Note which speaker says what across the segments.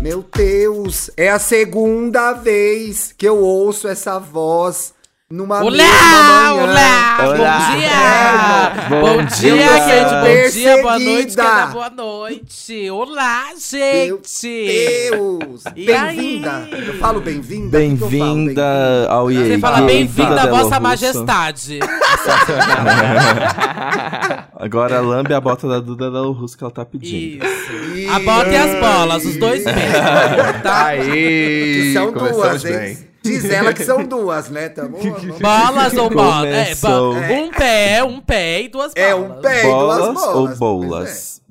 Speaker 1: Meu Deus, é a segunda vez que eu ouço essa voz numa
Speaker 2: Olá,
Speaker 1: mesma manhã.
Speaker 2: olá,
Speaker 3: Olá.
Speaker 2: bom dia!
Speaker 3: Bom
Speaker 2: Bom dia,
Speaker 1: dia.
Speaker 2: gente, bom dia, boa noite,
Speaker 1: Perseguida.
Speaker 2: cada boa noite. Olá,
Speaker 1: Meu
Speaker 2: gente!
Speaker 1: Deus,
Speaker 2: E
Speaker 1: bem-vinda.
Speaker 2: aí?
Speaker 1: Eu falo bem-vinda? O que que eu falo?
Speaker 3: Bem-vinda ao IE.
Speaker 2: Você fala
Speaker 3: Gay,
Speaker 2: bem-vinda,
Speaker 3: Bela
Speaker 2: vossa
Speaker 3: Russa.
Speaker 2: majestade.
Speaker 3: Agora lambe a bota da Duda da Russo que ela tá pedindo.
Speaker 2: Isso.
Speaker 1: Ih,
Speaker 2: A bota e as bolas, os dois pés. Tá?
Speaker 4: Aí,
Speaker 1: Que são
Speaker 4: começamos
Speaker 1: duas,
Speaker 4: bem.
Speaker 1: hein? Diz ela que são duas, né? Tá bom?
Speaker 2: Bolas ou bolas? É,
Speaker 3: Começou.
Speaker 2: bo- um pé, um pé e duas bolas.
Speaker 1: É um pé e duas
Speaker 3: Bolas
Speaker 1: bolas.
Speaker 3: ou bolas?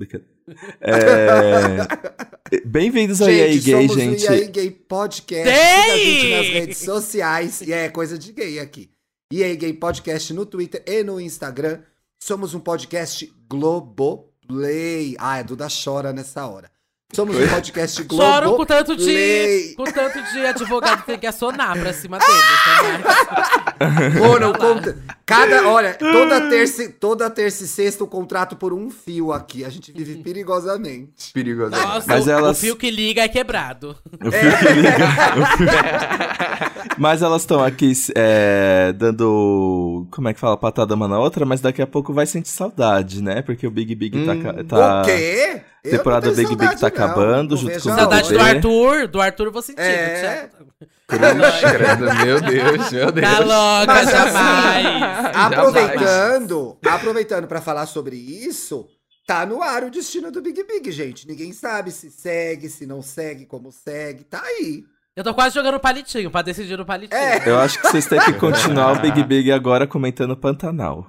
Speaker 3: É. Bem-vindos
Speaker 1: Pois
Speaker 3: ao
Speaker 1: é.
Speaker 3: IE
Speaker 1: Gente,
Speaker 3: Gay,
Speaker 1: somos
Speaker 3: gente.
Speaker 1: o EA Gay Podcast.
Speaker 2: Tem!
Speaker 1: Siga a gente nas redes sociais. E é coisa de gay aqui. EA Gay Podcast no Twitter e no Instagram. Somos um podcast Globoplay. Ah, a Duda chora nessa hora. Somos um podcast Globoplay.
Speaker 2: Choram com tanto de.
Speaker 1: Play.
Speaker 2: Com tanto de advogado que tem que acionar pra cima deles, né?
Speaker 1: Foram contra... Cada, olha, toda terça, e- toda terça e sexta eu contrato por um fio aqui. A gente vive
Speaker 2: Uhum.
Speaker 1: perigosamente.
Speaker 4: Perigoso.
Speaker 2: Nossa,
Speaker 3: Mas
Speaker 2: o,
Speaker 3: elas-
Speaker 2: o fio que liga é quebrado.
Speaker 3: Eu fico
Speaker 1: É,
Speaker 3: ligado. Mas elas estão aqui é, dando. Como é que fala? Patada uma na outra, mas daqui a pouco vai sentir saudade, né? Porque o Big Big tá ca- tá.
Speaker 1: Hum, O quê? Eu não
Speaker 3: temporada
Speaker 1: tenho
Speaker 3: Big Big
Speaker 1: saudade,
Speaker 3: tá
Speaker 1: não.
Speaker 3: acabando,
Speaker 1: Não
Speaker 3: junto
Speaker 1: vejo
Speaker 3: com
Speaker 1: a
Speaker 3: o
Speaker 1: hora.
Speaker 2: Saudade
Speaker 3: você.
Speaker 2: do Arthur, do Arthur eu vou sentir.
Speaker 1: É.
Speaker 2: Tchau.
Speaker 4: Credo, meu Deus, meu Deus.
Speaker 2: Tá louca,
Speaker 1: Mas, assim,
Speaker 2: jamais.
Speaker 1: Aproveitando, aproveitando para falar sobre isso, tá no ar o destino do Big Big, gente. Ninguém sabe se segue, se não segue, como segue, tá aí.
Speaker 2: Eu tô quase jogando palitinho pra decidir o palitinho.
Speaker 1: É.
Speaker 3: Eu acho que vocês têm que continuar o Big Big agora comentando Pantanal.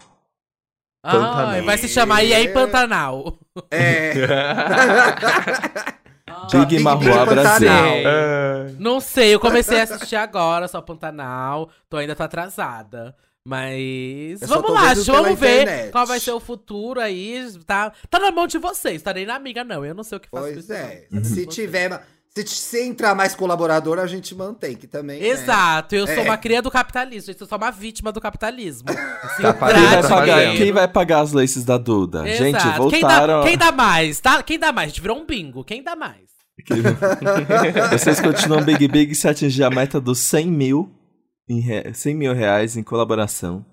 Speaker 2: Ai,
Speaker 4: Pantanal.
Speaker 2: Ah, vai se chamar e aí Pantanal.
Speaker 1: É.
Speaker 3: Big
Speaker 1: Tá, Big
Speaker 3: Marroa
Speaker 1: Big
Speaker 3: Brasil.
Speaker 1: Pantanal.
Speaker 4: É.
Speaker 2: Não sei, eu comecei a assistir agora, só Pantanal. Tô ainda tô atrasada. Mas
Speaker 1: Eu É só
Speaker 2: vamos
Speaker 1: tô
Speaker 2: lá,
Speaker 1: vendo pela
Speaker 2: vamos ver
Speaker 1: internet.
Speaker 2: qual vai ser o futuro aí. Tá, tá na mão de vocês, tá nem na amiga, não. Eu não sei o que faço. com
Speaker 1: Pois
Speaker 2: isso,
Speaker 1: é.
Speaker 2: não. Tá na mão
Speaker 1: Se
Speaker 2: de
Speaker 1: tiver. ma- Se, t- se entrar mais colaborador, a gente mantém, que também. né?
Speaker 2: Exato, eu
Speaker 1: É.
Speaker 2: sou uma cria do capitalismo, gente, eu sou uma vítima do capitalismo. Se
Speaker 4: Tá
Speaker 2: entrar
Speaker 3: Quem vai,
Speaker 4: Tá
Speaker 3: pagar,
Speaker 4: valendo.
Speaker 3: quem vai pagar as laces da Duda? Gente,
Speaker 2: Exato.
Speaker 3: voltaram.
Speaker 2: Quem dá, quem dá mais? Tá? Quem dá mais? A gente virou um bingo. Quem dá mais? tá-
Speaker 3: Vocês continuam Big Big se atingir a meta dos 100 mil, em re- 100 mil reais em colaboração.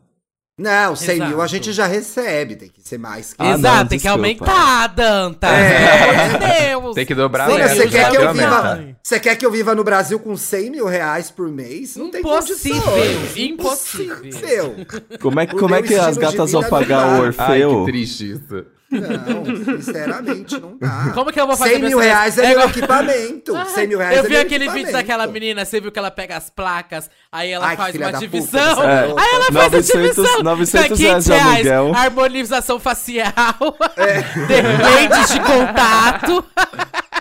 Speaker 1: Não, 100 mil a
Speaker 2: Exato.
Speaker 1: gente já recebe, tem que ser mais que.
Speaker 3: Ah,
Speaker 2: Exato,
Speaker 3: não,
Speaker 2: tem que
Speaker 3: desculpa.
Speaker 2: aumentar, Danta.
Speaker 1: É.
Speaker 2: Pelo amor de Deus.
Speaker 4: Tem que dobrar
Speaker 2: Ah,
Speaker 4: a
Speaker 1: Olha,
Speaker 4: meta.
Speaker 1: você
Speaker 2: eu já
Speaker 1: quer, que eu
Speaker 2: vi uma-
Speaker 1: viva, você quer que eu viva no Brasil com 100 mil reais por mês? Não tem
Speaker 2: Impossível,
Speaker 1: condições.
Speaker 2: impossível.
Speaker 1: Impossível.
Speaker 3: Como é, que-
Speaker 1: O
Speaker 3: como é
Speaker 1: meu
Speaker 3: que as
Speaker 1: estilo de
Speaker 3: gatas
Speaker 1: vida é
Speaker 3: vão pagar
Speaker 1: não
Speaker 3: o
Speaker 1: dá.
Speaker 4: Ai,
Speaker 3: Orfeu?
Speaker 4: que triste isso.
Speaker 1: Não, sinceramente, não dá.
Speaker 2: Como que eu vou fazer
Speaker 1: 100
Speaker 2: pra
Speaker 1: mil
Speaker 2: saber-
Speaker 1: reais é
Speaker 2: É
Speaker 1: meu
Speaker 2: igual-
Speaker 1: equipamento. 100 mil reais
Speaker 2: Eu
Speaker 1: é
Speaker 2: vi
Speaker 1: meu
Speaker 2: aquele vídeo
Speaker 1: equipamento.
Speaker 2: daquela menina, você viu que ela pega as placas, aí ela
Speaker 1: Ai, que
Speaker 2: faz
Speaker 1: filha
Speaker 2: uma
Speaker 1: da puta, é
Speaker 2: divisão.
Speaker 1: essa
Speaker 2: aí
Speaker 1: garota.
Speaker 2: ela faz a
Speaker 3: 900
Speaker 2: divisão.
Speaker 3: 900
Speaker 2: Dá
Speaker 3: reais de
Speaker 2: 500 reais,
Speaker 3: aluguel.
Speaker 2: harmonização facial,
Speaker 1: É.
Speaker 2: dentes de contato.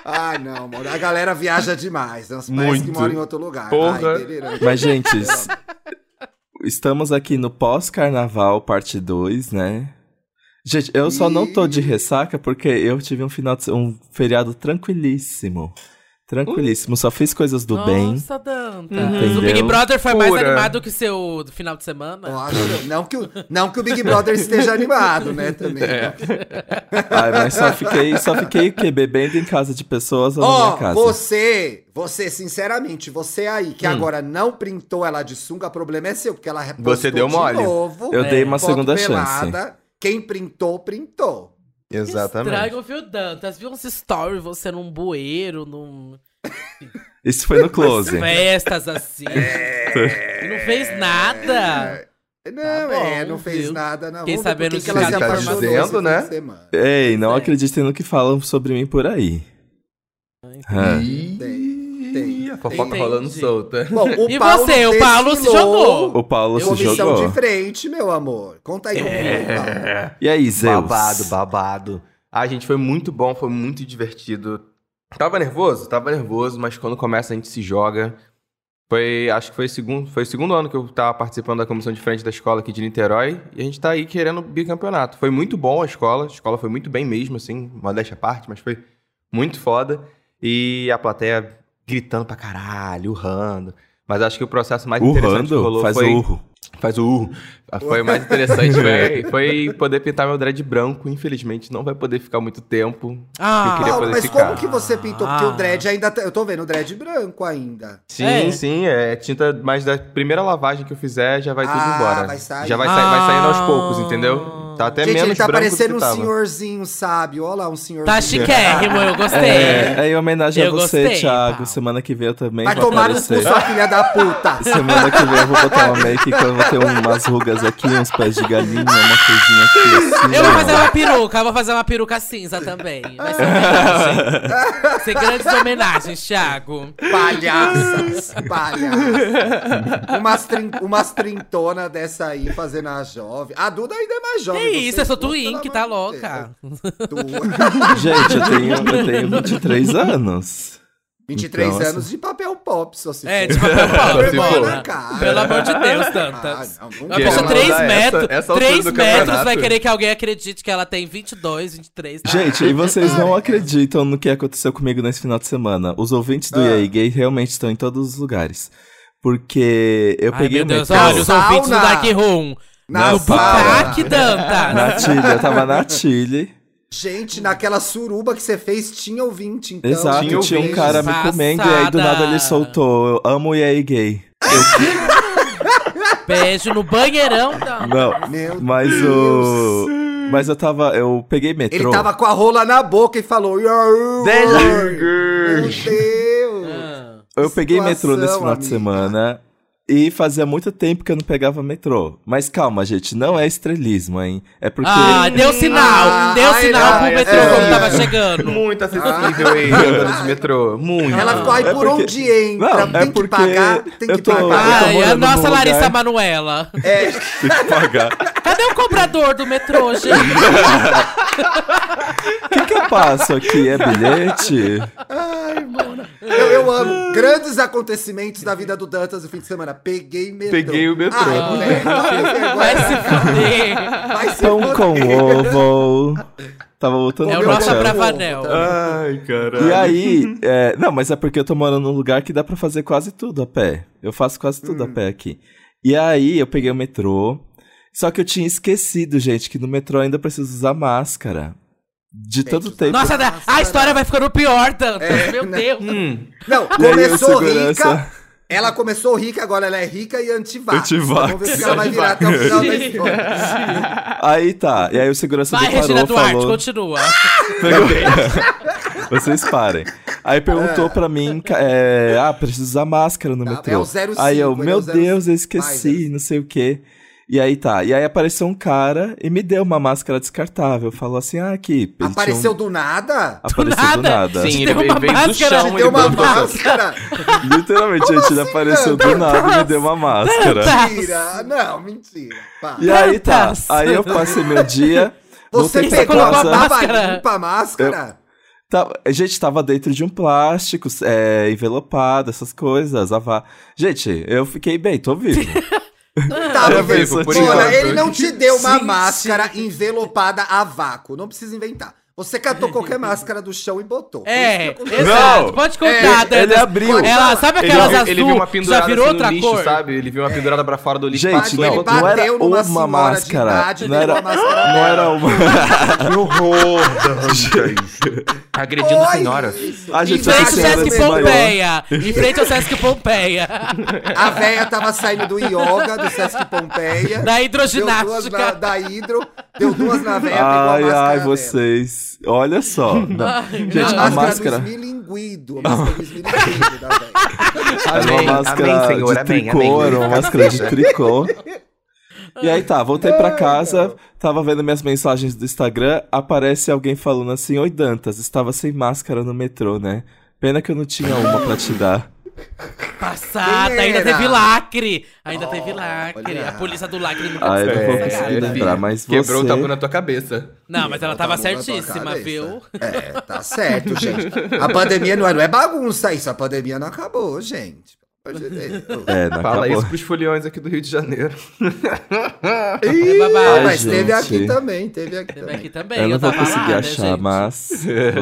Speaker 1: Ai, não, mano. A galera viaja demais. Nós parece
Speaker 4: Muito.
Speaker 1: que mora em outro lugar.
Speaker 4: Porra.
Speaker 1: Ai, delirante.
Speaker 3: Mas, gente, s- estamos aqui no pós-carnaval, parte 2, né? Gente, eu só não tô de ressaca porque eu tive um final de se- um feriado tranquilíssimo. Tranquilíssimo, só fiz coisas do bem.
Speaker 2: Nossa, Danta.
Speaker 3: Entendeu?
Speaker 2: Uhum. O Big Brother foi mais
Speaker 4: Pura.
Speaker 2: animado que seu final de semana?
Speaker 1: Eu acho- não, que o, não que o Big Brother esteja animado, né, também.
Speaker 3: É. Ai, mas só fiquei, só fiquei o quê? Bebendo em casa de pessoas ou na
Speaker 1: Ó,
Speaker 3: minha casa? Hum.
Speaker 1: você, você, sinceramente, você aí que agora não printou ela de sunga, o problema é seu, porque ela repostou
Speaker 4: Você deu
Speaker 1: de
Speaker 4: mole.
Speaker 1: novo. É.
Speaker 3: Eu dei uma
Speaker 1: foto
Speaker 3: segunda chance.
Speaker 1: pelada. Quem printou, printou.
Speaker 2: Estranho, viu, Dantas? Viu uns stories, você num bueiro, num
Speaker 3: Isso foi no close.
Speaker 2: festas assim. E não fez nada. Tá
Speaker 1: Não,
Speaker 2: bom,
Speaker 1: é, não fez
Speaker 2: viu?
Speaker 1: nada, não.
Speaker 2: Fiquei
Speaker 1: Vamos ver
Speaker 2: sabendo
Speaker 1: por que
Speaker 2: que
Speaker 1: que ela
Speaker 2: você
Speaker 1: se
Speaker 2: tá
Speaker 1: apaixonou
Speaker 4: dizendo,
Speaker 1: esse fim
Speaker 4: né?
Speaker 1: de semana.
Speaker 3: Ei, não
Speaker 2: É.
Speaker 3: acreditem no que falam sobre mim por aí. Ah.
Speaker 1: Tem, tem,
Speaker 4: Ih, a fofoca
Speaker 2: tem.
Speaker 4: rolando
Speaker 2: Entendi.
Speaker 4: solta.
Speaker 1: Bom, o
Speaker 2: E
Speaker 1: Paulo
Speaker 2: você, o Paulo se
Speaker 1: desfilou
Speaker 2: jogou. É.
Speaker 3: O Paulo se
Speaker 1: Comissão
Speaker 3: jogou.
Speaker 1: de frente, meu amor. Conta aí como foi, Paulo.
Speaker 3: E aí, Zeus?
Speaker 4: Babado, babado. A gente foi muito bom, foi muito divertido. Tava nervoso? Tava nervoso, mas quando começa a gente se joga. Foi, acho que foi o segundo, foi o segundo ano que eu tava participando da comissão de frente da escola aqui de Niterói e a gente tá aí querendo bicampeonato. Foi muito bom a escola, a escola foi muito bem mesmo, assim, modéstia à parte, mas foi muito foda. E a plateia gritando pra caralho, urrando. Mas acho que o processo mais interessante que
Speaker 3: Urrando?
Speaker 4: rolou
Speaker 3: Faz
Speaker 4: foi...
Speaker 3: o urro.
Speaker 4: Faz o uh. Foi o mais interessante, foi, foi poder pintar meu dread branco. Infelizmente, não vai poder ficar muito tempo.
Speaker 2: Ah,
Speaker 4: queria
Speaker 1: Não,
Speaker 4: poder
Speaker 1: mas
Speaker 4: ficar.
Speaker 1: como que você pintou? Porque
Speaker 2: Ah.
Speaker 1: o dread ainda. tá- Eu tô vendo o dread branco ainda.
Speaker 4: Sim,
Speaker 2: É.
Speaker 4: sim, é tinta, mas da primeira lavagem que eu fizer já vai tudo
Speaker 1: Ah,
Speaker 4: embora.
Speaker 1: vai sair.
Speaker 4: Já vai sair, vai saindo aos
Speaker 2: Ah.
Speaker 4: poucos, entendeu? Tá até
Speaker 1: Gente,
Speaker 4: menos
Speaker 1: ele tá
Speaker 4: branco do
Speaker 1: parecendo
Speaker 4: que
Speaker 1: um
Speaker 4: tava.
Speaker 1: senhorzinho sábio. Olha lá, um senhorzinho.
Speaker 2: Tá chiquérrimo, eu gostei.
Speaker 3: É, é em homenagem a
Speaker 2: Eu
Speaker 3: você,
Speaker 2: gostei,
Speaker 3: Thiago.
Speaker 2: Paulo.
Speaker 3: Semana que vem eu também
Speaker 1: Vai
Speaker 3: vou
Speaker 1: tomar no
Speaker 3: aparecer.
Speaker 1: cu, sua filha da puta.
Speaker 3: Semana que vem eu vou botar uma make que eu vou ter umas rugas aqui, uns pés de galinha, uma coisinha aqui assim.
Speaker 2: Eu vou
Speaker 3: ó.
Speaker 2: fazer uma peruca, eu vou fazer uma peruca cinza também. Vai ser, homenagem. Vai ser grandes homenagens, Thiago.
Speaker 1: Palhaças, palhaças. Umas, trin... Umas trintona dessa aí fazendo a jovem. A Duda ainda é mais jovem.
Speaker 2: Que isso,
Speaker 1: vocês
Speaker 2: eu sou
Speaker 1: duas,
Speaker 2: twin,
Speaker 1: pelo
Speaker 2: que tá
Speaker 1: amor de
Speaker 2: louca.
Speaker 1: É Deus. Tu-
Speaker 3: Gente, eu tenho, eu tenho 23 anos.
Speaker 1: 23
Speaker 3: Então,
Speaker 1: anos de papel pop, só se
Speaker 2: É,
Speaker 1: for.
Speaker 2: tipo, papel
Speaker 4: se
Speaker 2: pop,
Speaker 4: for.
Speaker 2: né? Pelo amor de Deus, Tantas.
Speaker 1: Ah, não,
Speaker 2: Uma
Speaker 1: não
Speaker 2: pessoa
Speaker 1: quero.
Speaker 2: 3
Speaker 4: Essa-
Speaker 2: metros,
Speaker 4: essa altura
Speaker 2: 3
Speaker 4: do
Speaker 2: metros vai
Speaker 4: campeonato.
Speaker 2: querer que alguém acredite que ela tem 22, 23. tá?
Speaker 3: Gente, e vocês não acreditam no que aconteceu comigo nesse final de semana. Os ouvintes do
Speaker 1: Ah.
Speaker 3: EA Gay realmente estão em todos os lugares. Porque eu
Speaker 2: Ai, meu
Speaker 3: peguei o
Speaker 2: Deus,
Speaker 3: metrô.
Speaker 2: olha os ouvintes do
Speaker 1: Sauna.
Speaker 2: Dark Room.
Speaker 1: Na
Speaker 2: no
Speaker 1: sala.
Speaker 2: Butaque Dantas.
Speaker 3: Na Chile, eu tava na Chile.
Speaker 1: Gente, naquela suruba que você fez, tinha ouvinte, então.
Speaker 3: Exato,
Speaker 4: Tinha
Speaker 3: tinha, um
Speaker 4: ouvinte.
Speaker 3: cara me
Speaker 2: Passada.
Speaker 3: comendo e aí do nada ele soltou. Eu amo o EA Gay.
Speaker 2: Beijo no banheirão, Dantas.
Speaker 3: Não,
Speaker 1: Meu
Speaker 3: mas o. Mas eu tava. Eu peguei metrô.
Speaker 1: Ele tava com a rola na boca e falou. "Yarr". Meu Deus!
Speaker 2: Ah.
Speaker 3: Eu peguei metrô
Speaker 1: Situação,
Speaker 3: nesse final de
Speaker 1: amiga.
Speaker 3: semana e fazia muito tempo que eu não pegava metrô. Mas calma, gente, não é estrelismo, hein? É porque.
Speaker 2: Ah, deu sinal,
Speaker 1: Ah,
Speaker 2: deu
Speaker 1: ai,
Speaker 2: sinal
Speaker 1: ai,
Speaker 2: pro
Speaker 1: ai,
Speaker 2: metrô
Speaker 1: ai.
Speaker 2: quando tava chegando.
Speaker 4: Muito acessível aí, andando de metrô. Muito.
Speaker 1: Ah. Ela ficou aí
Speaker 3: É
Speaker 1: por
Speaker 3: porque-
Speaker 1: onde entra,
Speaker 3: Não, é
Speaker 1: tem que
Speaker 3: porque
Speaker 1: pagar, tem
Speaker 3: eu
Speaker 1: que
Speaker 3: tô-
Speaker 1: pagar.
Speaker 3: eu tô
Speaker 2: Ai, a
Speaker 3: morando
Speaker 2: nossa
Speaker 3: num
Speaker 2: Larissa
Speaker 3: lugar-
Speaker 2: Manuela.
Speaker 3: Tem que pagar.
Speaker 2: Cadê o cobrador do metrô, gente?
Speaker 3: O que, que eu passo aqui? É bilhete?
Speaker 1: Ah, Eu, eu amo. Grandes acontecimentos da vida do Dantas no fim de semana. Peguei metrô.
Speaker 4: Peguei o metrô.
Speaker 1: Ai, moleque, vai ter
Speaker 2: Vai
Speaker 1: vergonha.
Speaker 2: se fuder.
Speaker 1: Vai se
Speaker 3: Pão
Speaker 1: fuder.
Speaker 3: com ovo. Tava voltando
Speaker 2: É o
Speaker 3: pra
Speaker 2: nosso
Speaker 3: casa.
Speaker 2: Abravanel.
Speaker 4: Ai, caralho.
Speaker 3: E aí, é, não, mas é porque eu tô morando num lugar que dá pra fazer quase tudo a pé. Eu faço quase tudo
Speaker 2: Hum.
Speaker 3: a pé aqui. E aí eu peguei o metrô. Só que eu tinha esquecido, gente, que no metrô ainda preciso usar máscara. De tanto tempo.
Speaker 2: Nossa, da- a história vai ficando pior, Dantas.
Speaker 1: É,
Speaker 2: Meu
Speaker 1: né?
Speaker 2: Deus.
Speaker 4: Hum,
Speaker 1: Não,
Speaker 3: E aí, o
Speaker 1: começou
Speaker 3: segurança-
Speaker 1: rica. Ela começou rica, agora ela é rica e antivax.
Speaker 3: Antivax.
Speaker 1: Vamos ver se ela vai virar até o final da história.
Speaker 3: Aí tá. E aí o segurança
Speaker 2: é- Vai,
Speaker 3: me parou,
Speaker 2: Regina Duarte,
Speaker 3: falou...
Speaker 2: continua.
Speaker 3: Vocês parem. Aí perguntou pra mim, ca- é, ah, preciso usar máscara no
Speaker 1: Tá,
Speaker 3: metrô.
Speaker 1: é o 05,
Speaker 3: aí eu,
Speaker 1: ele é o é
Speaker 3: meu
Speaker 1: 05.
Speaker 3: Deus, eu
Speaker 1: Vai,
Speaker 3: esqueci, não sei o quê. E aí tá, e aí apareceu um cara e me deu uma máscara descartável. Falou assim, ah, aqui. ele tinha
Speaker 1: Apareceu
Speaker 3: um-
Speaker 1: do nada?
Speaker 3: Apareceu do
Speaker 2: nada?
Speaker 3: nada.
Speaker 4: Sim,
Speaker 2: Deu
Speaker 4: ele veio,
Speaker 2: uma
Speaker 4: veio do
Speaker 2: máscara, te
Speaker 4: chão. ele
Speaker 1: Deu uma
Speaker 4: botou.
Speaker 1: máscara?
Speaker 3: Literalmente, gente,
Speaker 1: assim,
Speaker 3: ele apareceu do nada e me deu uma máscara.
Speaker 1: Mentira. Não, mentira. Pá.
Speaker 3: E aí tá,
Speaker 2: Tantas.
Speaker 3: aí eu passei meu dia.
Speaker 1: Você
Speaker 3: voltei pra
Speaker 1: pegou uma
Speaker 3: casa.
Speaker 2: máscara?
Speaker 1: barba limpa a máscara?
Speaker 3: Tá, a gente tava dentro de um plástico, é, envelopado, essas coisas, avá. Gente, eu fiquei bem, tô vivo.
Speaker 1: Tava
Speaker 4: Eu vivo,
Speaker 1: vendo.
Speaker 4: por
Speaker 1: Mona,
Speaker 4: enquanto.
Speaker 1: ele não te deu uma
Speaker 3: Sim,
Speaker 1: máscara envelopada a vácuo. Não precisa inventar. Você catou qualquer máscara do chão e botou.
Speaker 2: É,
Speaker 1: Isso que aconteceu.
Speaker 2: exato.
Speaker 4: é,
Speaker 2: Pode
Speaker 1: É,
Speaker 2: contar,
Speaker 3: Ele- ele
Speaker 2: Dantas.
Speaker 3: abriu.
Speaker 2: Ela, sabe
Speaker 4: Ele
Speaker 2: aquelas
Speaker 4: viu-
Speaker 2: azul
Speaker 4: ele viu uma
Speaker 2: que
Speaker 4: pendurada
Speaker 2: já virou
Speaker 4: assim,
Speaker 2: outra
Speaker 4: no lixo,
Speaker 2: cor?
Speaker 4: sabe? Ele
Speaker 1: É.
Speaker 4: viu uma pendurada pra fora do lixo.
Speaker 3: Gente,
Speaker 1: Ele
Speaker 3: não,
Speaker 1: bateu
Speaker 3: não era
Speaker 1: numa senhora
Speaker 3: uma
Speaker 1: de
Speaker 3: máscara.
Speaker 1: idade,
Speaker 3: Não
Speaker 1: pegou a
Speaker 3: era,
Speaker 1: máscara
Speaker 3: não era uma.
Speaker 4: Que horror! Agredindo
Speaker 1: Oi!
Speaker 4: senhoras.
Speaker 3: A
Speaker 2: Em
Speaker 3: gente
Speaker 2: frente ao
Speaker 3: essa senhora
Speaker 4: é
Speaker 2: Sesc
Speaker 3: desmaiou.
Speaker 2: Pompeia. Em frente ao Sesc Pompeia.
Speaker 1: A véia tava saindo do yoga, do Sesc Pompeia.
Speaker 2: Da
Speaker 1: Deu duas na,
Speaker 2: hidroginástica.
Speaker 1: da hidro, deu duas na véia,
Speaker 3: Ai,
Speaker 1: pegou a máscara
Speaker 3: ai,
Speaker 1: dela.
Speaker 3: vocês. Olha só. Não. Gente,
Speaker 1: A máscara,
Speaker 3: a máscara.
Speaker 1: do esmilinguido, a máscara do esmilinguido da véia.
Speaker 3: Era uma máscara de tricô, era uma máscara de tricô. E aí tá, voltei pra casa, tava vendo minhas mensagens do Instagram, aparece alguém falando assim, Oi Dantas, estava sem máscara no metrô, né? Pena que eu não tinha uma pra te dar.
Speaker 2: Passada,
Speaker 1: Quem
Speaker 2: ainda
Speaker 1: era?
Speaker 2: teve lacre. Ainda teve lacre.
Speaker 1: olha.
Speaker 2: A polícia do lacre nunca
Speaker 3: Ah, eu não
Speaker 2: descansa,
Speaker 3: vou
Speaker 4: É,
Speaker 2: cara.
Speaker 3: conseguir lembrar, mas
Speaker 4: Quebrou o
Speaker 3: você...
Speaker 4: tabu na tua cabeça.
Speaker 2: Não, mas ela tava
Speaker 1: Botar a mão na tua
Speaker 2: certíssima,
Speaker 1: cabeça.
Speaker 2: viu?
Speaker 1: É, tá certo, gente. A pandemia não é, não é bagunça isso, a pandemia não acabou, gente. Pelo amor de Deus.
Speaker 3: É, não
Speaker 4: Fala
Speaker 3: acabou.
Speaker 4: isso pros foliões aqui do Rio de Janeiro.
Speaker 2: É babado.
Speaker 3: Ai,
Speaker 1: Mas teve
Speaker 3: gente.
Speaker 1: aqui também, teve aqui
Speaker 2: Teve
Speaker 1: também.
Speaker 2: aqui também.
Speaker 3: Eu não vou
Speaker 2: tava lá,
Speaker 3: conseguir
Speaker 2: né,
Speaker 3: achar,
Speaker 2: gente?
Speaker 3: mas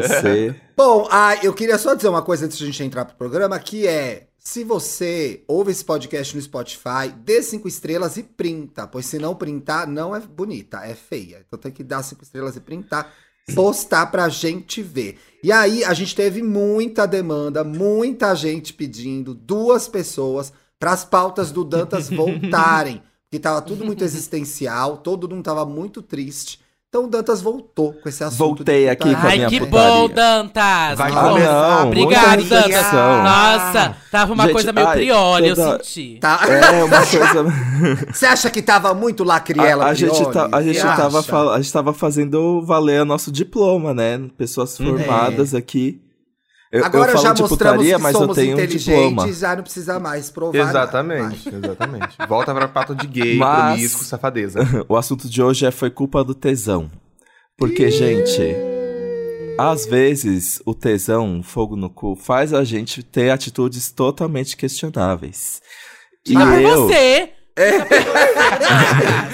Speaker 3: você...
Speaker 1: Bom, ah, eu queria só dizer uma coisa antes de a gente entrar pro programa, que é. Se você ouve esse podcast no Spotify, dê cinco estrelas e printa, pois se não printar, não é bonita, é feia. Então tem que dar cinco estrelas e printar, postar pra gente ver. E aí a gente teve muita demanda, muita gente pedindo, duas pessoas, para as pautas do Dantas voltarem, porque tava tudo muito existencial, todo mundo tava muito triste. Então o Dantas voltou com esse assunto.
Speaker 3: Voltei
Speaker 1: de
Speaker 3: aqui
Speaker 1: putaria.
Speaker 3: com a
Speaker 2: Ai,
Speaker 3: minha
Speaker 2: que
Speaker 3: putaria.
Speaker 2: bom, Dantas!
Speaker 4: Vai
Speaker 2: que
Speaker 4: começar.
Speaker 2: bom.
Speaker 3: Ah, não,
Speaker 2: Obrigado,
Speaker 3: muita
Speaker 2: Dantas.
Speaker 3: reflexão.
Speaker 2: Nossa, tava uma
Speaker 3: Gente,
Speaker 2: coisa meio
Speaker 3: ai,
Speaker 2: priori, eu
Speaker 3: toda-
Speaker 2: senti.
Speaker 1: Tá?
Speaker 3: É, uma coisa.
Speaker 1: Você acha que tava muito lacriela,
Speaker 3: A, a gente,
Speaker 1: Prioli?
Speaker 3: tá, a, gente
Speaker 1: Você
Speaker 3: tava
Speaker 1: acha?
Speaker 3: fal- a gente tava fazendo valer o nosso diploma, né? Pessoas formadas aqui. Eu,
Speaker 1: É. Agora
Speaker 3: eu falo
Speaker 1: já
Speaker 3: de
Speaker 1: mostramos
Speaker 3: putaria,
Speaker 1: que
Speaker 3: mas eu
Speaker 1: somos
Speaker 3: tenho um
Speaker 1: inteligentes,
Speaker 3: diploma.
Speaker 1: já não precisa mais provar. nada.
Speaker 4: Exatamente, exatamente. Volta pra pato de gay,
Speaker 3: Mas-
Speaker 4: promíscuo, safadeza.
Speaker 3: O assunto de hoje é foi culpa do tesão. Porque, gente, às vezes o tesão, o fogo no cu, faz a gente ter atitudes totalmente questionáveis. E
Speaker 2: Diga pra
Speaker 3: eu,
Speaker 2: Tá você!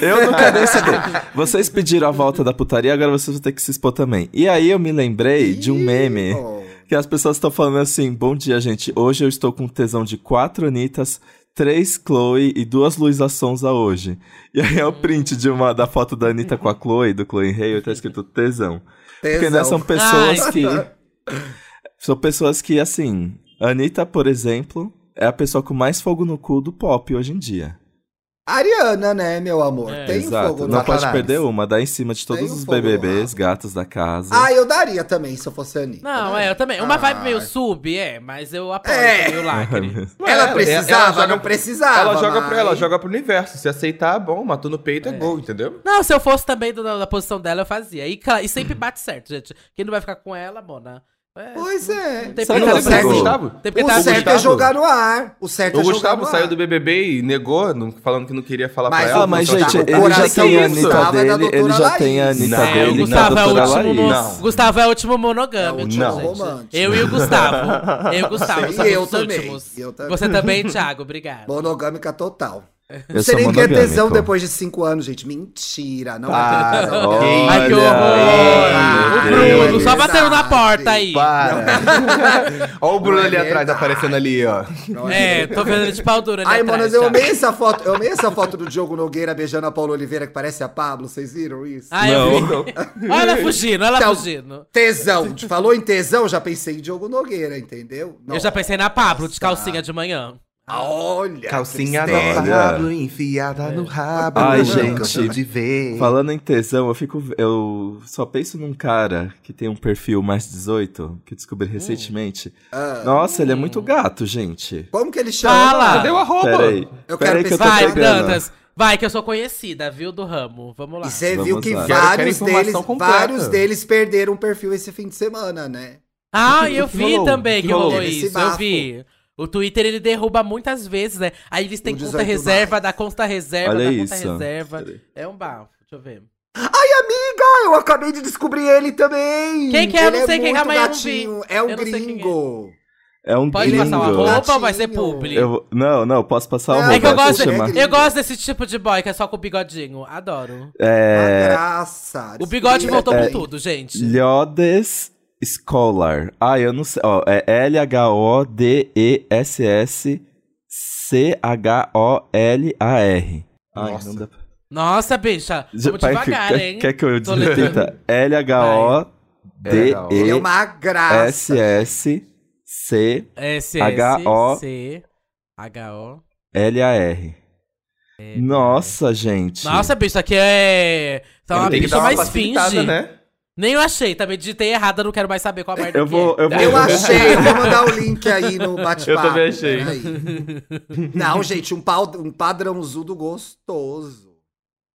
Speaker 3: eu não quero nem saber. Vocês pediram a volta da putaria, agora vocês vão ter que se expor também. E aí eu me lembrei de um meme.
Speaker 1: Oh.
Speaker 3: Que as pessoas estão falando assim: bom dia, gente. Hoje eu estou com tesão de quatro Anitas, três Chloe e duas Luísa Sonza hoje. E aí é o print de uma, da foto da Anitta com a Chloe, do Chloe Rei, tá escrito tesão. Porque né,
Speaker 1: Tesão.
Speaker 3: são pessoas
Speaker 2: Ai.
Speaker 3: que. São pessoas que, assim. A Anitta, por exemplo, é a pessoa com mais fogo no cu do pop hoje em dia.
Speaker 1: Ariana, né, meu amor?
Speaker 2: É.
Speaker 1: Tem
Speaker 3: Exato.
Speaker 1: fogo
Speaker 3: Não
Speaker 1: no
Speaker 3: pode
Speaker 1: Satanás.
Speaker 3: perder um. uma, dá em cima de todos
Speaker 1: Tem um
Speaker 3: os
Speaker 1: fogo no
Speaker 3: BBBs,
Speaker 1: rabo.
Speaker 3: gatos da casa.
Speaker 1: Ah, eu daria também, se eu fosse a Anitta.
Speaker 2: Não,
Speaker 1: né?
Speaker 2: é, eu também. Uma vibe
Speaker 1: Ah.
Speaker 2: meio sub, é, mas eu apoio
Speaker 1: É.
Speaker 2: também o lacre.
Speaker 1: Ela
Speaker 4: É,
Speaker 1: precisava,
Speaker 4: ela joga-
Speaker 1: não precisava.
Speaker 4: ela joga
Speaker 1: mas...
Speaker 4: pro ela, joga pro universo. Se aceitar, bom, matou no peito é, gol, entendeu?
Speaker 2: Não, se eu fosse também do- da posição dela, eu fazia. E, cla- e sempre bate certo, gente. Quem não vai ficar com ela, Mona? É,
Speaker 1: Pois é.
Speaker 2: Não tem por
Speaker 3: Será que
Speaker 2: que ela
Speaker 3: ela
Speaker 4: Sabe
Speaker 3: pegou?
Speaker 4: o
Speaker 2: precisa.
Speaker 4: Gustavo?
Speaker 2: Tem porque
Speaker 1: O
Speaker 2: tá
Speaker 4: Gustavo-
Speaker 1: certo é jogar no ar. O certo
Speaker 4: O
Speaker 1: é jogar
Speaker 4: Gustavo
Speaker 1: no ar.
Speaker 4: saiu do BBB e negou, não, falando que não queria falar
Speaker 1: Mas
Speaker 4: pra
Speaker 1: o
Speaker 4: ela.
Speaker 3: Ah, mas
Speaker 4: não,
Speaker 3: gente,
Speaker 4: sabe?
Speaker 1: Gustavo,
Speaker 3: ele já
Speaker 1: coração
Speaker 3: tem a
Speaker 1: do
Speaker 3: Anitta
Speaker 4: tá
Speaker 1: Gustavo é da
Speaker 3: dele, ele
Speaker 1: doutora
Speaker 3: já tem a
Speaker 1: Laís.
Speaker 3: Anitta
Speaker 4: Não,
Speaker 2: É,
Speaker 3: dele,
Speaker 2: o
Speaker 3: que
Speaker 2: Gustavo
Speaker 3: é a
Speaker 2: é o
Speaker 3: doutora
Speaker 2: último.
Speaker 3: Laís.
Speaker 4: Não.
Speaker 2: Mo... Gustavo é o último monogâmico,
Speaker 1: É o
Speaker 2: gente.
Speaker 4: último
Speaker 1: romântico.
Speaker 2: Eu e o Gustavo. Eu e o Gustavo.
Speaker 1: E
Speaker 2: somos
Speaker 1: eu
Speaker 2: os
Speaker 1: também,
Speaker 2: últimos.
Speaker 1: e eu também.
Speaker 2: Você também, Thiago, obrigado.
Speaker 1: Monogâmica total.
Speaker 3: Eu
Speaker 1: Você
Speaker 3: sou
Speaker 1: nem quer
Speaker 3: monogâmico.
Speaker 1: tesão depois de cinco anos, gente. Mentira,
Speaker 3: Ah,
Speaker 1: não é
Speaker 4: Para,
Speaker 1: tesão.
Speaker 4: ok.
Speaker 2: Ai, que
Speaker 3: Olha
Speaker 2: horror!
Speaker 1: aí,
Speaker 2: o Bruno
Speaker 1: é
Speaker 2: só bateu na
Speaker 1: verdade.
Speaker 2: porta aí.
Speaker 4: Para. Olha o Bruno
Speaker 1: Não é
Speaker 4: ali atrás,
Speaker 1: verdade.
Speaker 4: aparecendo ali, ó.
Speaker 1: Não
Speaker 2: É, tô vendo ele de pau dura ali
Speaker 1: Ai,
Speaker 2: atrás,
Speaker 1: manas, eu
Speaker 2: Thiago.
Speaker 1: amei essa foto. Eu amei essa foto do Diogo Nogueira beijando a Paula Oliveira, que parece a Pablo. Vocês viram isso?
Speaker 2: Ai, Ah, eu vi. Olha ela fugindo, olha ela
Speaker 1: Então,
Speaker 2: fugindo.
Speaker 1: Tesão. Falou em tesão, já pensei em Diogo Nogueira, entendeu?
Speaker 2: Eu já pensei na Pablo de
Speaker 1: Nossa.
Speaker 2: calcinha de manhã.
Speaker 1: Olha.
Speaker 4: Calcinha da
Speaker 1: tristeza.
Speaker 3: Olha.
Speaker 4: Pablo enfiada no rabo.
Speaker 3: Ai,
Speaker 4: não
Speaker 3: gente.
Speaker 4: canso De ver.
Speaker 3: Falando em tesão, eu fico. Eu só penso num cara que tem um perfil mais 18, que eu descobri
Speaker 1: Hum.
Speaker 3: recentemente.
Speaker 1: Ah,
Speaker 3: Nossa, ele é muito gato, gente.
Speaker 1: como que ele chama?
Speaker 2: Fala.
Speaker 4: Cadê o arroba?
Speaker 3: Peraí.
Speaker 1: Eu
Speaker 3: Peraí
Speaker 1: quero
Speaker 3: que eu tô
Speaker 1: pensar.
Speaker 2: Vai,
Speaker 3: pegando.
Speaker 2: Dantas. Vai, que eu sou conhecida, viu, do ramo. Vamos lá.
Speaker 1: E você
Speaker 3: Vamos
Speaker 1: viu que
Speaker 3: lá.
Speaker 4: Quero- quero
Speaker 1: vários
Speaker 4: informação
Speaker 1: deles,
Speaker 4: completa.
Speaker 1: vários deles perderam o perfil esse fim de semana, né?
Speaker 2: Ah,
Speaker 3: que-
Speaker 2: eu
Speaker 3: o que
Speaker 2: vi
Speaker 3: rolou?
Speaker 2: também
Speaker 3: O
Speaker 2: que,
Speaker 3: que rolou?
Speaker 2: rolou,
Speaker 1: Teve esse
Speaker 2: isso, eu
Speaker 1: bafo.
Speaker 2: vi. O Twitter ele derruba muitas vezes, né? Aí eles têm
Speaker 1: O
Speaker 2: conta
Speaker 1: 18
Speaker 2: reserva,
Speaker 1: mais.
Speaker 2: da conta reserva,
Speaker 3: Olha
Speaker 2: da
Speaker 3: isso.
Speaker 2: conta reserva.
Speaker 3: Peraí.
Speaker 2: É um bafo, deixa eu ver.
Speaker 1: Ah, eu acabei de descobrir ele também.
Speaker 2: Quem que é? Eu
Speaker 1: Ele
Speaker 2: não sei quem é,
Speaker 1: muito
Speaker 2: amanhã eu não vi.
Speaker 1: gatinho, É um
Speaker 2: Eu não sei quem é.
Speaker 1: gringo.
Speaker 3: É um
Speaker 2: Pode
Speaker 3: gringo.
Speaker 2: passar o
Speaker 1: Gatinho.
Speaker 2: arroba ou vai ser publi?
Speaker 3: Eu vou- não, não, posso passar o
Speaker 1: Não,
Speaker 3: arroba.
Speaker 2: É que eu gosto,
Speaker 3: deixa eu
Speaker 1: de-
Speaker 3: chamar.
Speaker 1: Gringo.
Speaker 2: eu gosto desse tipo de boy que é só com o bigodinho. Adoro.
Speaker 1: A
Speaker 3: É. assim,
Speaker 1: graça.
Speaker 2: O bigode voltou
Speaker 1: é,
Speaker 2: com tudo, gente.
Speaker 3: Lhodes Scholar. Ah, eu não sei. Ó, é L-H-O-D-E-S-S-C-H-O-L-A-R. Ai,
Speaker 4: Nossa.
Speaker 3: não dá pra.
Speaker 2: Nossa, bicha. Vamos
Speaker 3: Pai,
Speaker 2: devagar,
Speaker 3: quer,
Speaker 2: hein?
Speaker 3: Quer que eu
Speaker 2: Tô lendo.
Speaker 3: desletra?
Speaker 1: Ele é
Speaker 3: L-H-O-D-E-S-S-C-H-O-L-A-R.
Speaker 1: uma graça.
Speaker 2: S,
Speaker 3: H-O-
Speaker 2: S, C, H-O.
Speaker 3: Nossa, gente.
Speaker 2: É. Nossa, bicho, isso aqui é. Tá uma
Speaker 4: Tem que
Speaker 2: bicha
Speaker 4: dar uma
Speaker 2: mais
Speaker 1: Então, é um
Speaker 4: facilitada,
Speaker 2: finge.
Speaker 4: né? Nem
Speaker 2: Nem eu achei, também digitei errada, não quero mais saber qual a merda
Speaker 3: Eu
Speaker 2: que
Speaker 3: vou-
Speaker 2: é.
Speaker 3: eu vou-
Speaker 1: Eu achei, eu vou mandar o link aí no bate-papo.
Speaker 4: Eu também achei.
Speaker 1: peraí. Não, gente, um, pau, um padrãozudo gostoso.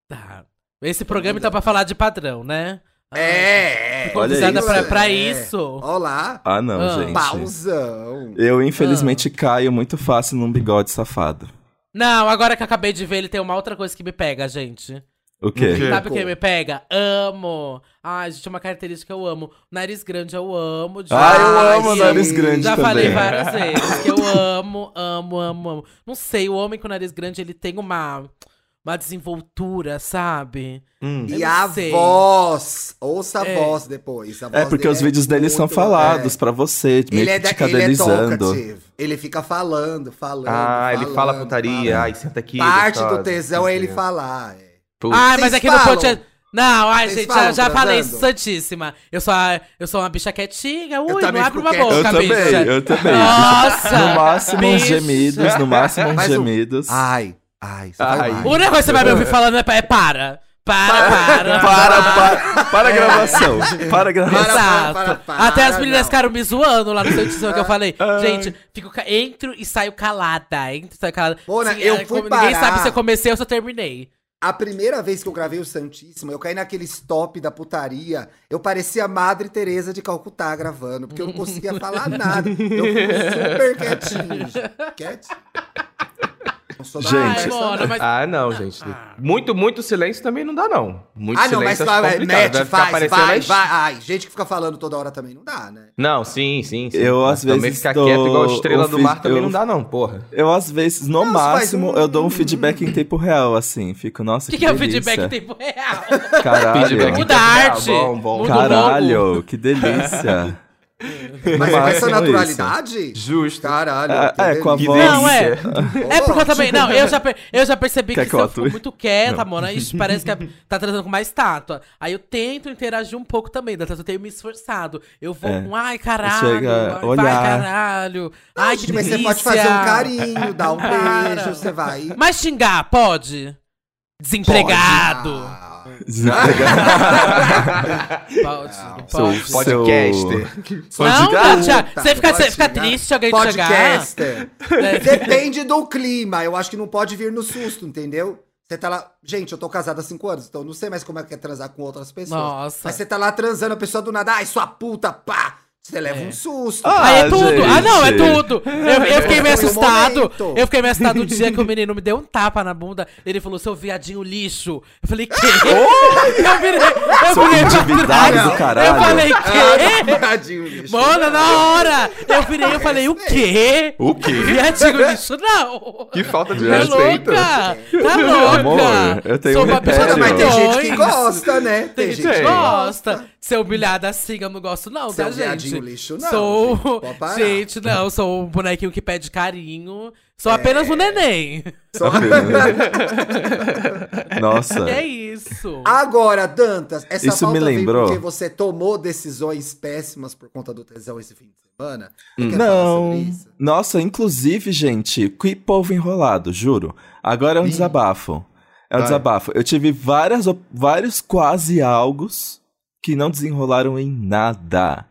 Speaker 2: Tá. Esse programa então é pra falar de padrão, né? Ah,
Speaker 1: É, é.
Speaker 2: Ficou
Speaker 3: Olha
Speaker 2: avisada
Speaker 3: isso.
Speaker 2: pra, pra
Speaker 1: É.
Speaker 2: isso.
Speaker 1: Ó lá,
Speaker 3: Ah, não,
Speaker 2: Ah.
Speaker 3: gente.
Speaker 1: pauzão.
Speaker 3: Eu, infelizmente, caio muito fácil num bigode safado.
Speaker 2: Não, agora que eu acabei de ver, ele tem uma outra coisa que me pega, gente.
Speaker 3: O quê?
Speaker 4: O quê?
Speaker 2: Sabe o que me pega? Amo. Ai, gente, é uma característica que eu amo. Nariz grande eu amo.
Speaker 3: Ah, eu
Speaker 1: Ai,
Speaker 3: amo
Speaker 1: sim.
Speaker 3: nariz grande
Speaker 2: Já
Speaker 3: também.
Speaker 2: falei várias é vezes que eu amo, amo, amo, amo. Não sei, o homem com o nariz grande, ele tem uma, uma desenvoltura, sabe?
Speaker 4: Hum.
Speaker 2: Eu
Speaker 1: E
Speaker 2: não
Speaker 1: a
Speaker 2: sei.
Speaker 1: voz. Ouça a
Speaker 2: É.
Speaker 1: voz depois. a
Speaker 3: É
Speaker 1: voz
Speaker 3: porque
Speaker 1: dele
Speaker 3: os vídeos dele são
Speaker 1: muito-
Speaker 3: falados
Speaker 1: é.
Speaker 3: pra você, meio
Speaker 1: Ele é,
Speaker 3: que te
Speaker 1: da, ele é
Speaker 3: cadelizando.
Speaker 1: talkative. Ele fica falando, falando.
Speaker 4: Ah, ele
Speaker 1: falando,
Speaker 4: fala putaria,
Speaker 1: falando.
Speaker 4: ai, senta aqui.
Speaker 1: Parte do
Speaker 4: gostosa,
Speaker 1: tesão é ele
Speaker 4: entendeu?
Speaker 1: falar. é.
Speaker 4: Putz.
Speaker 2: Ai,
Speaker 1: Vocês
Speaker 2: mas aqui
Speaker 1: falam?
Speaker 2: no podcast. Não, ai,
Speaker 1: Vocês
Speaker 2: gente,
Speaker 1: falam tá
Speaker 2: já, já falei,
Speaker 1: transando?
Speaker 2: santíssima. Eu sou, a- eu sou uma bicha quietinha, ui,
Speaker 1: também
Speaker 2: não
Speaker 1: fico
Speaker 2: abre uma
Speaker 1: quieto.
Speaker 2: boca,
Speaker 3: Eu também,
Speaker 2: bicha.
Speaker 3: eu também.
Speaker 2: Nossa!
Speaker 3: No máximo uns
Speaker 2: bicha.
Speaker 3: gemidos, no máximo uns
Speaker 1: Mas o- Ah.
Speaker 3: gemidos.
Speaker 1: Ai, ai, você
Speaker 4: Ai.
Speaker 1: vai lá.
Speaker 2: A única coisa que você vai me ouvir falando é, pa- é para. Para, para.
Speaker 3: Para, para, para a gravação. Para a gravação.
Speaker 2: Exato.
Speaker 1: para, para,
Speaker 2: Até as
Speaker 1: não. Ah,
Speaker 2: meninas ficaram me zoando lá no Santíssimo que eu falei. Gente, fico, ca- entro e saio calada. Entro e saio calada.
Speaker 1: Mona,
Speaker 2: Sim,
Speaker 1: né, eu
Speaker 2: é,
Speaker 1: fui
Speaker 2: como Ninguém
Speaker 1: parar.
Speaker 2: sabe se eu comecei ou se eu terminei.
Speaker 1: A primeira vez que eu gravei o Santíssimo, eu caí naquele stop da putaria. Eu parecia a Madre Teresa de Calcutá gravando, porque eu não conseguia falar nada. Eu fui super quietinho. gente. Quietinho. Não sou da conversa,
Speaker 3: Gente.
Speaker 2: Ai,
Speaker 1: não.
Speaker 2: Mona, mas...
Speaker 4: Ah, não, gente. Muito, muito silêncio também não dá, não. Muito
Speaker 1: Ah, não, mas
Speaker 4: silêncio acho
Speaker 1: fala,
Speaker 4: complicado.
Speaker 1: mete,
Speaker 4: Vai ficar
Speaker 1: faz,
Speaker 4: aparecendo
Speaker 1: vai,
Speaker 4: as-
Speaker 1: vai. Ai, gente que fica falando toda hora também não dá, né?
Speaker 4: Não, sim, sim, sim.
Speaker 3: Eu,
Speaker 4: Mas
Speaker 3: às
Speaker 4: também
Speaker 3: vezes,
Speaker 4: ficar
Speaker 3: dou-
Speaker 4: quieto igual a estrela
Speaker 3: eu
Speaker 4: do
Speaker 3: fiz-
Speaker 4: mar também
Speaker 3: eu-
Speaker 4: não dá, não, porra.
Speaker 3: Eu, às vezes, no
Speaker 1: Não, faz
Speaker 3: máximo,
Speaker 1: um-
Speaker 3: eu dou um feedback em tempo real, assim. Fico, nossa,
Speaker 2: O que,
Speaker 3: que,
Speaker 2: que é o
Speaker 3: delícia.
Speaker 2: feedback em tempo real?
Speaker 3: Caralho.
Speaker 4: Feedback.
Speaker 2: Muda a arte.
Speaker 4: Bom, bom.
Speaker 2: Muda o logo.
Speaker 3: Caralho, que delícia. No
Speaker 1: Mas com essa
Speaker 3: máximo,
Speaker 1: naturalidade?
Speaker 4: Justo.
Speaker 1: Caralho.
Speaker 3: É,
Speaker 1: que
Speaker 3: é, com a
Speaker 1: delícia.
Speaker 4: Que
Speaker 3: voz.
Speaker 4: delícia.
Speaker 2: Não, é. É porque eu também.
Speaker 1: tipo,
Speaker 2: Não, eu
Speaker 1: né?
Speaker 2: já, per- eu já percebi que,
Speaker 3: Quer que
Speaker 2: se
Speaker 3: eu
Speaker 2: eu fico
Speaker 3: atue?
Speaker 2: muito quieta, mano, ixi, parece que tá trazendo com mais estátua. Aí eu tento interagir um pouco também, das vezes eu tenho me esforçado. Eu vou
Speaker 3: É.
Speaker 2: com, ai, caralho,
Speaker 3: Chega a
Speaker 2: ai, vai,
Speaker 3: olhar.
Speaker 2: caralho. Ai, que
Speaker 1: Gente, Mas
Speaker 2: delícia.
Speaker 1: você pode fazer um carinho, dar um
Speaker 2: Para.
Speaker 1: beijo, você vai.
Speaker 2: Mas xingar, pode? Desempregado.
Speaker 1: Ah,
Speaker 2: Pode, não pode.
Speaker 3: Sou-
Speaker 4: Podcaster.
Speaker 2: Não,
Speaker 1: Pode
Speaker 2: não,
Speaker 1: xingar?
Speaker 2: Thiago, você fica,
Speaker 1: Pode
Speaker 2: você fica
Speaker 1: xingar?
Speaker 2: triste se alguém te xingar.
Speaker 1: Podcaster.
Speaker 2: É.
Speaker 1: Depende do clima. Eu acho que não pode vir no susto, entendeu? Você tá lá. Gente, eu tô casada há cinco anos, então eu não sei mais como é que é transar com outras pessoas.
Speaker 2: Nossa.
Speaker 1: Mas você tá lá transando, a pessoa do nada, ai, sua puta, pá! Você leva
Speaker 2: É.
Speaker 1: um susto.
Speaker 3: Ah,
Speaker 2: Aí é tudo.
Speaker 3: gente.
Speaker 2: Ah, não, é tudo. Eu, eu fiquei meio
Speaker 1: Foi o
Speaker 2: assustado.
Speaker 1: momento.
Speaker 2: Eu fiquei meio assustado o dia que o menino me deu um tapa na bunda. Ele falou, seu viadinho lixo. Eu falei, quê? Eu virei, eu
Speaker 3: Sou
Speaker 2: virei pra
Speaker 3: endividado
Speaker 2: trás.
Speaker 3: do caralho.
Speaker 2: Eu falei,
Speaker 1: Ah,
Speaker 2: quê?
Speaker 1: tadinho, lixo.
Speaker 2: é? Mano, na hora. Eu virei, eu falei, o quê?
Speaker 4: O quê?
Speaker 2: Viadinho lixo, não.
Speaker 4: Que falta de
Speaker 2: Tá
Speaker 1: É
Speaker 4: respeito.
Speaker 2: louca? Tá louca?
Speaker 3: Amor, eu tenho
Speaker 2: Sou
Speaker 3: um
Speaker 2: uma bicha
Speaker 1: Mano,
Speaker 3: remédio.
Speaker 1: mas tem gente que
Speaker 2: dois.
Speaker 1: gosta, né?
Speaker 2: Tem gente que
Speaker 4: Tem.
Speaker 2: gosta. Ser humilhada assim, eu não gosto, não,
Speaker 1: Ser
Speaker 2: tá,
Speaker 1: um viadinho
Speaker 2: gente?
Speaker 1: lixo, não, gente.
Speaker 2: Sou.
Speaker 1: Pode parar.
Speaker 2: Gente, não, sou um bonequinho que pede carinho.
Speaker 1: É.
Speaker 2: Sou apenas um neném.
Speaker 1: Só-
Speaker 3: Tá Nossa.
Speaker 2: E é isso.
Speaker 1: Agora, Dantas, essa
Speaker 3: Isso
Speaker 1: falta
Speaker 3: me lembrou.
Speaker 1: vem porque você tomou decisões péssimas por conta do tesão esse fim de semana? Você quer falar sobre
Speaker 3: Hum. Não.
Speaker 1: isso?
Speaker 3: Nossa, inclusive, gente, que povo enrolado, juro. Agora é um
Speaker 4: Ih.
Speaker 3: desabafo. É um
Speaker 4: Vai.
Speaker 3: desabafo. Eu tive várias, op- vários quase algos que não desenrolaram em nada.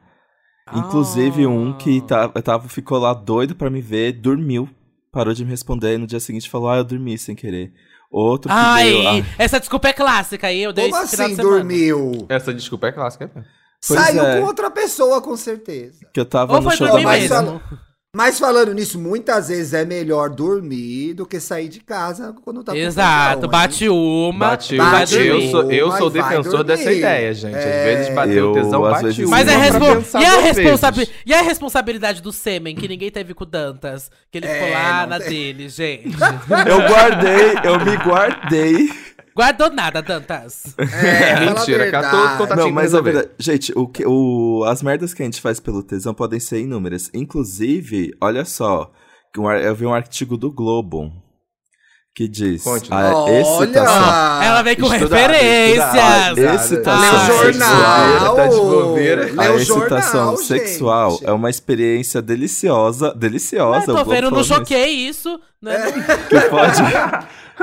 Speaker 3: Inclusive
Speaker 2: Ah.
Speaker 3: um que ta- eu tava, ficou lá doido pra me ver, dormiu, parou de me responder e no dia seguinte falou, ah, eu dormi sem querer. Outro que deu...
Speaker 2: Ai,
Speaker 3: ah,
Speaker 2: essa desculpa é clássica aí, eu dei
Speaker 1: Como
Speaker 2: esse final
Speaker 1: assim
Speaker 2: de semana.
Speaker 1: dormiu?
Speaker 4: Essa desculpa é clássica. né?
Speaker 3: Pois
Speaker 1: Saiu
Speaker 3: é.
Speaker 1: com outra pessoa, com certeza.
Speaker 3: que eu tava
Speaker 2: Ou
Speaker 3: no
Speaker 2: foi
Speaker 3: show
Speaker 2: dormir
Speaker 3: da
Speaker 1: Mas tá
Speaker 2: mesmo.
Speaker 1: fala- Mas falando nisso, muitas vezes é melhor dormir do que sair de casa quando tá com
Speaker 2: Exato,
Speaker 1: tesão,
Speaker 2: bate uma.
Speaker 4: Bateu,
Speaker 3: um,
Speaker 1: vai
Speaker 4: bateu. Eu
Speaker 1: dormir.
Speaker 4: sou, eu sou
Speaker 1: Vai, vai
Speaker 4: defensor
Speaker 1: dormir.
Speaker 4: dessa ideia, gente.
Speaker 1: É.
Speaker 4: Às vezes bateu
Speaker 3: Eu,
Speaker 4: o tesão, um.
Speaker 3: às
Speaker 4: bateu.
Speaker 3: vezes,
Speaker 4: uma
Speaker 2: Mas é
Speaker 3: Dá
Speaker 4: pra
Speaker 2: respon...
Speaker 4: pensar
Speaker 2: e, a
Speaker 4: duas
Speaker 2: responsabi...
Speaker 4: vezes.
Speaker 2: e a responsabilidade do sêmen, que ninguém teve com o Dantas. Que ele ficou
Speaker 1: É,
Speaker 2: lá
Speaker 1: não
Speaker 2: na
Speaker 1: tem.
Speaker 2: dele, gente.
Speaker 3: Eu guardei, eu me guardei.
Speaker 2: Guardou nada, Dantas.
Speaker 1: hein? É, fala a
Speaker 4: Mentira, catou
Speaker 1: verdade.
Speaker 4: contato- Tá
Speaker 3: Não,
Speaker 4: tentando
Speaker 3: mas a
Speaker 4: resolver.
Speaker 3: verdade. Gente, o que, o, as merdas que a gente faz pelo tesão podem ser inúmeras. Inclusive, olha só, que um ar- eu vi um artigo do Globo que diz
Speaker 4: Conte.
Speaker 1: Ah,
Speaker 3: a Ah, excitação.
Speaker 1: Olha!
Speaker 2: Ela vem com
Speaker 4: Estudado,
Speaker 2: referências.
Speaker 4: estudado.
Speaker 3: excitação
Speaker 2: Leu
Speaker 1: jornal.
Speaker 3: sexual.
Speaker 4: Tá de bobeira.
Speaker 1: Leu
Speaker 3: A excitação
Speaker 1: jornal,
Speaker 3: sexual
Speaker 1: gente.
Speaker 3: é uma experiência deliciosa,
Speaker 2: Ah,
Speaker 3: deliciosa. o
Speaker 2: tô
Speaker 3: Globo
Speaker 2: vendo no
Speaker 3: falou
Speaker 2: Joquei isso, né?
Speaker 3: isso, Que pode,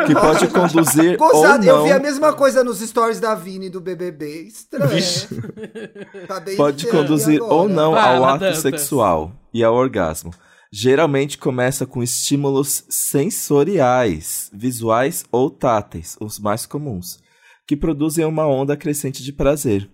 Speaker 3: que pode conduzir ou
Speaker 1: Gozado, eu
Speaker 3: não.
Speaker 1: vi a mesma coisa nos stories da Vini do BBB. Estranho. Tá bem
Speaker 3: pode
Speaker 1: estranho
Speaker 3: conduzir
Speaker 1: agora.
Speaker 3: ou não
Speaker 2: Fala,
Speaker 3: ao ato
Speaker 2: Dantas.
Speaker 3: sexual e ao orgasmo. Geralmente começa com estímulos sensoriais, visuais ou táteis, os mais comuns, que produzem uma onda crescente de prazer.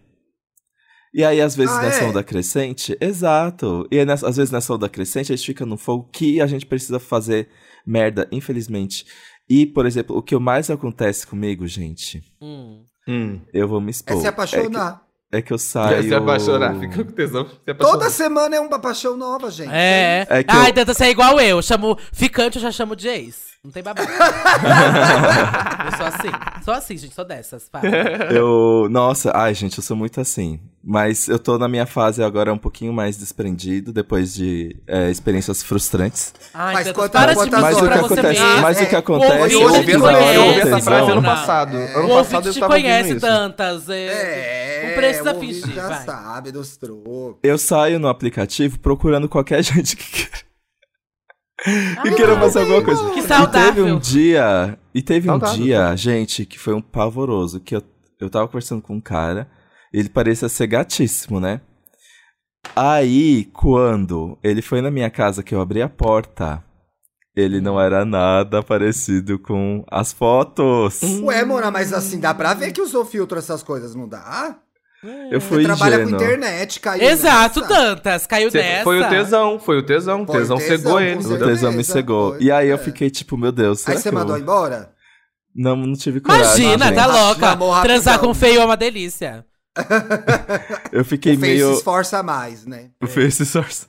Speaker 3: E aí, às vezes,
Speaker 1: Ah,
Speaker 3: nessa
Speaker 1: é?
Speaker 3: onda crescente, exato. E aí, nessa- às vezes nessa onda crescente, a gente fica num fogo que a gente precisa fazer merda, infelizmente. E, por exemplo, o que mais acontece comigo, gente,
Speaker 2: Hum.
Speaker 4: Hum.
Speaker 3: eu vou me
Speaker 1: É
Speaker 3: expor.
Speaker 1: se
Speaker 3: que-
Speaker 1: apaixonar.
Speaker 3: é que eu saio.
Speaker 4: Se apaixonar, fica com tesão. Se apaixonar.
Speaker 1: Toda semana é uma paixão nova, gente.
Speaker 2: É.
Speaker 3: É que
Speaker 2: Ai,
Speaker 3: eu-
Speaker 2: tenta ser igual eu. Chamo ficante, eu já chamo de ex. Não tem babado. eu sou assim. Sou assim, gente. Sou dessas. Para.
Speaker 3: Eu. Nossa, ai, gente, eu sou muito assim. Mas eu tô na minha fase agora um pouquinho mais desprendido, depois de é, experiências frustrantes.
Speaker 2: Ai,
Speaker 1: Mas
Speaker 2: Dantas,
Speaker 1: quanto-
Speaker 2: para de
Speaker 4: Tá
Speaker 1: quanto-
Speaker 2: mentir
Speaker 3: Mas o que
Speaker 2: pra você
Speaker 3: acontece,
Speaker 2: mesmo.
Speaker 3: mas o que
Speaker 1: É,
Speaker 3: acontece
Speaker 4: né? Eu
Speaker 2: Hoje
Speaker 3: é
Speaker 4: ouvi
Speaker 3: que
Speaker 2: te
Speaker 4: essa-
Speaker 3: na hora
Speaker 4: eu
Speaker 3: do
Speaker 4: ouvi essa
Speaker 2: conhece,
Speaker 4: frase ano
Speaker 2: Bruna.
Speaker 4: passado. Ano
Speaker 2: O
Speaker 4: passado
Speaker 2: ouvinte
Speaker 4: eu
Speaker 2: te
Speaker 4: tava ouvindo
Speaker 2: conhece,
Speaker 4: isso.
Speaker 2: Dantas. É.
Speaker 1: É.
Speaker 2: Não precisa
Speaker 1: o ouvinte
Speaker 2: fingir,
Speaker 1: Já
Speaker 2: vai.
Speaker 1: sabe dos trocos.
Speaker 3: Eu saio no aplicativo procurando qualquer gente que queira.
Speaker 2: Ai,
Speaker 3: que queira fazer alguma coisa.
Speaker 2: Que
Speaker 3: E teve
Speaker 2: saudável.
Speaker 3: um dia. E teve um
Speaker 1: tá?
Speaker 4: Saudável,
Speaker 3: dia, gente, que foi um pavoroso. Que eu, eu tava conversando com um cara. Ele parecia ser gatíssimo, né? Aí, quando ele foi na minha casa que eu abri a porta, ele não era nada parecido com as fotos.
Speaker 1: Ué, Mona, mas assim, dá pra ver que usou filtro essas coisas, não dá?
Speaker 3: Eu
Speaker 1: Você
Speaker 3: fui
Speaker 1: trabalha
Speaker 3: ingênuo.
Speaker 1: com internet, caiu
Speaker 2: Exato,
Speaker 1: nessa.
Speaker 2: Dantas. Caiu
Speaker 4: Cê-
Speaker 2: nessa.
Speaker 4: Foi o tesão, foi o tesão. O
Speaker 1: Foi o
Speaker 4: tesão
Speaker 1: tesão,
Speaker 4: cegou
Speaker 1: com
Speaker 4: ele.
Speaker 3: O
Speaker 1: certeza. É.
Speaker 4: entendeu?
Speaker 3: tesão me cegou. E aí eu fiquei tipo, meu Deus, será
Speaker 1: Aí você
Speaker 3: que eu-
Speaker 1: mandou embora?
Speaker 3: Não, não tive coragem.
Speaker 2: Imagina,
Speaker 3: gente.
Speaker 2: tá louca.
Speaker 1: Mamou rapidão.
Speaker 2: Transar com feio é uma delícia.
Speaker 3: Eu
Speaker 1: O
Speaker 3: fiquei
Speaker 1: Face
Speaker 3: meio...
Speaker 1: esforça mais, né?
Speaker 3: O Face Source.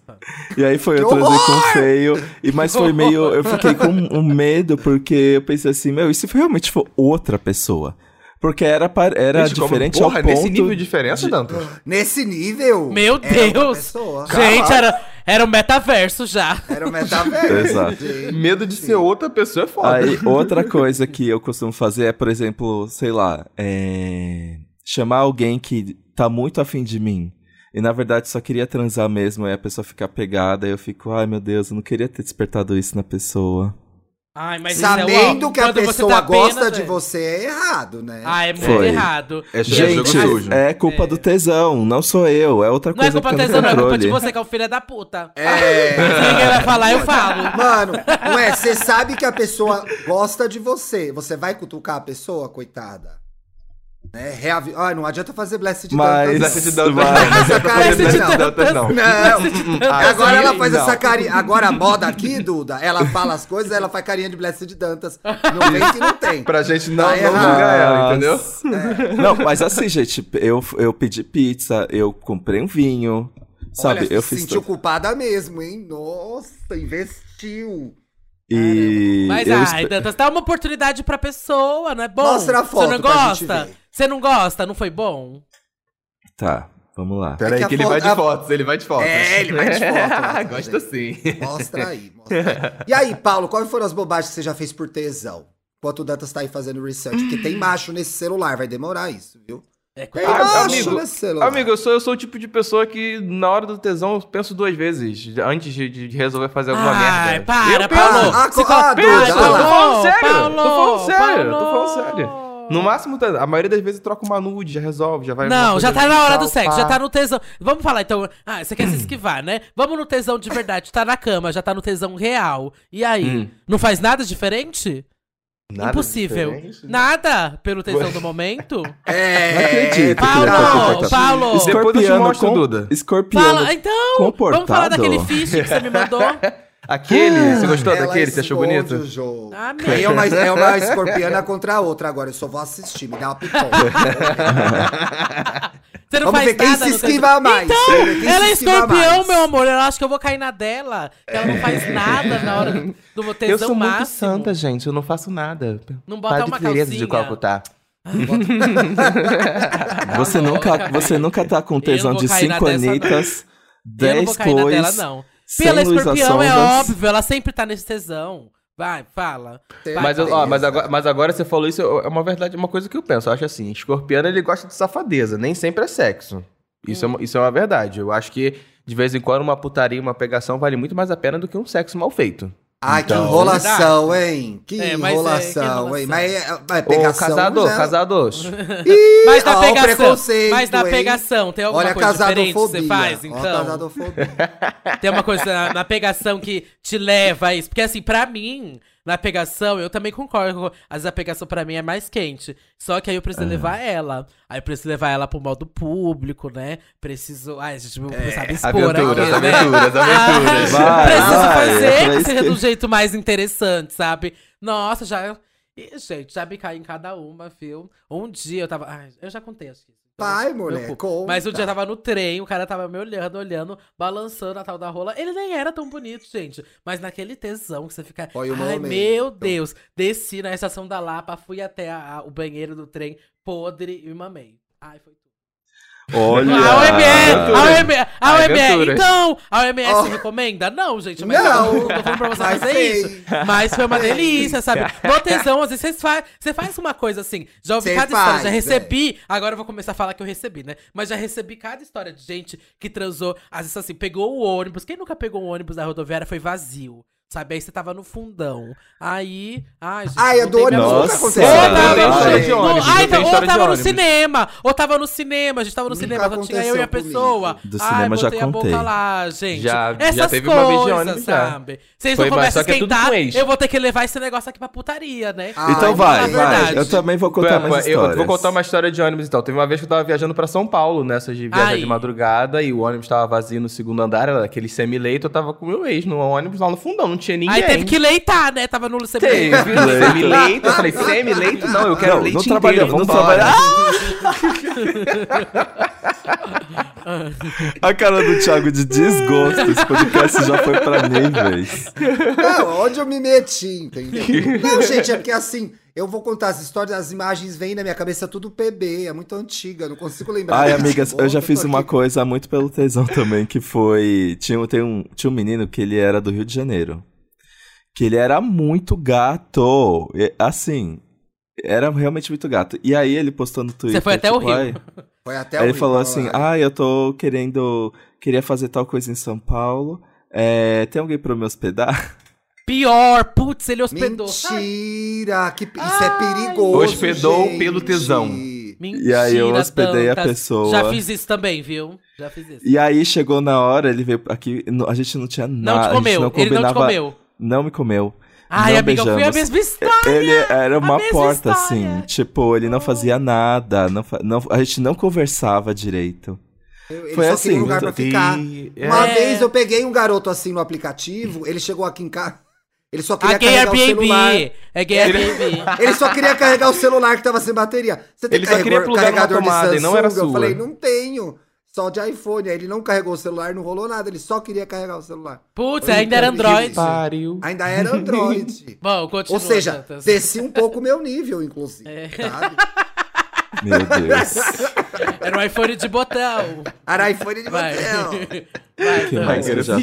Speaker 3: E aí foi, eu
Speaker 1: Que
Speaker 3: transei com o feio. E, mas foi meio. Eu fiquei com um medo, porque eu pensei assim, meu, e se realmente for outra pessoa? Porque era, par- era
Speaker 4: Gente, como-
Speaker 3: diferente
Speaker 4: porra,
Speaker 3: ao ponto.
Speaker 4: nesse nível de diferença, Dantas?
Speaker 1: Nesse nível.
Speaker 2: Meu
Speaker 1: era outra
Speaker 2: Deus.
Speaker 1: pessoa.
Speaker 2: Gente, era, era um metaverso já.
Speaker 1: Era o metaverso.
Speaker 3: Exato.
Speaker 1: gente.
Speaker 4: Medo de ser outra pessoa é foda.
Speaker 3: Aí, outra coisa que eu costumo fazer é, por exemplo, sei lá, é, chamar alguém que tá muito afim de mim. E na verdade só queria transar mesmo, aí a pessoa fica pegada, aí eu fico, ai meu Deus, eu não queria ter despertado isso na pessoa.
Speaker 2: Ai, mas isso é,
Speaker 1: Sabendo
Speaker 2: ó,
Speaker 1: que a
Speaker 2: quando você
Speaker 1: pessoa
Speaker 2: tá apenas,
Speaker 1: gosta de
Speaker 2: é.
Speaker 1: você é errado, né?
Speaker 2: Ah, é muito
Speaker 3: Foi.
Speaker 2: errado.
Speaker 4: É jogo
Speaker 3: Gente,
Speaker 4: sujo.
Speaker 3: é culpa
Speaker 2: É.
Speaker 3: do tesão, não sou eu, é outra
Speaker 2: Não é
Speaker 3: coisa
Speaker 2: culpa do
Speaker 3: que tá no
Speaker 2: tesão, não é culpa de
Speaker 3: controle.
Speaker 2: você, que é o filho da puta.
Speaker 1: É.
Speaker 2: Se ninguém vai falar, eu falo.
Speaker 1: Mano, ué, você sabe que a pessoa gosta de você. Você vai cutucar a pessoa, coitada? Né? Reavi... Ah, não adianta fazer blessed tá de
Speaker 3: Mas-
Speaker 4: Mas essa de Dantas-
Speaker 3: Vai.
Speaker 4: essa
Speaker 1: Cara,
Speaker 4: coisa de
Speaker 1: esse
Speaker 2: é
Speaker 4: Dantas- Dantas não.
Speaker 1: Não,
Speaker 4: Ah,
Speaker 1: agora
Speaker 4: sim,
Speaker 1: ela faz
Speaker 4: não.
Speaker 1: essa carinha. Agora a moda aqui, Duda, ela fala as coisas, ela faz carinha de Blessed Dantas. Não vem que não tem.
Speaker 4: Pra gente não,
Speaker 1: Tá
Speaker 4: não julgar ela,
Speaker 3: Nossa.
Speaker 4: entendeu?
Speaker 3: Não, mas assim, gente, eu, eu pedi pizza, eu comprei um vinho, sabe?
Speaker 1: Olha,
Speaker 3: eu
Speaker 1: se
Speaker 3: fiz
Speaker 1: sentiu
Speaker 3: tudo.
Speaker 1: culpada mesmo, hein? Nossa, investiu.
Speaker 3: E
Speaker 2: Mas
Speaker 3: eu
Speaker 2: ai,
Speaker 3: espe-
Speaker 2: Dantas, dá uma oportunidade pra pessoa, não é bom?
Speaker 1: Mostra a foto
Speaker 2: Você não
Speaker 1: pra gente
Speaker 2: gosta?
Speaker 1: ver.
Speaker 2: Você não gosta? Não foi bom?
Speaker 3: Tá, vamos
Speaker 1: É
Speaker 3: lá.
Speaker 1: que
Speaker 4: Peraí,
Speaker 1: a
Speaker 4: que ele
Speaker 1: foto-
Speaker 4: vai de
Speaker 1: a-
Speaker 4: fotos, ele vai de fotos. assim.
Speaker 1: É, ele vai de foto,
Speaker 4: Ah,
Speaker 1: Dantas,
Speaker 4: Gosta
Speaker 1: é.
Speaker 4: sim.
Speaker 1: Mostra aí, mostra aí. E aí, Paulo, quais foram as bobagens que você já fez por tesão? Enquanto o Dantas tá aí fazendo research. Porque tem macho nesse celular, vai demorar isso, viu?
Speaker 2: É
Speaker 1: Tem
Speaker 4: Ah,
Speaker 1: macho
Speaker 4: amigo,
Speaker 1: nesse celular.
Speaker 4: Amigo, eu sou, eu sou o tipo de pessoa que na hora do tesão eu penso duas vezes antes de, de resolver fazer alguma
Speaker 2: Ai,
Speaker 4: merda.
Speaker 2: para,
Speaker 4: eu
Speaker 2: Paulo.
Speaker 1: Ah,
Speaker 2: Se
Speaker 1: co- ah,
Speaker 2: controla,
Speaker 1: Duda,
Speaker 2: Paulo,
Speaker 1: olha lá.
Speaker 4: Tô falando sério,
Speaker 2: Paulo,
Speaker 4: tô falando sério,
Speaker 2: Paulo.
Speaker 4: tô falando sério. No máximo, tá- a maioria das vezes eu troco uma nude, já resolve, já vai.
Speaker 2: Não,
Speaker 4: alguma
Speaker 2: já
Speaker 4: coisa
Speaker 2: tá na hora do
Speaker 4: tal,
Speaker 2: sexo,
Speaker 4: pá.
Speaker 2: já tá no tesão. Vamos falar então. Ah, você quer se esquivar, né? Vamos no tesão de verdade. Tá na cama, já tá no tesão real. E aí?
Speaker 4: Hum.
Speaker 2: Não faz nada diferente?
Speaker 4: Nada
Speaker 2: Impossível.
Speaker 4: diferente, né?
Speaker 2: Não. Nada pelo tesão do momento?
Speaker 1: É,
Speaker 3: Não acredito que ele tá
Speaker 2: Paulo,
Speaker 3: comportado.
Speaker 2: Paulo,
Speaker 4: Isso é um Depois eu te
Speaker 3: Escorpiano
Speaker 4: mostro,
Speaker 3: com-
Speaker 4: Duda.
Speaker 3: Escorpiano.
Speaker 2: fala. Então, vamos falar
Speaker 3: comportado?
Speaker 2: daquele fish que você me mandou.
Speaker 4: Aquele, você gostou
Speaker 1: Ah, Ela
Speaker 4: daquele? Você achou
Speaker 1: esconde o
Speaker 4: bonito?
Speaker 1: jogo.
Speaker 2: Amém.
Speaker 1: Aí é uma, é uma escorpiana contra a outra agora. Eu só vou assistir, me dá uma pipoca.
Speaker 2: Você não
Speaker 1: Vamos
Speaker 2: faz
Speaker 1: ver quem
Speaker 2: nada
Speaker 1: se
Speaker 2: no
Speaker 1: esquiva
Speaker 2: tesão.
Speaker 1: mais.
Speaker 2: Então,
Speaker 1: Vamos ver quem
Speaker 2: ela
Speaker 1: se
Speaker 2: é
Speaker 1: esquiva
Speaker 2: escorpião,
Speaker 1: mais.
Speaker 2: meu amor. Ela acha que eu vou cair na dela. que Ela não faz nada na hora do- do meu tesão
Speaker 4: Eu sou muito
Speaker 2: máximo.
Speaker 4: santa, gente, eu não faço nada.
Speaker 2: Não bota
Speaker 4: Faz
Speaker 2: uma
Speaker 4: diferença de
Speaker 2: calcinha.
Speaker 4: qual tá.
Speaker 3: Você,
Speaker 2: Não,
Speaker 3: nunca, você nunca tá com tesão
Speaker 2: Eu não vou
Speaker 3: de
Speaker 2: cair na
Speaker 3: cinco
Speaker 2: dessa, não.
Speaker 3: anitas,
Speaker 2: eu não vou
Speaker 3: dez
Speaker 2: cair na dela,
Speaker 3: cois,
Speaker 2: não.
Speaker 3: sem
Speaker 2: Pela
Speaker 3: luz às
Speaker 2: escorpião, é
Speaker 3: sombras.
Speaker 2: óbvio, ela sempre tá nesse tesão. Vai, fala. Vai,
Speaker 4: Mas, eu-
Speaker 2: fala.
Speaker 4: ó, mas, agora, mas agora você falou isso, eu- é uma verdade, uma coisa que eu penso. Eu acho assim, escorpiano ele gosta de safadeza, nem sempre é sexo. Isso, é, uma- isso é uma verdade. Eu acho que de vez em quando uma putaria, uma pegação vale muito mais a pena do que um sexo mal feito.
Speaker 1: Ai, que
Speaker 4: Então-
Speaker 1: enrolação, hein? Que
Speaker 2: É, mas é, que
Speaker 1: enrolação, hein?
Speaker 2: enrolação.
Speaker 1: Mas, é- mas
Speaker 4: Ô,
Speaker 1: pegação... né?
Speaker 4: casador,
Speaker 1: já-
Speaker 4: casador.
Speaker 1: Ih,
Speaker 2: Mas na
Speaker 1: ó, o
Speaker 2: pegação,
Speaker 1: preconceito,
Speaker 2: mas na
Speaker 1: hein?
Speaker 2: pegação, tem alguma
Speaker 1: Olha a
Speaker 2: coisa diferente que
Speaker 1: casadofobia.
Speaker 2: você faz,
Speaker 1: Olha a
Speaker 2: então?
Speaker 1: casadofobia.
Speaker 2: Tem uma coisa na, na pegação que te leva a isso. Porque, assim, pra mim, na pegação, eu também concordo. com- Às vezes a pegação pra mim é mais quente. Só que aí eu preciso levar ela. Aí eu preciso levar ela pro modo público, né? Preciso. Ai, a gente não sabe expor
Speaker 4: Aventuras,
Speaker 2: aqui, né?
Speaker 4: aventuras, aventuras.
Speaker 3: Vai,
Speaker 2: Preciso
Speaker 3: vai,
Speaker 2: fazer
Speaker 3: pra
Speaker 2: que
Speaker 3: isso
Speaker 2: seja
Speaker 3: que-
Speaker 2: do jeito mais interessante, sabe? Nossa, já. Ih, gente, já me caí em cada uma, viu? Um dia eu tava. Ai, eu já contei, acho que.
Speaker 1: Pai,
Speaker 2: Meu
Speaker 1: mulher,
Speaker 2: cu.
Speaker 1: conta.
Speaker 2: Mas um dia eu tava no trem, o cara tava me olhando, olhando, balançando a tal da rola. Ele nem era tão bonito, gente. Mas naquele tesão que você fica.
Speaker 1: Foi o
Speaker 2: Ai,
Speaker 1: momento."
Speaker 2: meu Deus. Desci na estação da Lapa, fui até a- a- o banheiro do trem, podre, e me mamei. Ai, foi tudo.
Speaker 3: Olha!
Speaker 2: A OMS! A OMS! A
Speaker 4: Ai,
Speaker 2: OMS!
Speaker 4: Ah, aventura.
Speaker 2: Então, a OMS
Speaker 1: Oh.
Speaker 2: recomenda? Não, gente, mas
Speaker 1: Não,
Speaker 2: eu não tô falando pra você
Speaker 1: mas
Speaker 2: fazer
Speaker 1: tem.
Speaker 2: isso. Mas foi uma
Speaker 1: Sim.
Speaker 2: delícia, sabe? No tesão, às vezes vocês fa- você faz uma coisa assim. Já ouvi
Speaker 1: Você
Speaker 2: cada história, já
Speaker 1: faz, é.
Speaker 2: recebi. Agora eu vou começar a falar que eu recebi, né? Mas já recebi cada história de gente que transou. Às vezes assim, pegou o ônibus. Quem nunca pegou um ônibus da rodoviária foi vazio. Sabe? Aí você tava no fundão. Aí. Ai, gente.
Speaker 1: Ai, é
Speaker 2: não
Speaker 1: do
Speaker 2: tem minha
Speaker 1: ônibus
Speaker 3: Nossa.
Speaker 1: nunca
Speaker 2: Ou
Speaker 1: aconteceu. né,
Speaker 3: Não
Speaker 2: tava,
Speaker 3: tem história de
Speaker 2: no-
Speaker 4: ônibus,
Speaker 2: ah,
Speaker 4: não
Speaker 2: então,
Speaker 4: tem
Speaker 2: ou
Speaker 4: história de
Speaker 2: tava no
Speaker 4: ônibus.
Speaker 2: cinema, ou tava no cinema, a gente tava no
Speaker 1: Nunca
Speaker 2: cinema, só tinha eu e a
Speaker 1: aconteceu
Speaker 2: pessoa.
Speaker 1: comigo.
Speaker 3: Do
Speaker 2: Ai,
Speaker 3: cinema já
Speaker 2: botei a boca
Speaker 3: contei.
Speaker 2: lá, gente.
Speaker 4: Já- já
Speaker 2: Essas
Speaker 4: teve uma
Speaker 2: coisas,
Speaker 4: vez de ônibus, já.
Speaker 2: sabe? Vocês
Speaker 4: Foi,
Speaker 2: não
Speaker 4: mas
Speaker 2: começam a
Speaker 4: só que é tudo
Speaker 2: esquentar,
Speaker 4: com ex.
Speaker 2: eu vou ter que levar esse negócio aqui pra putaria, né?
Speaker 1: Ah,
Speaker 3: então
Speaker 1: vamos
Speaker 3: vai,
Speaker 2: falar a
Speaker 3: vai.
Speaker 2: verdade.
Speaker 3: Eu também vou
Speaker 4: é Pera,
Speaker 3: contar mais
Speaker 4: eu
Speaker 3: histórias.
Speaker 4: vou contar uma história de ônibus então. Teve uma vez que eu tava viajando pra São Paulo, nessa de viajar
Speaker 2: Ai.
Speaker 4: de madrugada, e o ônibus tava vazio no segundo andar, era aquele semi-leito, eu tava com o meu ex no ônibus lá no fundão, não tinha ninguém.
Speaker 2: Aí teve que leitar, né? Tava no
Speaker 4: Teve,
Speaker 2: seminário.
Speaker 4: semi-leito, eu falei, semi-leito? Não, eu quero
Speaker 3: Não,
Speaker 4: leite
Speaker 3: não
Speaker 4: inteiro,
Speaker 3: trabalha, vamos
Speaker 4: vambora.
Speaker 3: trabalhar. A cara do Thiago de desgosto. Esse podcast já foi pra níveis.
Speaker 1: Não, onde eu me meti, entendeu? Não, gente, é porque assim, eu vou contar as histórias, as imagens vêm na minha cabeça tudo PB, é muito antiga, eu não consigo lembrar.
Speaker 3: Ai,
Speaker 1: disso.
Speaker 3: amigas, eu já
Speaker 1: tô
Speaker 3: fiz uma
Speaker 1: aqui.
Speaker 3: coisa muito pelo tesão também, que foi. Tinha, um- tem um, tinha um menino que ele era do Rio de Janeiro. Que ele era muito gato. E, assim, era realmente muito gato. E aí ele postou no Twitter. tipo,
Speaker 2: foi até o Rio.
Speaker 3: "Ai,
Speaker 1: Foi até
Speaker 3: Aí ele
Speaker 1: horrível,
Speaker 3: falou assim:
Speaker 1: olha lá.
Speaker 3: Ah, eu tô querendo. Queria fazer tal coisa em São Paulo. É, tem alguém pra me hospedar?
Speaker 2: Pior, putz, ele hospedou. Ai,
Speaker 1: Mentira! Que, isso é perigoso.
Speaker 4: Hospedou
Speaker 1: gente.
Speaker 4: pelo tesão.
Speaker 2: Mentira,
Speaker 3: E aí eu hospedei a
Speaker 2: Dantas.
Speaker 3: pessoa.
Speaker 2: Já fiz isso também, viu? Já fiz isso.
Speaker 3: E aí chegou na hora, ele veio aqui. no- A gente não tinha
Speaker 2: Não
Speaker 3: nada.
Speaker 2: te
Speaker 3: a gente
Speaker 2: comeu,
Speaker 3: não
Speaker 2: ele não
Speaker 3: combinava.
Speaker 2: te comeu.
Speaker 3: não me comeu.
Speaker 2: Ai,
Speaker 3: não
Speaker 2: amiga, eu fui a
Speaker 3: beijamos.
Speaker 2: mesma história.
Speaker 3: Ele
Speaker 1: é.
Speaker 3: era uma
Speaker 2: mesma
Speaker 3: porta,
Speaker 2: história.
Speaker 3: assim. Tipo, ele não
Speaker 2: Ai.
Speaker 3: fazia nada. Não, fa- não- a gente não conversava direito.
Speaker 1: Ele
Speaker 3: Foi
Speaker 1: só
Speaker 3: assim,
Speaker 1: queria um lugar pra ficar.
Speaker 4: E- é.
Speaker 1: Uma
Speaker 2: É.
Speaker 1: vez eu peguei um garoto assim no aplicativo, ele chegou aqui em casa. Ele só
Speaker 2: A
Speaker 1: queria
Speaker 2: gay
Speaker 1: carregar o celular.
Speaker 2: Airbnb. É gay Airbnb.
Speaker 1: Ele só queria carregar o celular que tava sem bateria. Você tem
Speaker 4: Ele só queria
Speaker 1: carregor-
Speaker 4: plugar numa
Speaker 1: carregador de
Speaker 4: tomada e não era
Speaker 1: Samsung? Eu
Speaker 4: sua.
Speaker 1: falei, não tenho. Só de iPhone. Aí ele não carregou o celular, não rolou nada. Ele só queria carregar o celular.
Speaker 2: Putz,
Speaker 1: Olha,
Speaker 2: ainda era
Speaker 1: então,
Speaker 2: Android.
Speaker 1: isso.
Speaker 4: Pariu.
Speaker 1: Ainda era Android.
Speaker 2: Bom, continua.
Speaker 1: Ou seja,
Speaker 2: Dantas.
Speaker 1: desci um pouco o meu nível, inclusive.
Speaker 2: É.
Speaker 1: sabe?
Speaker 3: Meu Deus.
Speaker 2: Era um iPhone de botão.
Speaker 1: Era iPhone de
Speaker 2: Vai.
Speaker 1: motel.
Speaker 2: Vai,
Speaker 3: que
Speaker 2: Dantas.
Speaker 3: mais eu já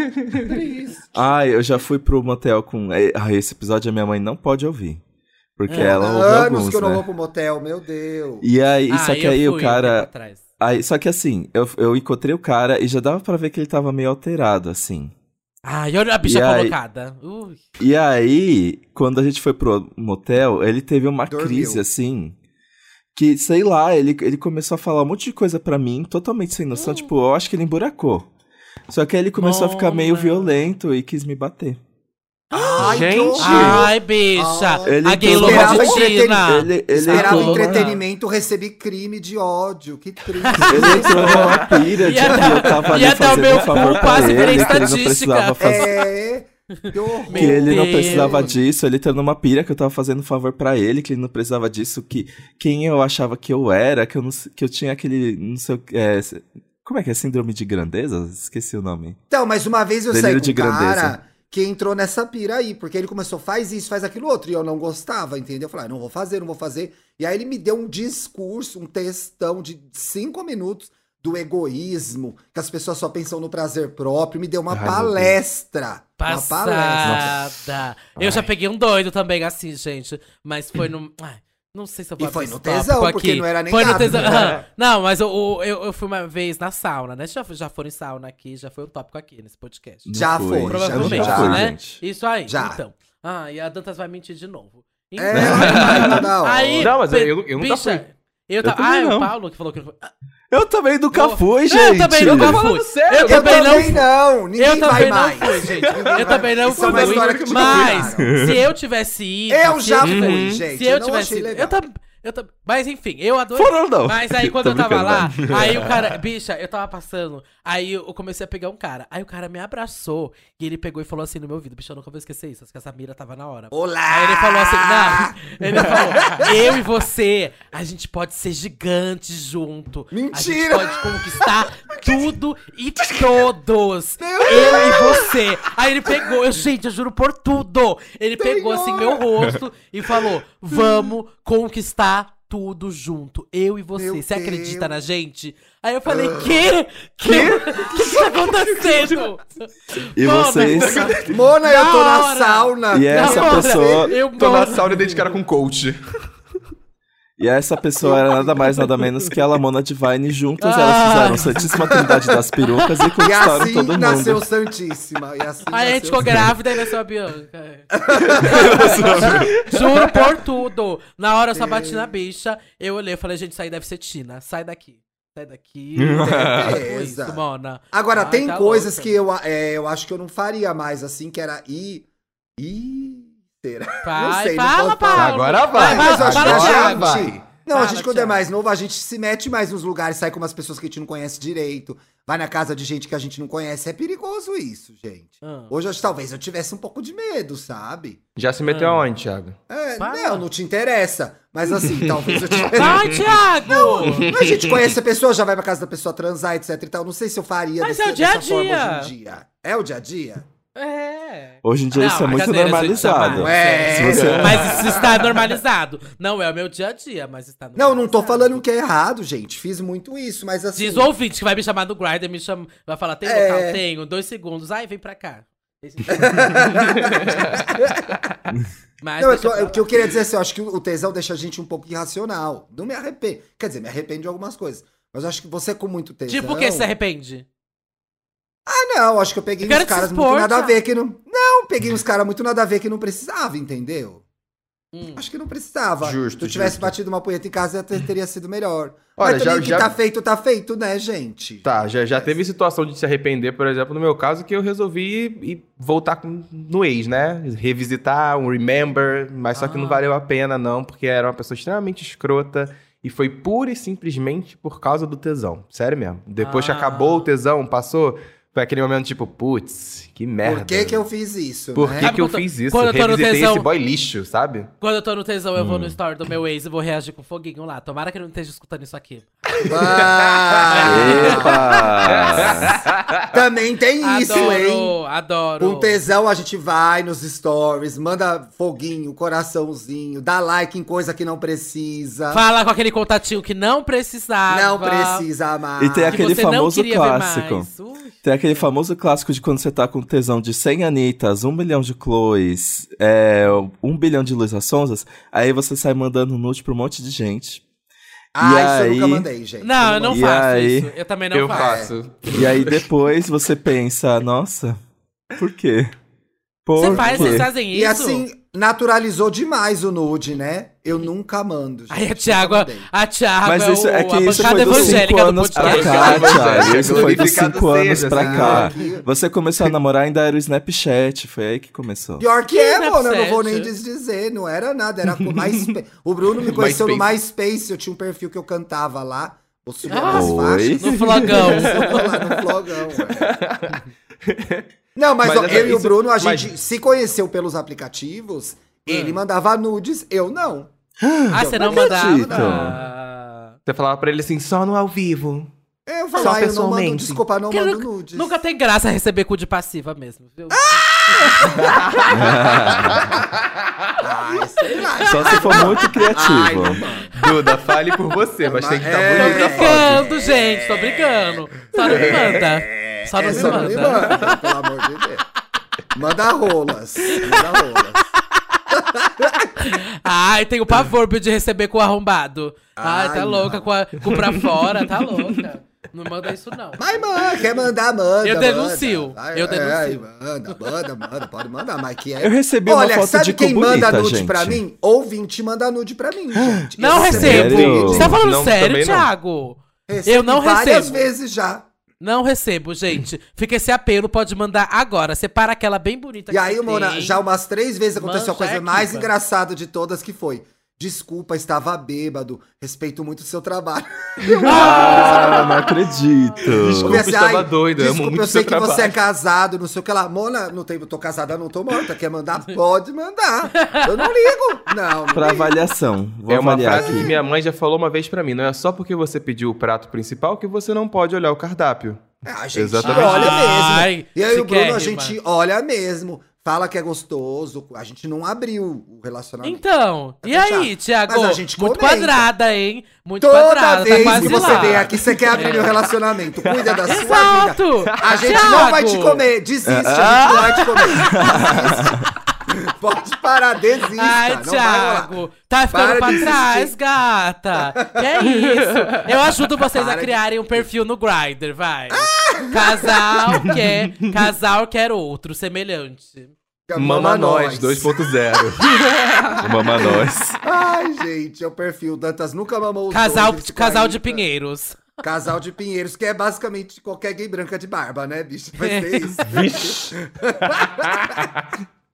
Speaker 3: fiz? Ai, eu já fui pro motel com. é, Ai, esse episódio a minha mãe não pode ouvir. Porque ela ouve
Speaker 1: É. Anos
Speaker 3: alguns,
Speaker 1: que eu não
Speaker 3: né?
Speaker 1: vou pro motel, meu Deus.
Speaker 3: E aí,
Speaker 2: Ah,
Speaker 3: só que
Speaker 2: eu
Speaker 3: aí o
Speaker 2: fui um tempo
Speaker 3: cara.
Speaker 2: atrás.
Speaker 3: Aí, só que assim, eu, eu encontrei o cara e já dava pra ver que ele tava meio alterado, assim.
Speaker 2: Ai, olha a bicha
Speaker 3: E aí-
Speaker 2: colocada. Ui.
Speaker 3: E aí, quando a gente foi pro motel, ele teve uma
Speaker 1: Dormiu.
Speaker 3: crise, assim. Que, sei lá, ele, ele começou a falar um monte de coisa pra mim, totalmente sem
Speaker 2: Hum.
Speaker 3: noção. Tipo, eu acho que ele emburacou. Só que aí ele começou a ficar meio
Speaker 2: Mona.
Speaker 3: violento e quis me bater.
Speaker 1: Ai, que
Speaker 4: gente.
Speaker 1: horror.
Speaker 2: Ai, bicha.
Speaker 1: Ah,
Speaker 3: Ele
Speaker 2: a gay
Speaker 3: tudo-
Speaker 2: louca
Speaker 1: Esperava
Speaker 2: de China.
Speaker 1: entretenimento.
Speaker 3: Ele, ele
Speaker 1: Esperava
Speaker 2: um
Speaker 3: entrou-
Speaker 1: entretenimento, recebi crime de ódio. Que triste.
Speaker 3: Ele entrou numa pilha de
Speaker 2: Ia
Speaker 3: que
Speaker 2: dar-
Speaker 3: eu tava ali
Speaker 2: ia dar o
Speaker 3: fazendo
Speaker 2: meu
Speaker 3: um favor
Speaker 2: cu,
Speaker 3: pra
Speaker 2: quase virei
Speaker 3: ele, que ele não
Speaker 2: estatística.
Speaker 3: precisava fazer.
Speaker 1: É. Que horror.
Speaker 3: Que ele não
Speaker 2: Meu
Speaker 3: precisava
Speaker 1: Deus.
Speaker 3: disso, ele entrou numa pilha que eu tava fazendo um favor pra ele, que ele não precisava disso, que quem eu achava que eu era, que eu, não, se- que eu tinha aquele, não sei o que, é, se- como é que é, síndrome de grandeza? Esqueci o nome.
Speaker 1: Então, mas uma vez eu
Speaker 3: Delírio
Speaker 1: saí
Speaker 3: de
Speaker 1: com um cara
Speaker 3: grandeza.
Speaker 1: que entrou nessa pira aí, porque ele começou, faz isso, faz aquilo outro, e eu não gostava, entendeu? Eu falei, ah, não vou fazer, não vou fazer. E aí ele me deu um discurso, um textão de cinco minutos do egoísmo, que as pessoas só pensam no prazer próprio, me deu uma
Speaker 3: Ai, meu Deus.
Speaker 1: palestra. Uma palestra.
Speaker 2: Passada. Eu já peguei um doido também, assim, gente. Mas foi no. Ai, não sei se eu vou
Speaker 1: E foi
Speaker 2: abrir
Speaker 1: no
Speaker 2: esse tópico
Speaker 1: tesão, porque
Speaker 2: aqui.
Speaker 1: não era nem
Speaker 2: Foi no
Speaker 1: nada,
Speaker 2: tesão.
Speaker 1: né?
Speaker 2: Aham. Não, mas eu, eu, eu fui uma vez na sauna, né? Já, já foram em sauna aqui, já foi um tópico aqui nesse podcast.
Speaker 3: Não
Speaker 1: Já foi,
Speaker 2: Provavelmente,
Speaker 1: já
Speaker 3: foi,
Speaker 2: né?
Speaker 3: gente.
Speaker 2: Isso aí,
Speaker 1: Já.
Speaker 2: então. Ah, e a Dantas vai mentir de novo. Então,
Speaker 1: É, ela vai toda hora.
Speaker 2: aí,
Speaker 4: Não, mas eu-
Speaker 2: pe-
Speaker 4: eu- eu nunca
Speaker 2: bicha,
Speaker 4: fui.
Speaker 2: Eu ta-
Speaker 3: Eu também
Speaker 2: ah, é o
Speaker 3: não.
Speaker 2: Paulo que falou que não foi. Ah,
Speaker 3: Eu também nunca
Speaker 2: Boa.
Speaker 3: fui, gente!
Speaker 2: Eu também nunca fui. Eu
Speaker 1: Eu
Speaker 2: também não
Speaker 1: também não, ninguém
Speaker 2: eu
Speaker 1: vai
Speaker 2: também não
Speaker 1: mais.
Speaker 2: fui, gente.
Speaker 1: Ninguém
Speaker 2: Eu
Speaker 1: vai mais.
Speaker 2: também não
Speaker 1: Isso é
Speaker 2: fui.
Speaker 1: uma história que me
Speaker 2: mas
Speaker 1: convidaram.
Speaker 2: se eu tivesse ido.
Speaker 1: Eu
Speaker 2: se
Speaker 1: já
Speaker 2: tivesse-
Speaker 1: fui, gente,
Speaker 2: Se
Speaker 1: eu
Speaker 2: eu
Speaker 1: não
Speaker 2: tivesse
Speaker 1: achei
Speaker 2: ido.
Speaker 1: legal.
Speaker 2: Eu, tam- Eu tam- Mas enfim, eu adorei.
Speaker 3: Foram não.
Speaker 2: Mas aí quando
Speaker 3: Tô
Speaker 2: eu tava
Speaker 3: brincando,
Speaker 2: lá,
Speaker 3: vai.
Speaker 2: aí o cara, bicha, eu tava passando, aí eu comecei a pegar um cara, aí o cara me abraçou e ele pegou e falou assim no meu ouvido, bicha, eu nunca vou esquecer isso, acho que essa mira tava na hora.
Speaker 1: Olá!
Speaker 2: Aí ele falou assim,
Speaker 1: Ah!
Speaker 2: não, ele falou, eu e você, a gente pode ser gigantes junto.
Speaker 1: Mentira!
Speaker 2: A gente pode conquistar tudo e todos. Eu e você. Aí ele pegou, eu, gente, eu juro por tudo. Ele pegou assim meu rosto e falou, vamos conquistar tudo junto, eu e você.
Speaker 1: Meu
Speaker 2: você acredita
Speaker 1: Deus. Ah.
Speaker 2: na gente? Aí eu falei, que? Que? O que que tá acontecendo?
Speaker 3: E
Speaker 2: Mano,
Speaker 3: vocês.
Speaker 1: Mona, eu tô
Speaker 2: Da
Speaker 1: na
Speaker 2: hora! é
Speaker 1: sauna!
Speaker 3: E essa
Speaker 2: Não,
Speaker 3: pessoa.
Speaker 2: eu
Speaker 4: Tô na
Speaker 2: moro-
Speaker 4: sauna e dei de cara com coach.
Speaker 3: E essa pessoa era nada mais, nada menos que ela, Mona Divine. Juntas
Speaker 2: Ah.
Speaker 3: elas fizeram a Santíssima Trindade das Perucas e
Speaker 1: E
Speaker 3: conquistaram
Speaker 1: assim
Speaker 3: todo mundo.
Speaker 1: nasceu Santíssima. E assim
Speaker 2: Aí a
Speaker 1: nasceu...
Speaker 2: gente ficou grávida e nasceu a Bianca. é. Juro por tudo. Na hora eu só bati
Speaker 1: É.
Speaker 2: na bicha, eu olhei e falei, gente, isso aí deve ser Tina. Sai daqui. Sai daqui. Foi
Speaker 1: Beleza.
Speaker 2: isso, mona.
Speaker 1: Agora,
Speaker 2: Ai,
Speaker 1: tem
Speaker 2: tá
Speaker 1: coisas
Speaker 2: louca.
Speaker 1: que eu, é, eu acho que eu não faria mais, assim, que era ir... Ir... Será?
Speaker 2: Vai,
Speaker 1: sei, não
Speaker 2: fala,
Speaker 1: posso falar.
Speaker 2: Paulo.
Speaker 4: Agora vai.
Speaker 2: Vai,
Speaker 1: Mas eu
Speaker 2: fala,
Speaker 1: acho que
Speaker 2: fala,
Speaker 1: a
Speaker 2: Thiago.
Speaker 1: gente- Não, a
Speaker 2: Fala,
Speaker 1: gente quando é
Speaker 2: Thiago.
Speaker 1: mais novo, a gente se mete mais nos lugares, sai com umas pessoas que a gente não conhece direito, vai na casa de gente que a gente não conhece. É perigoso isso, gente.
Speaker 2: Ah.
Speaker 1: Hoje, eu- talvez eu tivesse um pouco de medo, sabe?
Speaker 4: Já se meteu
Speaker 2: Ah.
Speaker 4: aonde, Thiago?
Speaker 1: É,
Speaker 2: Fala.
Speaker 1: não, não te interessa. Mas assim, talvez eu
Speaker 2: Vai,
Speaker 1: tivesse...
Speaker 2: Thiago!
Speaker 1: Mas a gente conhece a pessoa, já vai pra casa da pessoa transar, etc e tal. Não sei se eu faria
Speaker 2: Mas
Speaker 1: desse-
Speaker 2: é o dia a
Speaker 1: dessa forma
Speaker 2: dia.
Speaker 1: hoje em dia. É o dia a dia?
Speaker 2: É.
Speaker 3: Hoje em dia
Speaker 2: Não,
Speaker 3: isso é muito
Speaker 2: brincadeira, gente,
Speaker 3: normalizado.
Speaker 2: jamais.
Speaker 1: É.
Speaker 3: Se você-
Speaker 2: Mas isso está normalizado. Não é o meu dia a dia, mas está
Speaker 1: Não, não tô
Speaker 2: normalizado.
Speaker 1: falando que é errado, gente. Fiz muito isso, mas assim...
Speaker 2: Diz o ouvinte que vai me chamar do Grindr, me chama, vai falar, tem
Speaker 1: É.
Speaker 2: local? Tenho, dois segundos. Ai, vem pra cá. tipo Mas
Speaker 1: Não, é
Speaker 2: deixa
Speaker 1: que eu-
Speaker 2: pra
Speaker 1: o que eu queria dizer assim, eu acho que o tesão deixa a gente um pouco irracional. Não me arrependo. Quer dizer, me arrependo de algumas coisas. Mas eu acho que você com muito
Speaker 2: lá.
Speaker 1: tesão.
Speaker 2: Tipo, o que você se arrepende?
Speaker 1: Ah, não, acho que eu peguei
Speaker 2: Eu quero
Speaker 1: uns
Speaker 2: te
Speaker 1: caras
Speaker 2: expor,
Speaker 1: muito nada a
Speaker 2: Thiago.
Speaker 1: ver que não. Não, peguei uns caras muito nada a ver que não precisava, entendeu?
Speaker 2: Hum.
Speaker 1: Acho que não precisava.
Speaker 4: Justo,
Speaker 1: Se eu tivesse
Speaker 4: justo.
Speaker 1: batido uma punheta em casa, até teria sido melhor.
Speaker 4: Olha,
Speaker 1: Mas
Speaker 4: já-
Speaker 1: também o que
Speaker 4: já-
Speaker 1: tá feito, tá feito, né, gente?
Speaker 4: Tá, já, já teve situação de se arrepender, por exemplo, no meu caso, que eu resolvi ir, ir voltar com- no ex, né? Revisitar, um remember, mas só que não
Speaker 2: Ah.
Speaker 4: valeu a pena, não, porque era uma pessoa extremamente escrota e foi pura e simplesmente por causa do tesão. Sério mesmo. Depois que
Speaker 2: Ah.
Speaker 4: acabou o tesão, passou, foi aquele momento tipo, putz, que merda.
Speaker 1: Por que que eu fiz isso,
Speaker 4: Por
Speaker 1: né?
Speaker 4: que,
Speaker 2: Sabe
Speaker 4: que eu
Speaker 2: quando-
Speaker 4: fiz isso?
Speaker 2: quando eu tô no
Speaker 4: Revisitei
Speaker 2: tesão-
Speaker 4: esse boy lixo, sabe?
Speaker 2: Quando eu tô no tesão, eu vou
Speaker 3: Hum.
Speaker 2: no story do meu ex e vou reagir com foguinho lá. Tomara que ele não esteja escutando isso aqui.
Speaker 1: Ah,
Speaker 3: Epa!
Speaker 1: também tem isso, hein?
Speaker 2: Adoro, adoro.
Speaker 1: Com tesão a gente vai nos stories, manda foguinho, coraçãozinho, dá like em coisa que não precisa.
Speaker 2: Fala com aquele contatinho que não precisava.
Speaker 1: não precisa mais.
Speaker 3: E tem
Speaker 2: que
Speaker 3: aquele
Speaker 2: você não
Speaker 3: famoso
Speaker 2: queria ver
Speaker 3: clássico.
Speaker 2: mais. Ui.
Speaker 3: Tem aquele famoso clássico de quando você tá com tesão de 100 Anitas, 1 bilhão de Chloes, é, 1 bilhão de Luísa Sonzas, aí você sai mandando nude pra um monte de gente.
Speaker 1: Ah,
Speaker 3: E
Speaker 1: isso eu nunca
Speaker 3: aí-
Speaker 1: mandei, gente.
Speaker 2: Não, eu não
Speaker 3: E
Speaker 2: faço
Speaker 3: aí?
Speaker 2: isso. Eu também não
Speaker 4: eu
Speaker 2: faço.
Speaker 4: faço.
Speaker 3: E aí depois você pensa, nossa, por quê? Por
Speaker 2: Você faz,
Speaker 3: quê?
Speaker 2: vocês fazem
Speaker 1: E
Speaker 2: isso?
Speaker 1: assim, naturalizou demais o nude, né? Eu nunca mando, gente.
Speaker 2: Aí a
Speaker 1: nunca
Speaker 2: Tiago,
Speaker 1: mandei.
Speaker 2: a Tiago
Speaker 3: Mas isso
Speaker 2: é, o,
Speaker 3: é que
Speaker 2: a
Speaker 3: isso
Speaker 2: bancada
Speaker 3: foi dos 5
Speaker 2: evangélica do
Speaker 3: anos pra
Speaker 2: podcast.
Speaker 3: cá, Thiago.
Speaker 4: Evangélica,
Speaker 3: Isso foi dos
Speaker 4: glorificado
Speaker 3: 5
Speaker 4: seja,
Speaker 3: anos pra
Speaker 4: Senhor.
Speaker 3: cá.
Speaker 1: Ah, Que-
Speaker 3: Você começou a namorar, ainda era o Snapchat, foi aí que começou.
Speaker 1: Pior que é,
Speaker 2: Que
Speaker 1: mano, eu não vou nem
Speaker 2: Snapchat?
Speaker 1: desdizer, não era nada, era com MySpace. O Bruno me conheceu no MySpace, eu tinha um perfil que eu cantava lá, eu subia
Speaker 2: Ah.
Speaker 1: nas faixas.
Speaker 2: No flogão.
Speaker 1: Vou lá no flogão, é. Não, mas,
Speaker 4: Mas
Speaker 1: ó,
Speaker 4: essa-
Speaker 1: eu e o
Speaker 4: isso-
Speaker 1: Bruno, a
Speaker 4: mas- Ah.
Speaker 1: gente se conheceu pelos aplicativos, ele mandava nudes, eu não.
Speaker 2: Ah, você não
Speaker 3: Não acredito.
Speaker 2: mandava? Ah.
Speaker 4: Você falava pra ele assim, só no ao vivo.
Speaker 1: Eu falo,
Speaker 4: Só
Speaker 1: ah, eu não mando,
Speaker 4: pessoalmente.
Speaker 1: desculpa, não
Speaker 2: Que
Speaker 1: mando
Speaker 2: nunca-
Speaker 1: nudes.
Speaker 2: Nunca tem graça receber cu de passiva mesmo, viu?
Speaker 1: Ai, sei lá.
Speaker 3: Só se for muito
Speaker 1: Ai,
Speaker 3: criativo.
Speaker 1: não mando.
Speaker 4: Duda, fale por você, mas tem que tá estar
Speaker 1: É.
Speaker 2: tô
Speaker 4: bonita a foto.
Speaker 2: brincando, gente, tô brincando. Só não me manda. Só não
Speaker 1: É,
Speaker 2: me
Speaker 1: só não me
Speaker 2: manda.
Speaker 1: manda, pelo amor de Deus. Manda rolas, manda rolas.
Speaker 2: Ai, tenho pavor Bill, de receber cu arrombado.
Speaker 1: Ai,
Speaker 2: Ai, tá
Speaker 1: não.
Speaker 2: louca, com, a, com pra fora, tá louca. Não manda isso, não.
Speaker 1: Mas, mano, quer mandar, manda.
Speaker 2: Eu
Speaker 1: manda.
Speaker 2: denuncio,
Speaker 1: Vai,
Speaker 2: eu
Speaker 1: é,
Speaker 2: denuncio.
Speaker 1: manda, manda, manda, pode mandar, mas que é.
Speaker 3: Eu recebi uma
Speaker 1: Olha,
Speaker 3: foto
Speaker 1: sabe
Speaker 3: de
Speaker 1: quem
Speaker 3: Cubulita,
Speaker 1: manda nude
Speaker 3: gente. Ah,
Speaker 1: pra mim? Ouvinte manda nude pra mim, gente.
Speaker 2: Não
Speaker 1: Eu
Speaker 2: recebo.
Speaker 3: Sério?
Speaker 2: Você tá falando
Speaker 4: Não,
Speaker 2: sério,
Speaker 4: também não.
Speaker 2: Thiago?
Speaker 1: recebi
Speaker 2: Eu não
Speaker 1: Várias
Speaker 2: recebo.
Speaker 1: vezes já.
Speaker 2: Não recebo, gente. Fica esse apelo, pode mandar agora. Separa aquela bem bonita
Speaker 1: E aí,
Speaker 2: você
Speaker 1: Mona,
Speaker 2: Tá tem.
Speaker 1: já umas três vezes aconteceu a
Speaker 2: Manja
Speaker 1: coisa
Speaker 2: é
Speaker 1: mais
Speaker 2: aqui, mano.
Speaker 1: engraçada de todas, que foi Desculpa, estava bêbado. Respeito muito o seu trabalho.
Speaker 3: Ah, não acredito.
Speaker 4: Desculpa,
Speaker 1: Eu pensei,
Speaker 4: estava
Speaker 1: ai,
Speaker 4: doido, eu amo
Speaker 1: Desculpa,
Speaker 4: muito
Speaker 1: eu sei
Speaker 4: seu
Speaker 1: que
Speaker 4: trabalho.
Speaker 1: você é casado, não sei o que lá. Mona, não tem, eu tô casada, não tô morta. Quer mandar? Pode mandar. Eu não ligo. Não, não
Speaker 3: Pra
Speaker 1: ligo.
Speaker 3: avaliação. Vou
Speaker 4: é uma
Speaker 3: avaliar
Speaker 4: frase que
Speaker 3: aqui.
Speaker 4: minha mãe já falou uma vez pra mim. Não é só porque você pediu o prato principal que você não pode olhar o cardápio.
Speaker 1: Ah, a gente
Speaker 4: Exatamente.
Speaker 1: olha mesmo.
Speaker 2: Ai,
Speaker 1: E aí o Bruno,
Speaker 2: chiquérrima.
Speaker 1: a gente olha mesmo. Fala que é gostoso. A gente não abriu o relacionamento.
Speaker 2: Então, e
Speaker 1: Tá fechado.
Speaker 2: aí, Thiago?
Speaker 1: Mas a gente
Speaker 2: Muito
Speaker 1: comenta.
Speaker 2: quadrada, hein? Muito
Speaker 1: Toda
Speaker 2: quadrada,
Speaker 1: vez
Speaker 2: tá quase
Speaker 1: que você
Speaker 2: lá. É.
Speaker 1: vem aqui, você quer abrir o relacionamento. Cuida da sua vida.
Speaker 2: Exato!
Speaker 1: A gente não vai te
Speaker 2: Thiago!
Speaker 1: comer. Desiste, a gente não vai te comer. Desiste. Pode parar, desista.
Speaker 2: Ai,
Speaker 1: não vai rolar.
Speaker 2: Thiago, tá ficando
Speaker 1: Para
Speaker 2: pra
Speaker 1: de
Speaker 2: trás,
Speaker 1: insistir.
Speaker 2: gata. Que é isso? Eu ajudo vocês
Speaker 1: Para
Speaker 2: a
Speaker 1: de-
Speaker 2: criarem um perfil no Grindr, vai. Casal quer, casal quer outro, semelhante.
Speaker 4: Mama nós, 2.0.
Speaker 3: Mama nós.
Speaker 1: Ai, gente, é o perfil. Dantas nunca mamou os
Speaker 2: Casal,
Speaker 1: dois, esse
Speaker 2: casal de
Speaker 1: carinha.
Speaker 2: pinheiros.
Speaker 1: Casal de Pinheiros, que é basicamente qualquer gay branca de barba, né, bicho? Vai
Speaker 2: É.
Speaker 1: ser isso.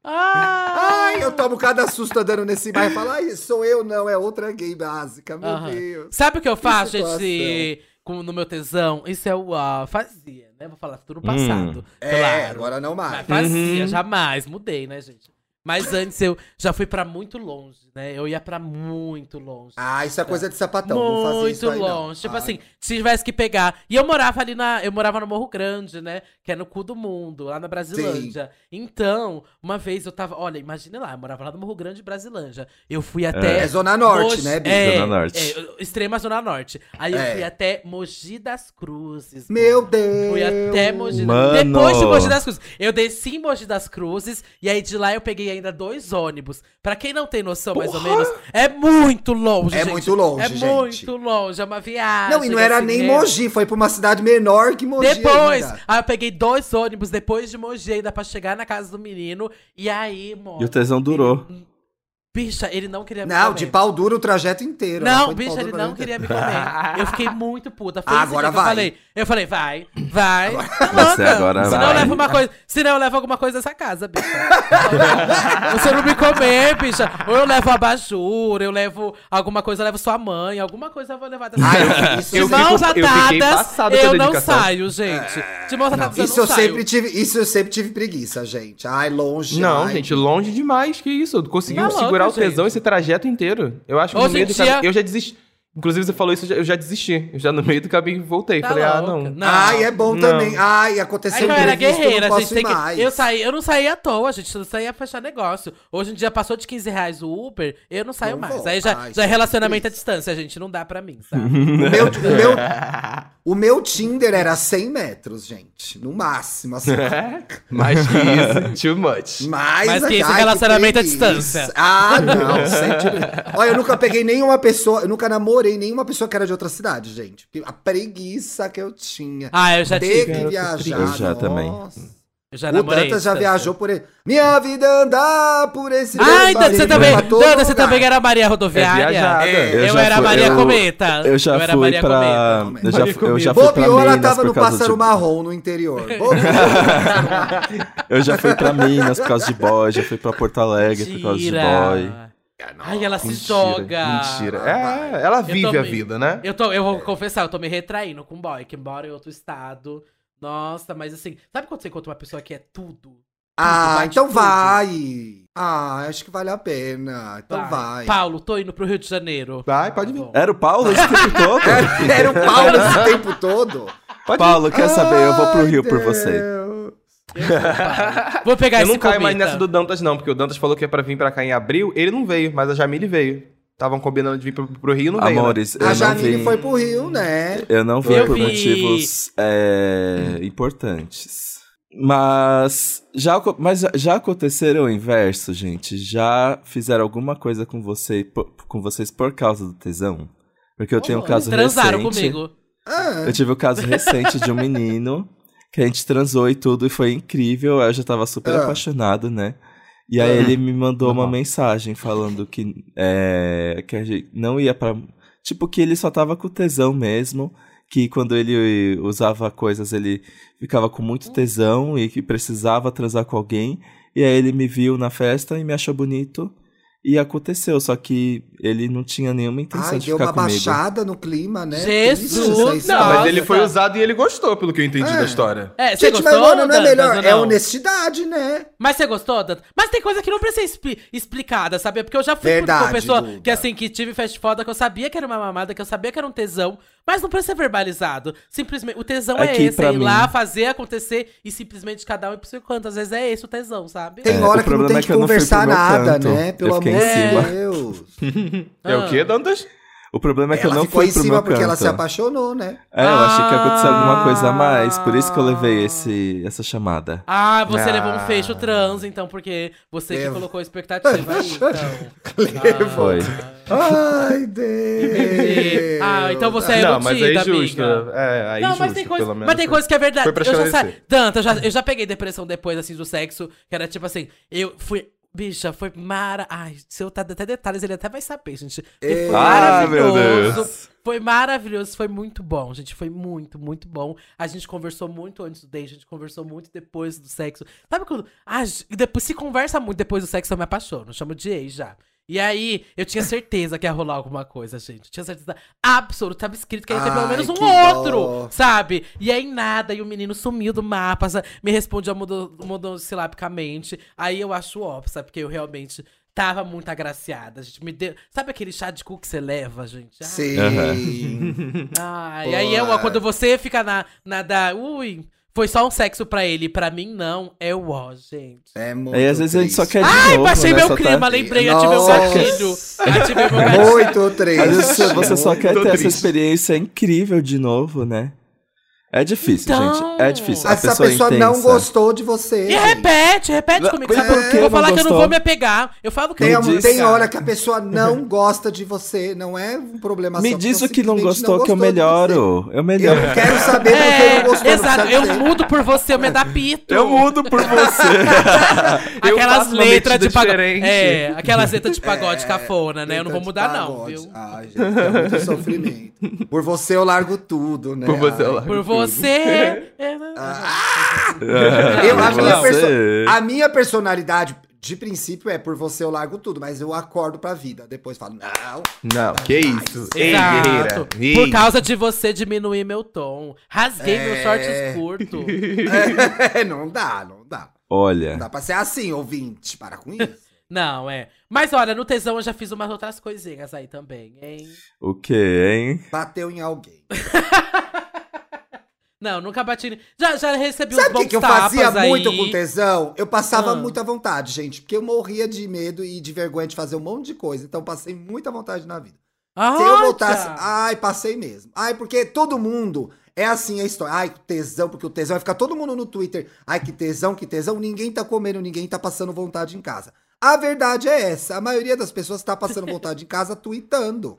Speaker 2: Ah!
Speaker 1: Ai, eu tomo cada susto andando nesse bairro e falo, ai, sou eu não, é outra gay básica, meu
Speaker 2: Aham.
Speaker 1: Deus.
Speaker 2: Sabe o que eu faço,
Speaker 1: situação.
Speaker 2: gente? Com, no meu tesão? Isso é o. ah, fazia, né? Vou falar tudo no passado.
Speaker 1: É,
Speaker 2: claro.
Speaker 1: agora não
Speaker 2: Mas
Speaker 1: mais.
Speaker 2: fazia, jamais. Mudei, né, gente? Mas antes eu já fui pra muito longe, né? Eu ia pra muito longe.
Speaker 1: Ah, isso é coisa de sapatão, não fazia
Speaker 2: muito
Speaker 1: isso aí, não.
Speaker 2: longe. Tipo
Speaker 1: Ah,
Speaker 2: assim, se tivesse que pegar. E eu morava ali na. Eu morava no Morro Grande, né? Que é no cu do mundo, lá na Brasilândia. Então, uma vez eu tava. Olha, imagine lá, eu morava lá no Morro Grande, Brasilândia. Eu fui até.
Speaker 1: É Zona Norte, né, bicho?
Speaker 2: É,
Speaker 3: Zona Norte.
Speaker 2: é, extrema Zona Norte. Aí
Speaker 1: É.
Speaker 2: eu fui até Mogi das Cruzes.
Speaker 1: Meu
Speaker 2: mano.
Speaker 1: Deus!
Speaker 2: Fui até Mogi
Speaker 3: Mano!
Speaker 2: Depois de Mogi das Cruzes. Eu desci em Mogi das Cruzes e aí de lá eu peguei ainda dois ônibus. Pra quem não tem noção, mais ou menos, é muito longe,
Speaker 1: É
Speaker 2: gente.
Speaker 1: muito longe,
Speaker 2: É
Speaker 1: gente.
Speaker 2: muito longe, é uma viagem.
Speaker 1: Não, e não era
Speaker 2: assim,
Speaker 1: nem
Speaker 2: né?
Speaker 1: Mogi, foi pra uma cidade menor que Mogi
Speaker 2: Depois,
Speaker 1: ainda.
Speaker 2: aí eu peguei dois ônibus depois de Mogi ainda pra chegar na casa do menino. E aí, mano.
Speaker 3: E o tesão durou.
Speaker 2: Bicha, ele não queria me
Speaker 1: Não,
Speaker 2: comer.
Speaker 1: de pau duro o trajeto inteiro. ela
Speaker 2: Não,
Speaker 1: foi de pau
Speaker 2: bicho,
Speaker 1: duro
Speaker 2: ele
Speaker 1: pra
Speaker 2: não
Speaker 1: dentro.
Speaker 2: queria me comer. Eu fiquei muito puta. Foi
Speaker 1: Ah,
Speaker 2: isso
Speaker 1: agora
Speaker 2: que eu
Speaker 1: vai.
Speaker 2: falei. Eu falei, vai, vai.
Speaker 3: Você agora
Speaker 2: se
Speaker 3: vai.
Speaker 2: não leva uma coisa, se não leva alguma coisa dessa casa, bicha. Você não me comer, bicha. Ou eu levo abajur, eu levo alguma coisa, eu levo sua mãe, alguma coisa eu vou levar dessa
Speaker 1: Ah, eu-
Speaker 2: casa.
Speaker 1: isso
Speaker 2: De
Speaker 1: eu
Speaker 2: mãos
Speaker 4: fico- eu fiquei
Speaker 2: atadas,
Speaker 4: passado com
Speaker 2: eu
Speaker 4: essa
Speaker 2: não
Speaker 4: dedicação.
Speaker 2: saio, gente. De mãos atadas, eu
Speaker 1: Isso eu,
Speaker 2: tá não saio.
Speaker 1: sempre tive, isso eu sempre tive preguiça, gente. Ai, longe.
Speaker 4: Não,
Speaker 1: ai.
Speaker 4: gente, longe demais. Que isso? Conseguiu
Speaker 2: Maluco,
Speaker 4: segurar o tesão
Speaker 2: Tá gente.
Speaker 4: esse trajeto inteiro. Eu acho que
Speaker 2: Hoje
Speaker 4: no meio
Speaker 2: em
Speaker 4: do
Speaker 2: dia-
Speaker 4: caminho. Eu já desisti. Inclusive, você falou isso, eu já- eu já desisti. Eu já no meio do caminho voltei.
Speaker 2: Tá
Speaker 4: Falei, ah,
Speaker 2: louca.
Speaker 4: não.
Speaker 1: Ai, é bom
Speaker 4: Não.
Speaker 1: também. Ai,
Speaker 2: Aí
Speaker 1: aconteceu
Speaker 2: eu era
Speaker 1: imprevisto, eu
Speaker 2: guerreira,
Speaker 1: não
Speaker 2: a
Speaker 1: posso
Speaker 2: gente
Speaker 1: ir
Speaker 2: tem
Speaker 1: mais.
Speaker 2: que. Eu, saí, eu não saí à toa, gente. Eu saía pra fechar negócio. Hoje em dia passou de 15 reais o Uber, eu não saio
Speaker 1: Não
Speaker 2: mais.
Speaker 1: vou.
Speaker 2: Aí já,
Speaker 1: Ai,
Speaker 2: já é
Speaker 1: gente,
Speaker 2: relacionamento à
Speaker 1: triste.
Speaker 2: distância, gente. Não dá pra mim,
Speaker 3: Uhum.
Speaker 2: sabe?
Speaker 1: O meu, o, meu, o meu Tinder era 100 metros, gente. No máximo, assim.
Speaker 4: Mais que isso, too much.
Speaker 1: Mas,
Speaker 2: Mas que isso,
Speaker 1: ai,
Speaker 2: relacionamento à
Speaker 1: preguiça.
Speaker 2: distância.
Speaker 1: Ah, não. sem tiro- Olha, eu nunca peguei nenhuma pessoa, eu nunca namorei nenhuma pessoa que era de outra cidade, gente. Porque A preguiça que eu tinha.
Speaker 2: ah, eu já
Speaker 1: Ter
Speaker 2: tive.
Speaker 1: que viajar.
Speaker 3: Eu já
Speaker 1: nossa.
Speaker 3: também.
Speaker 2: Eu já
Speaker 1: O
Speaker 2: namorei. tá
Speaker 1: Dantas já
Speaker 2: distância.
Speaker 1: viajou por ele. Minha vida andar por esse
Speaker 2: Ai,
Speaker 1: Danta,
Speaker 2: Danta, você também. Danta, você também era Maria
Speaker 4: É
Speaker 2: Rodoviária.
Speaker 4: viajada.
Speaker 2: eu,
Speaker 3: Eu já
Speaker 2: era
Speaker 3: fui-
Speaker 2: Maria
Speaker 3: eu-
Speaker 2: Cometa.
Speaker 3: Eu já
Speaker 2: era
Speaker 3: fui
Speaker 2: Maria
Speaker 3: pra.
Speaker 2: Cometa.
Speaker 3: Eu já,
Speaker 4: Maria
Speaker 3: fui- eu já fui pra
Speaker 1: Bobeou, ela
Speaker 3: Minas.
Speaker 1: tava
Speaker 3: por
Speaker 1: no
Speaker 3: causa
Speaker 1: pássaro
Speaker 3: de-
Speaker 1: marrom no interior. Bobeou.
Speaker 3: Eu já fui pra Minas por causa de boy, já fui pra Porto Alegre por causa de boy.
Speaker 2: Mentira. Ai, ela se
Speaker 4: Mentira,
Speaker 2: joga.
Speaker 4: Mentira. É, ela vive a
Speaker 2: também.
Speaker 4: vida, né?
Speaker 2: Eu, tô, eu vou confessar, eu tô me retraindo com boy, que mora em outro estado. Nossa, mas assim, sabe quando você encontra uma pessoa que é tudo?
Speaker 1: ah,
Speaker 2: Bate
Speaker 1: então
Speaker 2: tudo.
Speaker 1: vai. Ah, acho que vale a pena. Então vai.
Speaker 2: Paulo, tô indo pro Rio de Janeiro. Tá
Speaker 4: Vai, pode vir.
Speaker 2: Bom,
Speaker 3: Era o Paulo esse tempo todo?
Speaker 1: Era, É, era o Paulo esse tempo todo.
Speaker 4: Pode
Speaker 3: Paulo, quer saber? Eu vou pro
Speaker 1: Ai,
Speaker 3: Rio por
Speaker 1: Deus.
Speaker 3: você.
Speaker 2: Paulo. Vou pegar
Speaker 4: Eu
Speaker 2: esse
Speaker 4: não caio mais
Speaker 2: cometa.
Speaker 4: nessa do Dantas, não, porque o Dantas falou que ia pra vir pra cá em abril, ele não veio, mas a Jamile veio. Estavam combinando de vir pro, pro Rio, não veio. né?
Speaker 3: Amores, eu
Speaker 1: A
Speaker 3: não
Speaker 1: Jamile
Speaker 3: vim.
Speaker 1: foi pro Rio, né?
Speaker 3: Eu não vi
Speaker 2: Eu
Speaker 3: por
Speaker 2: vi.
Speaker 3: motivos é, importantes. Mas já, aco- mas já aconteceram o inverso, gente? Já fizeram alguma coisa com, você, po- com vocês por causa do tesão? Porque eu tenho um caso
Speaker 2: Transaram
Speaker 3: recente.
Speaker 2: comigo.
Speaker 1: Ah,
Speaker 3: Eu tive o caso recente de um menino que a gente transou e tudo e foi incrível. Eu já tava super
Speaker 1: Ah.
Speaker 3: apaixonado, né? E aí
Speaker 1: Ah.
Speaker 3: ele me mandou uma
Speaker 4: Normal.
Speaker 3: mensagem falando que, é, que a gente não ia pra. Tipo, que ele só tava com tesão mesmo. Que quando ele usava coisas, ele ficava com muito tesão e que precisava transar com alguém. E aí ele me viu na festa e me achou bonito. E aconteceu, só que ele não tinha nenhuma intenção
Speaker 1: Ai,
Speaker 3: de
Speaker 1: deu
Speaker 3: ficar
Speaker 1: uma
Speaker 3: comigo.
Speaker 1: baixada no clima, né?
Speaker 2: Jesus!
Speaker 1: Triste essa
Speaker 2: Não,
Speaker 4: Não,
Speaker 1: história.
Speaker 4: mas
Speaker 2: Nossa.
Speaker 4: ele foi usado e ele gostou, pelo que eu entendi
Speaker 1: É.
Speaker 4: da história.
Speaker 2: É, você
Speaker 1: Gente,
Speaker 2: gostou?
Speaker 1: mas mano, não é
Speaker 2: Dantas,
Speaker 1: melhor.
Speaker 2: ou
Speaker 1: É
Speaker 2: não?
Speaker 1: honestidade, né?
Speaker 2: Mas você gostou, Dantas? Mas tem coisa que não precisa expli- explicada, sabe? Porque eu já fui
Speaker 1: Verdade,
Speaker 2: com pessoa
Speaker 1: Duda.
Speaker 2: que, assim, que tive fast foda, que eu sabia que era uma mamada, que eu sabia que era um tesão, mas não precisa ser verbalizado. Simplesmente, o tesão
Speaker 3: Aqui,
Speaker 2: é esse,
Speaker 3: pra
Speaker 2: é ir
Speaker 3: mim.
Speaker 2: lá, fazer, acontecer, e simplesmente cada um ir pro seu canto. Às vezes é esse o tesão, sabe?
Speaker 1: Tem
Speaker 3: É, o
Speaker 1: hora que não
Speaker 3: problema
Speaker 1: tem
Speaker 3: é
Speaker 1: que,
Speaker 3: que eu não fui
Speaker 1: conversar
Speaker 3: pro meu
Speaker 1: nada,
Speaker 3: canto.
Speaker 1: né?
Speaker 3: Eu
Speaker 1: Pelo amor
Speaker 3: fiquei em
Speaker 2: cima.
Speaker 1: de Deus.
Speaker 4: É o
Speaker 2: Ah.
Speaker 4: quê, Dantas?
Speaker 3: O problema é que
Speaker 1: ela
Speaker 3: eu não
Speaker 1: ficou
Speaker 3: fui
Speaker 1: em
Speaker 3: pro
Speaker 1: cima
Speaker 3: meu
Speaker 1: porque
Speaker 3: canto.
Speaker 1: ela se apaixonou, né?
Speaker 3: É, eu achei que aconteceu alguma coisa a mais,
Speaker 2: Ah.
Speaker 3: por isso que eu levei esse, essa chamada.
Speaker 2: Ah, você
Speaker 4: Ah.
Speaker 2: levou um fecho trans, então, porque você que
Speaker 1: Levo.
Speaker 2: colocou a expectativa aí, então. Ah.
Speaker 3: Foi.
Speaker 1: Ai, Deus.
Speaker 2: Ah, então você é
Speaker 4: não, mas é
Speaker 2: iludida,
Speaker 4: injusto.
Speaker 2: amiga.
Speaker 4: É, aí
Speaker 2: não,
Speaker 4: injusto,
Speaker 2: mas tem coisa,
Speaker 4: pelo menos.
Speaker 2: mas tem coisa que é verdade.
Speaker 4: Foi pra
Speaker 2: eu já sa...
Speaker 4: esclarecer.
Speaker 2: Danta, eu já, eu já peguei depressão depois, assim, do sexo, que era tipo assim, eu fui. Bicha, foi mara. Ai, se eu tá até detalhes, ele até vai saber, gente. Porque Foi
Speaker 1: Ei.
Speaker 4: Ah, meu
Speaker 2: maravilhoso. Foi maravilhoso, foi muito bom, gente. Foi muito, muito bom. A gente conversou muito antes do date, a gente conversou muito depois do sexo. Sabe quando. Ah, j- depois, se conversa muito depois do sexo, eu me apaixono. Chamo de ex já. E aí, eu tinha certeza que ia rolar alguma coisa, gente. Tinha certeza absoluta. Tava escrito que ia ter pelo
Speaker 1: Ai,
Speaker 2: menos um
Speaker 1: que dó.
Speaker 2: outro sabe? E aí nada, e o menino sumiu do mapa, sa- me respondeu mudou- mudou silabicamente. Aí eu acho óbvio, sabe? Porque eu realmente tava muito agraciada, gente. Me deu... Sabe aquele chá de cu que você leva, gente? Ai,
Speaker 1: Sim.
Speaker 2: Ai, aí é ó, quando você fica na, na da. Ui, foi só um sexo pra ele, pra mim não, é o ó, gente.
Speaker 1: É muito
Speaker 3: Aí às vezes a gente só
Speaker 1: triste.
Speaker 3: quer de
Speaker 2: Ai,
Speaker 3: novo,
Speaker 2: baixei
Speaker 3: né?
Speaker 2: meu
Speaker 3: Só tá-
Speaker 2: clima, lembrei, ativei o
Speaker 1: Nossa.
Speaker 2: é um gatilho. Ativei meu gatilho.
Speaker 1: Muito
Speaker 3: Às vezes
Speaker 1: triste.
Speaker 3: você- você só quer
Speaker 4: Tô
Speaker 3: ter essa
Speaker 4: triste.
Speaker 3: experiência incrível de novo, né? É difícil,
Speaker 2: Então.
Speaker 3: gente. É difícil. A
Speaker 1: Essa
Speaker 3: pessoa, é
Speaker 1: pessoa
Speaker 3: intensa.
Speaker 1: não gostou de você.
Speaker 2: E é repete, repete
Speaker 3: Não,
Speaker 2: comigo.
Speaker 3: mas
Speaker 2: Sabe por
Speaker 1: por
Speaker 2: quê?
Speaker 1: que
Speaker 2: Eu vou
Speaker 3: não
Speaker 2: falar que eu não
Speaker 3: gostou?
Speaker 2: vou me apegar. Eu falo que eu
Speaker 1: Tem,
Speaker 2: não
Speaker 1: a-
Speaker 2: vou me
Speaker 3: diz-
Speaker 1: tem
Speaker 2: apegar.
Speaker 1: hora que a pessoa não gosta de você. Não é um problema
Speaker 3: Me
Speaker 1: seu,
Speaker 3: diz o
Speaker 1: porque
Speaker 3: que não
Speaker 1: simplesmente
Speaker 3: gostou, que eu
Speaker 1: de você.
Speaker 3: melhoro. Eu melhoro.
Speaker 1: Eu quero saber por que
Speaker 2: É,
Speaker 1: não gostou. não
Speaker 2: exato.
Speaker 1: precisa
Speaker 2: Eu
Speaker 1: dizer.
Speaker 2: mudo por você, eu me adapto.
Speaker 3: Eu mudo por você.
Speaker 4: Eu
Speaker 2: Aquelas
Speaker 4: faço uma
Speaker 2: letras de
Speaker 4: metida
Speaker 2: pagode.
Speaker 4: diferente.
Speaker 2: É, aquelas letras de pagode
Speaker 1: É,
Speaker 2: cafona, né? Eu não vou
Speaker 1: Tentando
Speaker 2: mudar,
Speaker 1: de
Speaker 2: não,
Speaker 1: pagode.
Speaker 2: viu?
Speaker 1: Ai, gente, é muito sofrimento. Por você eu largo tudo, né?
Speaker 4: Por você,
Speaker 1: Ai.
Speaker 4: eu largo
Speaker 2: Por
Speaker 4: tudo.
Speaker 2: você. é,
Speaker 1: Ah, Eu acho que a,
Speaker 3: Você.
Speaker 1: perso- a minha personalidade, de princípio, é por você eu largo tudo, mas eu acordo pra vida. Depois falo, não.
Speaker 4: Não, que isso. Ei, guerreira.
Speaker 2: Exato.
Speaker 4: Ei.
Speaker 2: Por causa de você diminuir meu tom. Rasguei meus
Speaker 1: É.
Speaker 2: shorts curto.
Speaker 1: É, não dá, não dá. Não
Speaker 3: Olha,
Speaker 1: dá pra ser assim, ouvinte. Para com isso.
Speaker 2: Não, é. Mas olha, no tesão eu já fiz umas outras coisinhas aí também, hein?
Speaker 3: o que, hein?
Speaker 1: Bateu em alguém.
Speaker 2: Não, nunca bati. ni- Já, já recebi uns
Speaker 1: Sabe o
Speaker 2: bons
Speaker 1: que, que eu
Speaker 2: tapas
Speaker 1: fazia
Speaker 2: aí.
Speaker 1: muito com tesão? Eu passava
Speaker 2: Ah.
Speaker 1: muita vontade, gente. Porque eu morria de medo e de vergonha de fazer um monte de coisa. Então passei muita vontade na vida. Se eu
Speaker 2: Olha!
Speaker 1: voltasse. Ai, passei mesmo. Ai, porque todo mundo. É assim a história. Ai, que tesão, porque o tesão vai ficar todo mundo no Twitter. Ai, que tesão, que tesão. Ninguém tá comendo, ninguém tá passando vontade em casa. A verdade é essa. A maioria das pessoas tá passando vontade em casa tweetando.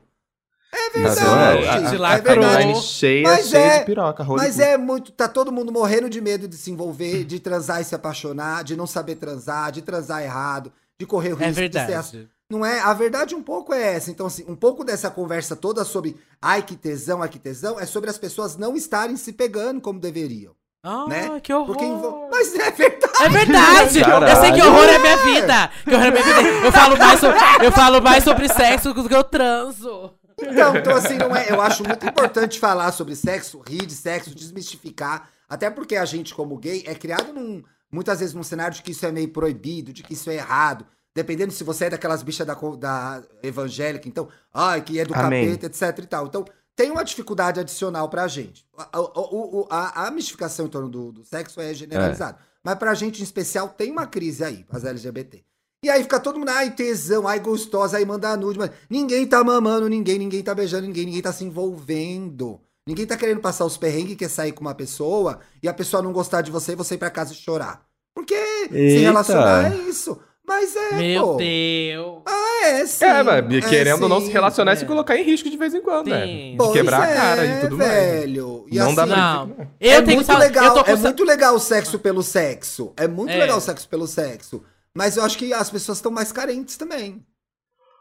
Speaker 1: É
Speaker 4: Mas,
Speaker 1: verdade.
Speaker 3: Não,
Speaker 4: ó,
Speaker 2: de
Speaker 4: a, a,
Speaker 2: lá
Speaker 1: é
Speaker 4: a timeline
Speaker 1: verdade.
Speaker 2: pro-
Speaker 4: cheia,
Speaker 1: Mas
Speaker 4: cheia
Speaker 1: é-
Speaker 4: de piroca. rola
Speaker 1: Mas
Speaker 4: e cu.
Speaker 1: é muito. Tá todo mundo morrendo de medo de se envolver, de transar e se apaixonar, de não saber transar, de transar errado, de correr o risco
Speaker 2: É
Speaker 1: de ser ass-
Speaker 2: verdade.
Speaker 1: não é? A verdade um pouco é essa. Então, assim, um pouco dessa conversa toda sobre ai que tesão, ai que tesão, é sobre as pessoas não estarem se pegando como deveriam.
Speaker 2: Ah,
Speaker 1: né?
Speaker 2: que horror.
Speaker 1: Porque envol- Mas é verdade.
Speaker 2: É verdade!
Speaker 3: Caralho.
Speaker 2: Eu sei que horror é minha vida! Que horror é minha vida! Eu falo mais, so- eu falo mais sobre sexo do que eu transo.
Speaker 1: Então, então, assim, não é. Eu acho muito importante falar sobre sexo, rir de sexo, desmistificar. Até porque a gente, como gay, é criado num- muitas vezes num cenário de que isso é meio proibido, de que isso é errado. Dependendo se você é daquelas bichas da, co- da evangélica, então, ai, que é do
Speaker 4: Amém.
Speaker 1: capeta, etc e tal. Então, tem uma dificuldade adicional pra gente. A, o- o- a- a mistificação em torno do, do sexo é generalizada. Mas pra gente, em especial, tem uma crise aí, as LGBT. E aí fica todo mundo, ai, tesão, ai, gostosa, aí manda nude, mas ninguém tá mamando ninguém, ninguém tá beijando ninguém, ninguém tá se envolvendo. Ninguém tá querendo passar os perrengues, quer sair com uma pessoa e a pessoa não gostar de você e você ir pra casa e chorar. Porque se
Speaker 3: Eita.
Speaker 1: relacionar é isso. Mas é,
Speaker 2: Meu
Speaker 1: pô.
Speaker 2: Deus.
Speaker 1: É, sim.
Speaker 4: É, mas
Speaker 1: é,
Speaker 4: querendo ou não se
Speaker 1: sim.
Speaker 4: relacionar e se
Speaker 2: é.
Speaker 4: colocar em risco de vez em quando, né?
Speaker 2: Sim.
Speaker 4: De
Speaker 1: Pois
Speaker 4: quebrar
Speaker 1: é,
Speaker 4: a cara e tudo mais.
Speaker 1: velho. E
Speaker 4: Não
Speaker 1: assim,
Speaker 4: dá pra
Speaker 2: Não. Eu
Speaker 1: é
Speaker 2: tenho
Speaker 1: muito
Speaker 2: saudade-
Speaker 1: legal,
Speaker 2: Eu tô com
Speaker 1: é
Speaker 2: sa-
Speaker 1: muito legal o sexo pelo sexo. É muito
Speaker 2: É.
Speaker 1: legal o sexo pelo sexo. Mas eu acho que as pessoas estão mais carentes também.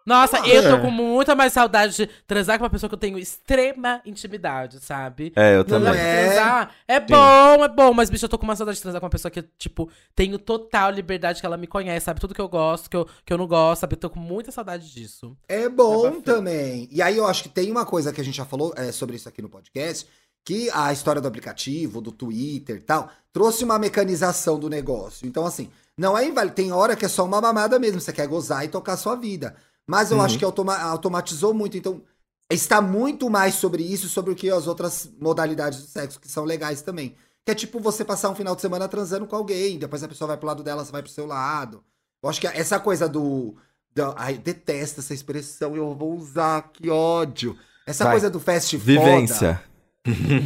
Speaker 2: Nossa,
Speaker 1: Ah,
Speaker 2: eu
Speaker 3: é.
Speaker 2: tô com muita mais saudade de transar com uma pessoa que eu tenho extrema intimidade, sabe?
Speaker 3: É, eu
Speaker 1: Não
Speaker 3: também.
Speaker 1: é?
Speaker 2: Transar é bom, é bom, mas, bicho, eu tô com uma saudade de transar com uma pessoa que, tipo, tenho total liberdade, que ela me conhece, sabe? Tudo que eu gosto, que eu, que eu não gosto, sabe? Eu tô com muita saudade disso.
Speaker 1: É bom
Speaker 2: Abafou.
Speaker 1: também. E aí eu acho que tem uma coisa que a gente já falou é, sobre isso aqui no podcast, que a história do aplicativo, do Twitter e tal, trouxe uma mecanização do negócio. Então, assim, não é inválido. Tem hora que é só uma mamada mesmo, você quer gozar e tocar a sua vida. Mas eu
Speaker 3: Uhum.
Speaker 1: acho que automa- automatizou muito, então está muito mais sobre isso, sobre o que as outras modalidades do sexo, que são legais também. Que é tipo você passar um final de semana transando com alguém, depois a pessoa vai pro lado dela, você vai pro seu lado. Eu acho que essa coisa do da- Ai, detesto essa expressão, eu vou usar, que ódio. Essa
Speaker 4: Vai.
Speaker 1: coisa do fast foda.
Speaker 3: Vivência.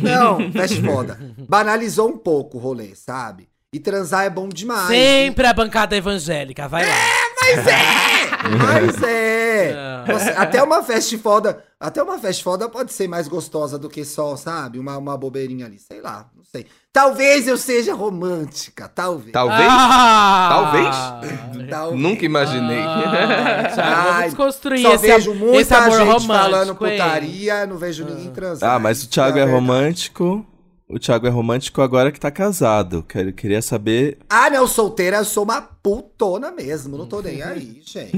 Speaker 1: Não, fast foda. Banalizou um pouco o rolê, sabe? E transar é bom demais.
Speaker 2: Sempre a bancada evangélica, vai lá.
Speaker 1: Mas é! Mas é! Você- até uma fast foda, até uma fast foda pode ser mais gostosa do que só, sabe? Uma, uma bobeirinha ali, sei lá, não sei. Talvez eu seja romântica, talvez.
Speaker 4: Talvez.
Speaker 2: Ah!
Speaker 4: Talvez.
Speaker 1: Talvez.
Speaker 4: Nunca imaginei.
Speaker 2: Ah, Thiago,
Speaker 1: Ai,
Speaker 2: vamos desconstruir
Speaker 1: Só
Speaker 2: esse,
Speaker 1: vejo muita
Speaker 2: esse amor
Speaker 1: gente
Speaker 2: romântico.
Speaker 1: falando
Speaker 2: hein?
Speaker 1: putaria, não vejo ninguém transando.
Speaker 3: Ah, mas o Thiago é romântico. O Thiago é romântico agora que tá casado. Quero, queria saber.
Speaker 1: Ah, não, solteira, eu sou uma putona mesmo. Não tô nem aí, gente.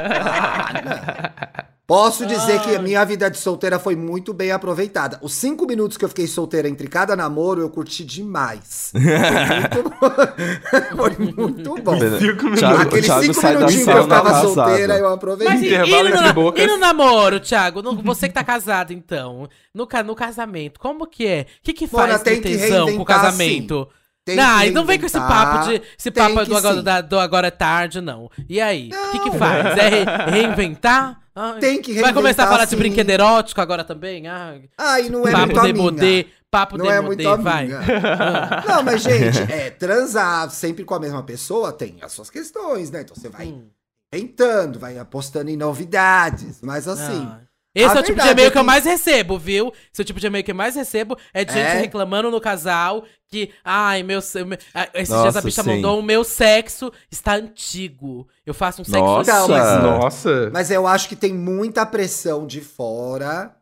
Speaker 1: Ah, não. Posso dizer que a minha vida de solteira foi muito bem aproveitada. Os cinco minutos que eu fiquei solteira entre cada namoro, eu curti demais. Foi muito, bom. foi muito bom.
Speaker 4: Cinco minutos.
Speaker 3: Thiago, o
Speaker 1: Aqueles
Speaker 3: Thiago
Speaker 1: cinco
Speaker 3: sai da
Speaker 1: minutinhos que eu
Speaker 3: sauna
Speaker 1: ficava
Speaker 3: casado.
Speaker 1: solteira, eu
Speaker 2: Mas e,
Speaker 1: aproveitei.
Speaker 2: e
Speaker 4: Intervalo
Speaker 2: no,
Speaker 4: entre
Speaker 2: na-
Speaker 4: bocas.
Speaker 2: e no namoro, Thiago? No- você que tá casado, então. No, ca- no casamento, como que é? O que, que
Speaker 1: Mona,
Speaker 2: faz
Speaker 1: tem
Speaker 2: ter
Speaker 1: que
Speaker 2: tesão com o
Speaker 1: reinventar,
Speaker 2: casamento?
Speaker 1: Tem que
Speaker 2: não, e não vem com esse
Speaker 1: reinventar.
Speaker 2: papo de esse
Speaker 1: Tem
Speaker 2: papo
Speaker 1: que
Speaker 2: do agora,
Speaker 1: sim.
Speaker 2: da- do agora é tarde, não. E aí? O que, que faz? É re- reinventar? Ai,
Speaker 1: Tem que
Speaker 2: Vai começar a
Speaker 1: reinventar,
Speaker 2: falar
Speaker 1: sim.
Speaker 2: de brinquedo erótico agora também? Ah, Ai,
Speaker 1: Ai, não é
Speaker 2: papo
Speaker 1: muito a
Speaker 2: demodê,
Speaker 1: minha.
Speaker 2: papo
Speaker 1: Não é
Speaker 2: demodê,
Speaker 1: muito a
Speaker 2: vai. Ah.
Speaker 1: minha. Não, mas, gente, é, transar sempre com a mesma pessoa tem as suas questões, né? Então você vai
Speaker 2: Hum.
Speaker 1: tentando, vai apostando em novidades. Mas assim,
Speaker 2: Ah. Esse
Speaker 1: A
Speaker 2: é o tipo de
Speaker 1: verdade
Speaker 2: e-mail
Speaker 1: é
Speaker 2: que eu
Speaker 1: que-
Speaker 2: mais recebo, viu? Esse é o tipo de e-mail que eu mais recebo é de gente
Speaker 1: É?
Speaker 2: reclamando no casal que, ai, meu. se- meu- ah, Esses dias
Speaker 3: Nossa,
Speaker 2: a bicha
Speaker 3: sim.
Speaker 2: mandou o meu sexo está antigo. Eu faço um sexo
Speaker 3: Nossa.
Speaker 1: Não,
Speaker 4: Ah.
Speaker 1: mas-
Speaker 4: Nossa.
Speaker 1: mas eu acho que tem muita pressão de fora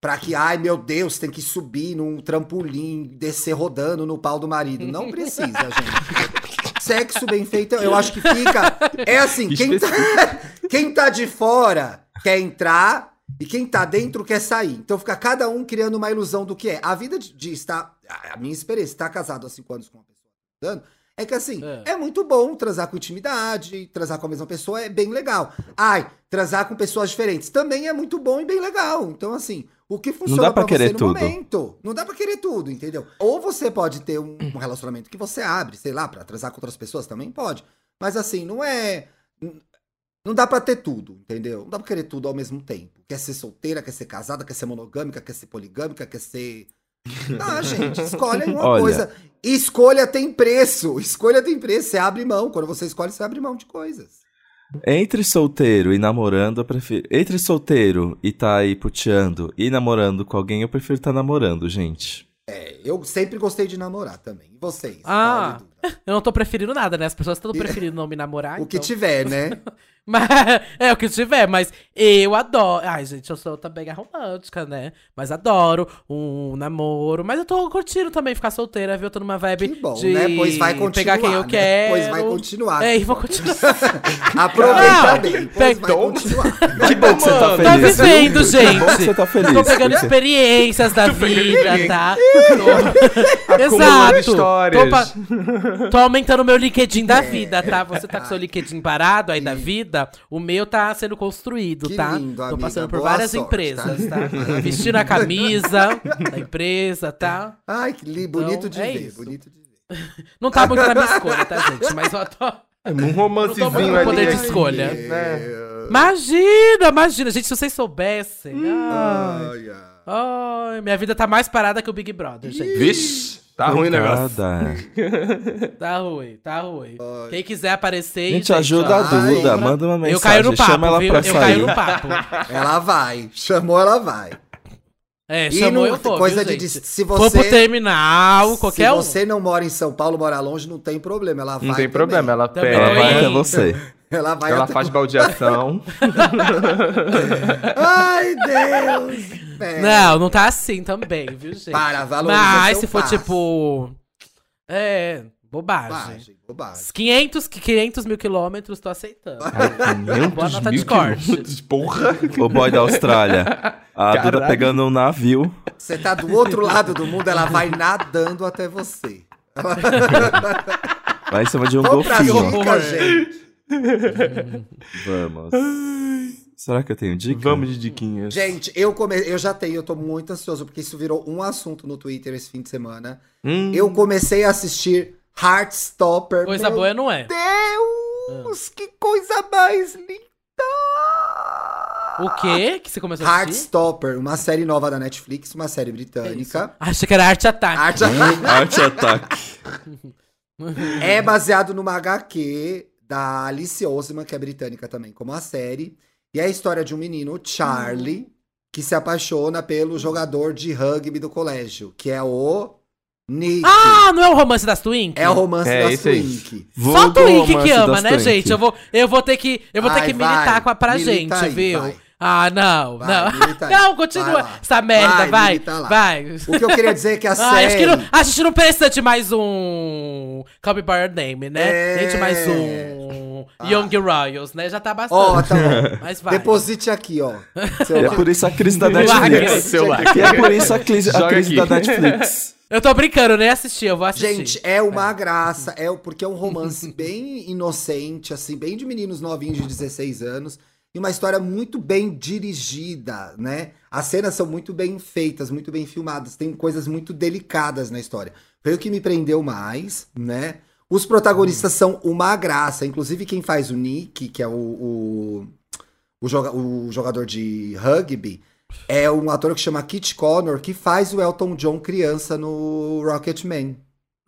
Speaker 1: pra que, ai meu Deus, tem que subir num trampolim, descer rodando no pau do marido. Não precisa, gente. Sexo bem feito, eu acho que fica. É assim, quem tá, quem tá de fora quer entrar e quem tá dentro quer sair. Então fica cada um criando uma ilusão do que é. A vida de, de estar. A minha experiência, estar casado há cinco anos com uma pessoa transando, é que assim,
Speaker 2: É.
Speaker 1: é. muito bom transar com intimidade, transar com a mesma pessoa é bem legal. Ai, transar com pessoas diferentes também é muito bom e bem legal. Então, assim, o que funciona
Speaker 3: dá
Speaker 1: pra,
Speaker 3: pra
Speaker 1: você
Speaker 3: querer
Speaker 1: no
Speaker 3: tudo.
Speaker 1: momento? Não dá pra querer tudo, entendeu? Ou você pode ter um, um relacionamento que você abre, sei lá, pra transar com outras pessoas também pode. Mas assim, não é. Não dá pra ter tudo, entendeu? Não dá pra querer tudo ao mesmo tempo. Quer ser solteira, quer ser casada, quer ser monogâmica, quer ser poligâmica, quer ser. Ah, gente, escolha aí uma
Speaker 3: Olha.
Speaker 1: coisa. Escolha tem preço. Escolha tem preço. Você abre mão. Quando você escolhe, você abre mão de coisas.
Speaker 3: Entre solteiro e namorando, eu prefiro. Entre solteiro e tá aí puteando e namorando com alguém, eu prefiro tá namorando, gente.
Speaker 1: É, eu sempre gostei de namorar também. E vocês?
Speaker 2: Ah.
Speaker 1: Paulo e Duda?
Speaker 2: Eu não tô preferindo nada, né? As pessoas estão preferindo não me
Speaker 4: Ah,
Speaker 2: namorar.
Speaker 1: o que
Speaker 2: então.
Speaker 1: tiver, né?
Speaker 2: Mas, é o que tiver, mas eu adoro. Ai, gente, eu sou também a romântica, né? Mas adoro um namoro. Mas eu tô curtindo também ficar solteira, viu? Eu tô numa vibe.
Speaker 1: Que bom,
Speaker 2: de
Speaker 1: né? Pois vai continuar.
Speaker 2: Pegar quem eu
Speaker 1: né?
Speaker 2: quero.
Speaker 1: Pois vai continuar.
Speaker 2: É, e vou continuar.
Speaker 1: Aproveita
Speaker 2: Não,
Speaker 1: bem. Pois vai
Speaker 2: pegou.
Speaker 1: continuar.
Speaker 3: Que bom que você tá
Speaker 2: Tô
Speaker 3: feliz. viu?
Speaker 2: vivendo,
Speaker 3: Que bom que você
Speaker 2: gente.
Speaker 3: tá feliz.
Speaker 2: Tô pegando
Speaker 3: Você-
Speaker 2: experiências da vida, tá? Tô-
Speaker 4: Acumulando
Speaker 2: Exato.
Speaker 4: histórias.
Speaker 2: Tô, pa- tô aumentando o meu LinkedIn
Speaker 1: É.
Speaker 2: da vida, tá? Você tá com seu LinkedIn parado aí da vida, o meu tá sendo construído,
Speaker 1: Que
Speaker 2: tá?
Speaker 1: lindo,
Speaker 2: tô
Speaker 1: amiga.
Speaker 2: passando por
Speaker 1: Boa
Speaker 2: várias
Speaker 1: sorte,
Speaker 2: empresas,
Speaker 1: tá?
Speaker 2: tá? Vestindo a camisa da empresa, tá?
Speaker 1: Ai, que li- bonito
Speaker 2: Então,
Speaker 1: de
Speaker 2: é
Speaker 1: ver.
Speaker 2: isso.
Speaker 1: Bonito de ver.
Speaker 2: Não tá muito na minha escolha, tá, gente? Mas eu tô...
Speaker 4: Um romancezinho
Speaker 2: Não tô
Speaker 4: ali.
Speaker 2: muito com poder de
Speaker 4: aqui,
Speaker 2: escolha.
Speaker 4: né?
Speaker 2: Imagina, imagina. Gente, se vocês soubessem.
Speaker 1: Hum.
Speaker 2: ai.
Speaker 1: Ai, ai.
Speaker 2: Ai, minha vida tá mais parada que o Big Brother, gente.
Speaker 4: Vixe, tá ruim o negócio.
Speaker 3: Coitada.
Speaker 2: Tá ruim, tá ruim. Quem quiser aparecer,
Speaker 3: Gente, ajuda a
Speaker 2: ó,
Speaker 1: Ai,
Speaker 3: Duda.
Speaker 1: eu
Speaker 3: Manda
Speaker 2: tá
Speaker 3: uma mensagem.
Speaker 2: né? Eu caio no
Speaker 3: chama
Speaker 2: papo,
Speaker 3: ela
Speaker 2: viu?
Speaker 3: pra
Speaker 2: Eu caio
Speaker 3: sair.
Speaker 2: no papo.
Speaker 1: Ela vai. Chamou, ela vai.
Speaker 2: É, chamou
Speaker 1: não-
Speaker 2: eu vou,
Speaker 1: coisa
Speaker 2: viu,
Speaker 1: de
Speaker 2: gente?
Speaker 1: se
Speaker 2: Vou pro
Speaker 1: você
Speaker 2: terminal, qualquer
Speaker 1: se
Speaker 2: um.
Speaker 1: você não mora em São Paulo, mora longe, não tem problema. Ela vai.
Speaker 4: Não tem
Speaker 1: também.
Speaker 4: problema, ela
Speaker 2: Também.
Speaker 4: pega.
Speaker 3: Ela vai
Speaker 2: Oi.
Speaker 3: até você.
Speaker 1: Ela vai
Speaker 4: Ela
Speaker 1: até-
Speaker 4: faz baldeação.
Speaker 1: Ai, Deus! Pera.
Speaker 2: Não, não tá assim também, viu, gente?
Speaker 1: Para, valoriza
Speaker 2: Mas
Speaker 1: seu
Speaker 2: se for
Speaker 1: passo.
Speaker 2: tipo. É. Bobagem.
Speaker 1: Bobagem, bobagem.
Speaker 2: 500, 500 mil quilômetros, tô aceitando.
Speaker 4: Ai, 500
Speaker 2: Boa nota
Speaker 4: mil
Speaker 2: de corte.
Speaker 4: quilômetros, Porra!
Speaker 3: O boy da Austrália. A Duda
Speaker 4: Caralho.
Speaker 3: pegando um navio.
Speaker 1: Você tá do outro lado do mundo, ela vai nadando até você.
Speaker 3: Vai em cima de um
Speaker 1: Vamos pra
Speaker 3: golfinho.
Speaker 1: dica, gente.
Speaker 3: Vamos. Será que eu tenho dica?
Speaker 4: Vamos de diquinhas.
Speaker 1: Gente, eu, come... eu já tenho, eu tô muito ansioso, porque isso virou um assunto no Twitter esse fim de semana.
Speaker 4: Hum,
Speaker 1: Eu comecei a assistir Heartstopper.
Speaker 2: Coisa
Speaker 1: Meu
Speaker 2: boa não é.
Speaker 1: Deus, que coisa mais linda!
Speaker 2: O quê? Que você começou a assistir?
Speaker 1: Heartstopper, uma série nova da Netflix, uma série britânica.
Speaker 2: Achei que era Arte
Speaker 1: Arte...
Speaker 2: Ataque.
Speaker 3: Arte Ataque.
Speaker 1: É baseado numa HQ da Alice Oseman, que é britânica também, como a série. E é a história de um menino, o Charlie, que se apaixona pelo jogador de rugby do colégio, que é o Nick.
Speaker 2: Ah, não é o romance das Twink?
Speaker 1: é o romance
Speaker 4: É,
Speaker 1: da
Speaker 4: esse aí.
Speaker 1: Swink.
Speaker 3: Vou
Speaker 2: Só
Speaker 3: do
Speaker 2: Twink
Speaker 3: romance
Speaker 2: que ama,
Speaker 3: das
Speaker 2: né,
Speaker 3: Twink.
Speaker 2: gente? Eu vou, eu vou ter que, eu vou ter
Speaker 1: Vai,
Speaker 2: que militar
Speaker 1: vai.
Speaker 2: com a pra
Speaker 1: Milita
Speaker 2: gente,
Speaker 1: aí,
Speaker 2: viu?
Speaker 1: vai.
Speaker 2: Ah, não,
Speaker 1: Vai, milita
Speaker 2: não.
Speaker 1: aí.
Speaker 2: Não,
Speaker 1: Vai
Speaker 2: continua.
Speaker 1: lá.
Speaker 2: Essa
Speaker 1: Vai,
Speaker 2: merda, vai.
Speaker 1: milita lá.
Speaker 2: Vai.
Speaker 1: O que eu queria dizer é que a
Speaker 2: Ah, acho
Speaker 1: série.
Speaker 2: que não- a gente não precisa de mais um Call Me By Your Name, né?
Speaker 1: É.
Speaker 2: Gente, mais um
Speaker 1: Ah.
Speaker 2: Young Royals, né? Já tá bastante.
Speaker 1: Ó, tá bom.
Speaker 2: Mas vai.
Speaker 1: Deposite aqui, ó. Seu
Speaker 3: É
Speaker 1: like.
Speaker 3: por isso a crise da
Speaker 2: Larga
Speaker 3: Netflix.
Speaker 2: esse.
Speaker 4: Sei lá.
Speaker 3: E é por isso a crise, a
Speaker 4: Joga
Speaker 3: crise da
Speaker 4: aqui.
Speaker 3: Netflix.
Speaker 2: Eu tô brincando, eu nem assisti, eu vou assistir.
Speaker 1: Gente, é uma graça, é o- porque é um romance bem inocente, assim, bem de meninos novinhos de 16 anos, e uma história muito bem dirigida, né? As cenas são muito bem feitas, muito bem filmadas, tem coisas muito delicadas na história. Foi o que me prendeu mais, né? Os protagonistas são uma graça, inclusive quem faz o Nick, que é o, o, o joga- o jogador de rugby, é um ator que chama Kit Connor, que faz o Elton John criança no Rocketman.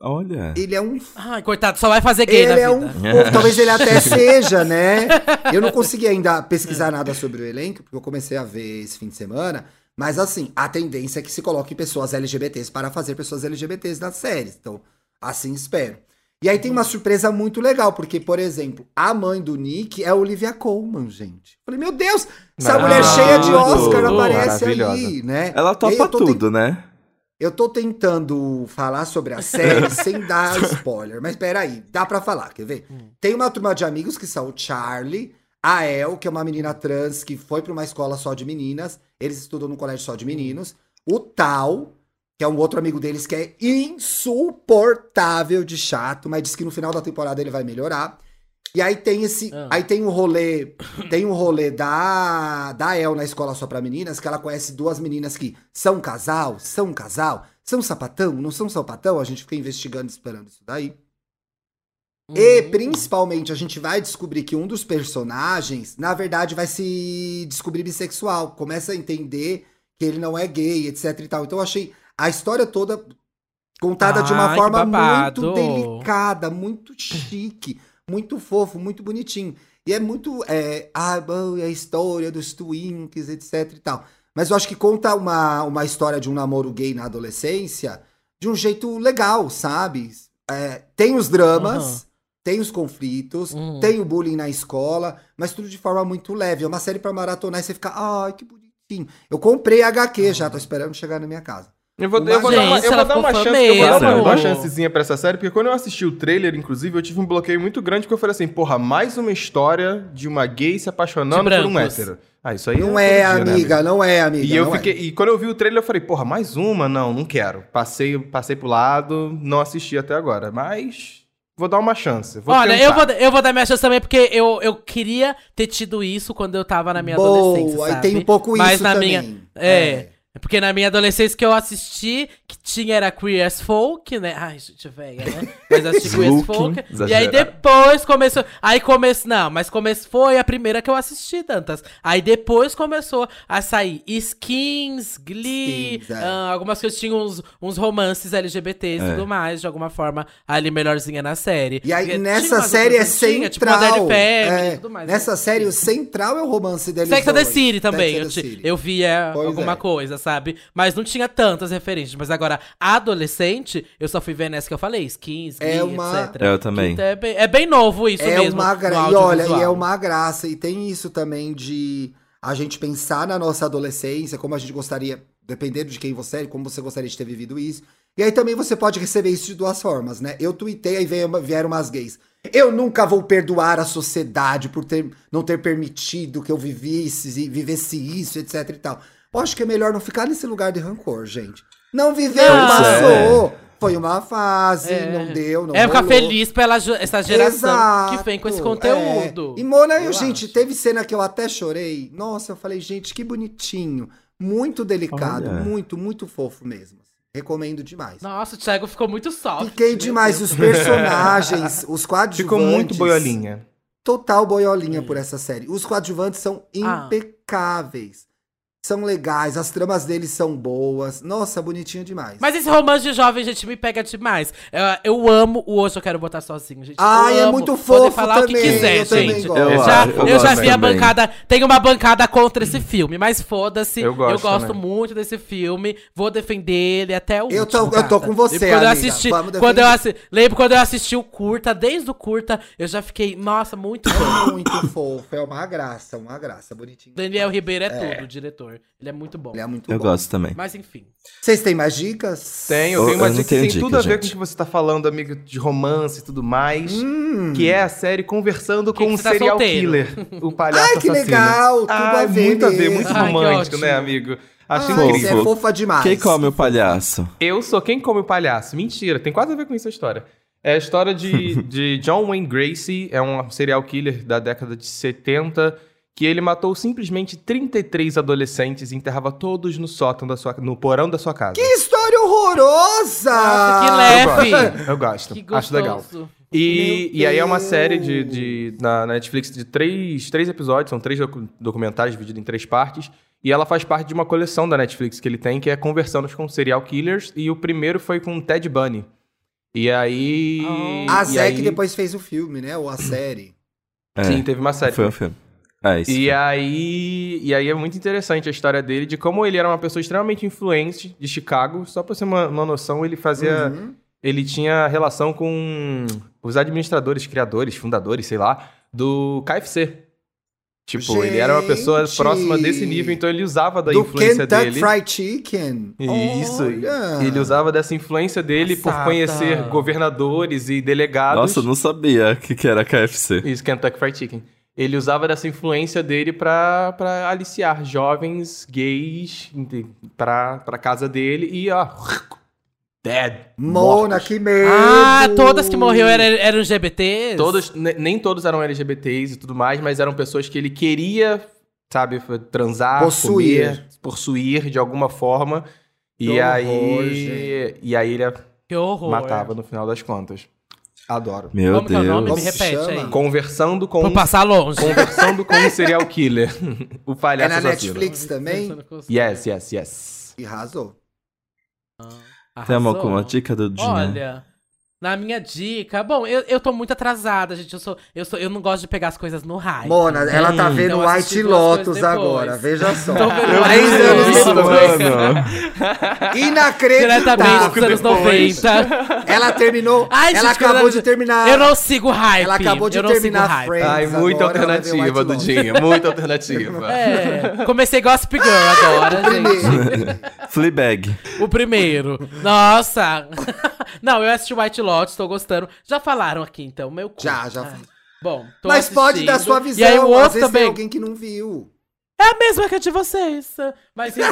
Speaker 3: Olha.
Speaker 1: Ele é um.
Speaker 2: Ai, coitado, só vai fazer gay na
Speaker 1: Ele é um.
Speaker 2: vida.
Speaker 1: fofo. Talvez ele até seja, né? Eu não consegui ainda pesquisar nada sobre o elenco, porque eu comecei a ver esse fim de semana. Mas assim, a tendência é que se coloque pessoas LGBTs para fazer pessoas LGBTs nas séries. Então, assim espero. E aí tem uma surpresa muito legal, porque, por exemplo, a mãe do Nick é a Olivia Colman, gente. Falei, meu Deus, essa mulher
Speaker 4: Maravilhoso.
Speaker 1: cheia de Oscar aparece ali,
Speaker 4: Maravilhosa.
Speaker 1: né?
Speaker 3: Ela
Speaker 1: E aí eu
Speaker 3: topa
Speaker 1: tô tentando-
Speaker 3: tudo, né?
Speaker 1: eu tô tentando falar sobre a série sem dar spoiler, mas peraí, dá pra falar, quer ver? Tem uma turma de amigos que são o Charlie, a El, que é uma menina trans que foi pra uma escola só de meninas, eles estudam num colégio só de meninos, o Tal, que é um outro amigo deles que é insuportável de chato, mas diz que no final da temporada ele vai melhorar. E aí tem esse,
Speaker 2: Ah.
Speaker 1: aí tem um rolê tem um rolê da, da El na escola só pra meninas, que ela conhece duas meninas que são casal, são casal, são sapatão, não são sapatão, a gente fica investigando, esperando isso daí. E
Speaker 2: Uhum.
Speaker 1: principalmente a gente vai descobrir que um dos personagens, na verdade, vai se descobrir bissexual, começa a entender que ele não é gay, etc e tal. Então eu achei a história toda contada de
Speaker 2: Ai,
Speaker 1: uma
Speaker 2: que
Speaker 1: forma
Speaker 2: babado.
Speaker 1: muito delicada, muito chique, muito fofo, muito bonitinho. E é muito. É, ah, bom, e a história dos Twinks, etc e tal. Mas eu acho que conta uma, uma história de um namoro gay na adolescência de um jeito legal, sabe? É, tem os dramas,
Speaker 2: Aham.
Speaker 1: tem os conflitos,
Speaker 2: Uhum.
Speaker 1: tem o bullying na escola, mas tudo de forma muito leve. É uma série pra maratonar e você fica, ai, que bonitinho. Eu comprei a HQ já, tô esperando chegar na minha casa.
Speaker 4: Eu vou, eu vou
Speaker 1: Gente,
Speaker 4: dar uma, eu
Speaker 2: ela
Speaker 4: vou dar
Speaker 2: ficou
Speaker 4: uma
Speaker 2: fã
Speaker 4: chance, eu vou dar uma,
Speaker 3: mesmo.
Speaker 4: uma chancezinha pra essa série, porque quando eu assisti o trailer, inclusive, eu tive um bloqueio muito grande, porque eu falei assim, porra, mais uma história de uma gay se apaixonando
Speaker 2: De
Speaker 4: por um
Speaker 2: brancos.
Speaker 4: hétero. Ah, isso aí
Speaker 1: Não
Speaker 4: todo
Speaker 1: é,
Speaker 4: dia, né,
Speaker 1: amiga, não é, amiga.
Speaker 4: E eu
Speaker 1: não é.
Speaker 4: fiquei, e quando eu vi o trailer, eu falei, porra, mais uma? Não, não quero. Passei, passei pro lado, não assisti até agora, mas vou dar uma chance. Vou
Speaker 2: Olha,
Speaker 4: tentar.
Speaker 2: eu vou, eu vou dar minha chance também, porque eu, eu queria ter tido isso quando eu tava na minha adolescência.
Speaker 1: Boa, aí
Speaker 2: sabe?
Speaker 1: tem um pouco
Speaker 2: Mas
Speaker 1: isso
Speaker 2: na
Speaker 1: também.
Speaker 2: minha- É. Porque na minha adolescência que eu assisti, que tinha era Queer as Folk, né? Ai, gente, velha, né? Mas eu assisti Queer as
Speaker 3: Looking
Speaker 2: Folk. E aí
Speaker 3: exagerado.
Speaker 2: depois começou. Aí começou. Não, mas começou. Foi a primeira que eu assisti, tantas. Aí depois começou a sair skins, glee,
Speaker 1: Skins, é.
Speaker 2: ah, algumas coisas tinham uns, uns romances LGBTs e
Speaker 3: É.
Speaker 2: tudo mais, de alguma forma, ali melhorzinha na série.
Speaker 1: E aí,
Speaker 2: Tinha
Speaker 1: nessa
Speaker 2: umas
Speaker 1: série é
Speaker 2: outras que tinha,
Speaker 1: central.
Speaker 2: Tipo, Modern Family
Speaker 1: é,
Speaker 2: e tudo mais. né?
Speaker 1: Nessa série, o central é o romance dele.
Speaker 2: Sex and the City também. Eu, te- eu via
Speaker 1: Pois
Speaker 2: alguma
Speaker 1: é.
Speaker 2: coisa, sabe? Mas não tinha tantas referências. Mas agora, adolescente, eu só fui ver nessa que eu falei, skins,
Speaker 1: É
Speaker 2: gui,
Speaker 1: uma-
Speaker 2: etc.
Speaker 3: Eu também.
Speaker 2: Então É bem, é bem novo isso
Speaker 1: é
Speaker 2: mesmo.
Speaker 1: uma gra...
Speaker 2: no
Speaker 1: E olha,
Speaker 2: audiovisual.
Speaker 1: e é uma graça. E tem isso também de a gente pensar na nossa adolescência, como a gente gostaria, dependendo de quem você é, como você gostaria de ter vivido isso. E aí também você pode receber isso de duas formas, né? Eu tuitei, aí veio uma- vieram umas gays. Eu nunca vou perdoar a sociedade por ter, não ter permitido que eu vivesse, e vivesse isso, etc e tal. Eu acho que é melhor não ficar nesse lugar de rancor, gente. Não viveu,
Speaker 2: Não.
Speaker 1: passou. Foi uma fase,
Speaker 2: É.
Speaker 1: não deu, não
Speaker 2: É ficar
Speaker 1: rolou.
Speaker 2: feliz pela ge- essa geração
Speaker 1: Exato,
Speaker 2: que vem com esse
Speaker 1: é.
Speaker 2: conteúdo.
Speaker 1: E Mona, eu,
Speaker 2: Eu
Speaker 1: gente,
Speaker 2: acho.
Speaker 1: teve cena que eu até chorei. Nossa, eu falei, gente, que bonitinho. Muito delicado,
Speaker 3: Olha.
Speaker 1: muito, muito fofo mesmo. assim. Recomendo demais.
Speaker 2: Nossa, o Thiago ficou muito soft.
Speaker 1: Fiquei
Speaker 2: meu
Speaker 1: demais.
Speaker 2: Deus.
Speaker 1: Os personagens, os coadjuvantes.
Speaker 4: Ficou muito boiolinha.
Speaker 1: Total boiolinha por essa série. Os coadjuvantes são
Speaker 2: É. Ah.
Speaker 1: impecáveis. São legais, as tramas deles são boas. Nossa, bonitinho demais.
Speaker 2: Mas esse romance de jovem, gente, me pega demais. Eu, eu amo o Hoje Eu Quero Botar Sozinho, gente.
Speaker 1: Ai,
Speaker 2: eu
Speaker 1: é
Speaker 2: amo
Speaker 1: muito
Speaker 2: Poder
Speaker 1: fofo
Speaker 2: falar o
Speaker 1: também,
Speaker 2: que quiser,
Speaker 1: eu também
Speaker 2: gente.
Speaker 1: gosto.
Speaker 2: Eu,
Speaker 3: Eu
Speaker 2: já,
Speaker 3: acho, eu
Speaker 2: eu já
Speaker 3: gosto
Speaker 2: vi a
Speaker 3: também.
Speaker 2: bancada. Tem uma bancada contra esse filme, mas foda-se.
Speaker 4: Eu gosto também.
Speaker 2: muito desse filme. Vou defender ele até o
Speaker 1: Eu tô-
Speaker 2: último,
Speaker 1: eu tô
Speaker 2: gata.
Speaker 1: com você,
Speaker 2: Lembro quando eu
Speaker 1: amiga.
Speaker 2: assisti,
Speaker 1: Vamos
Speaker 2: quando eu
Speaker 1: defender.
Speaker 2: assi- Lembro quando eu assisti o curta, desde o curta, eu já fiquei, nossa, muito bom.
Speaker 1: É muito fofo, é uma graça, uma graça, bonitinho.
Speaker 2: Daniel Ribeiro é, tudo, o diretor. Ele é muito bom.
Speaker 1: Ele é muito
Speaker 3: Eu
Speaker 1: bom.
Speaker 3: gosto também.
Speaker 2: Mas enfim.
Speaker 1: Vocês têm mais dicas?
Speaker 4: Tem, eu
Speaker 3: Eu-
Speaker 4: tenho uma
Speaker 3: eu não
Speaker 4: dica que
Speaker 3: tenho
Speaker 4: tem
Speaker 3: dica,
Speaker 4: tudo a ver com o
Speaker 3: gente.
Speaker 4: que você tá falando, amigo, de romance e tudo mais.
Speaker 1: Hum.
Speaker 4: Que é a série Conversando
Speaker 2: Quem
Speaker 4: com
Speaker 2: que
Speaker 4: um
Speaker 2: você tá
Speaker 4: serial
Speaker 2: solteiro?
Speaker 4: killer. O palhaço
Speaker 1: Ai, que
Speaker 4: assassino.
Speaker 1: legal! Tudo
Speaker 4: Ah,
Speaker 1: a ver.
Speaker 4: muito a ver,
Speaker 1: mesmo.
Speaker 4: muito
Speaker 2: Ai, que
Speaker 4: romântico, né,
Speaker 2: ótimo.
Speaker 4: amigo?
Speaker 1: Ai,
Speaker 4: Acho
Speaker 3: fofo.
Speaker 1: você
Speaker 4: incrível.
Speaker 1: é fofa demais.
Speaker 3: Quem come o palhaço?
Speaker 4: Eu sou quem come o palhaço. Mentira, tem quase a ver com isso a história. É a história de, de John Wayne Gracie, é um serial killer da década de 70, que ele matou simplesmente 33 adolescentes e enterrava todos no sótão da sua no porão da sua casa.
Speaker 1: Que história horrorosa!
Speaker 2: Nossa, que leve.
Speaker 4: Eu gosto,
Speaker 2: F.
Speaker 4: eu gosto.
Speaker 2: Que
Speaker 4: acho
Speaker 2: gostoso.
Speaker 4: legal. E,
Speaker 1: Meu
Speaker 4: e aí é uma
Speaker 1: Deus.
Speaker 4: série de, de- na na Netflix de três, três episódios, são três docu- documentários divididos em três partes. E ela faz parte de uma coleção da Netflix que ele tem, que é Conversando com Serial Killers. E o primeiro foi com Ted Bunny. E aí.
Speaker 2: Ah.
Speaker 1: Oh. A
Speaker 4: e
Speaker 1: Zé
Speaker 4: aí-
Speaker 1: que depois fez o filme, né? Ou a série.
Speaker 3: É,
Speaker 4: Sim, teve uma série.
Speaker 3: foi um filme. É isso.
Speaker 4: E aí, e aí é muito interessante a história dele, de como ele era uma pessoa extremamente influente de Chicago. Só pra você ter uma, uma noção, ele fazia.
Speaker 1: Uhum.
Speaker 4: ele tinha relação com os administradores, criadores, fundadores, sei lá, do KFC. Tipo, ele era uma pessoa
Speaker 1: Gente!
Speaker 4: próxima desse nível, então ele usava da
Speaker 1: Do
Speaker 4: influência
Speaker 1: Kentucky
Speaker 4: dele.
Speaker 1: Fried Chicken.
Speaker 4: Isso,
Speaker 1: Olha!
Speaker 4: ele usava dessa influência dele
Speaker 2: Passada.
Speaker 4: por conhecer governadores e delegados.
Speaker 3: Nossa, eu não sabia o que, que era KFC.
Speaker 4: Isso, Kentucky Fried Chicken. Ele usava dessa influência dele pra pra aliciar jovens gays ente- pra pra casa dele e ó. Dead.
Speaker 1: Mona, que medo!
Speaker 2: Ah, todas que morreu eram, eram LGBTs?
Speaker 4: Todos, ne- nem todos eram LGBTs e tudo mais, mas eram pessoas que ele queria, sabe, f- transar,
Speaker 1: Possuir.
Speaker 4: comer, possuir de alguma forma.
Speaker 1: Que
Speaker 4: E
Speaker 1: horror,
Speaker 4: aí,
Speaker 1: gente.
Speaker 4: e aí ele a
Speaker 2: Que horror.
Speaker 4: matava no final das contas. Adoro.
Speaker 3: Meu
Speaker 2: Como que é o nome?
Speaker 3: Deus.
Speaker 2: Me
Speaker 1: Como se
Speaker 2: repete
Speaker 1: chama?
Speaker 2: aí.
Speaker 4: Conversando com um
Speaker 2: Vou passar longe.
Speaker 4: conversando com um serial killer, o
Speaker 1: É
Speaker 4: palhaço
Speaker 1: na
Speaker 4: assassino.
Speaker 1: Netflix também?
Speaker 4: Yes, yes, yes.
Speaker 1: E arrasou.
Speaker 3: Tem
Speaker 2: Arrasou.
Speaker 3: alguma dica do Dina?
Speaker 2: Olha, na minha dica, bom, eu, eu tô muito atrasada, gente. Eu sou, eu sou, eu não gosto de pegar as coisas no hype.
Speaker 1: Mona, ela tá
Speaker 4: Hum.
Speaker 1: vendo
Speaker 2: Então assisti
Speaker 1: White
Speaker 2: duas coisas
Speaker 1: Lotus
Speaker 2: depois.
Speaker 1: agora, veja só.
Speaker 2: Tô vendo
Speaker 1: Três
Speaker 2: White
Speaker 1: anos
Speaker 2: Lotus.
Speaker 1: depois.
Speaker 3: mano.
Speaker 2: Diretamente dos
Speaker 1: Inacreditável.
Speaker 2: anos 90.
Speaker 1: Ela terminou.
Speaker 2: Ai, gente,
Speaker 1: ela acabou
Speaker 2: eu-
Speaker 1: de terminar.
Speaker 2: Eu não sigo hype.
Speaker 1: Ah. Ela acabou de
Speaker 2: eu não sigo
Speaker 1: terminar
Speaker 2: hype.
Speaker 1: Friends.
Speaker 4: Ai, muita
Speaker 1: Agora ela vai ver
Speaker 4: alternativa,
Speaker 1: White Lotus.
Speaker 4: Dudinha, muita alternativa.
Speaker 2: É, comecei Gossip Girl agora, gente.
Speaker 3: Fleabag.
Speaker 2: O primeiro. Nossa. Não, eu assisti White Lotus, tô gostando. Já falaram aqui, então, meu cu.
Speaker 1: Já, já.
Speaker 2: Ah, Bom, tô
Speaker 1: Mas pode
Speaker 2: assistindo.
Speaker 1: dar sua visão.
Speaker 2: E aí o
Speaker 1: Às
Speaker 2: outro
Speaker 1: vezes tem
Speaker 2: também.
Speaker 1: alguém que não viu.
Speaker 2: É a mesma que a de vocês. Mas enfim,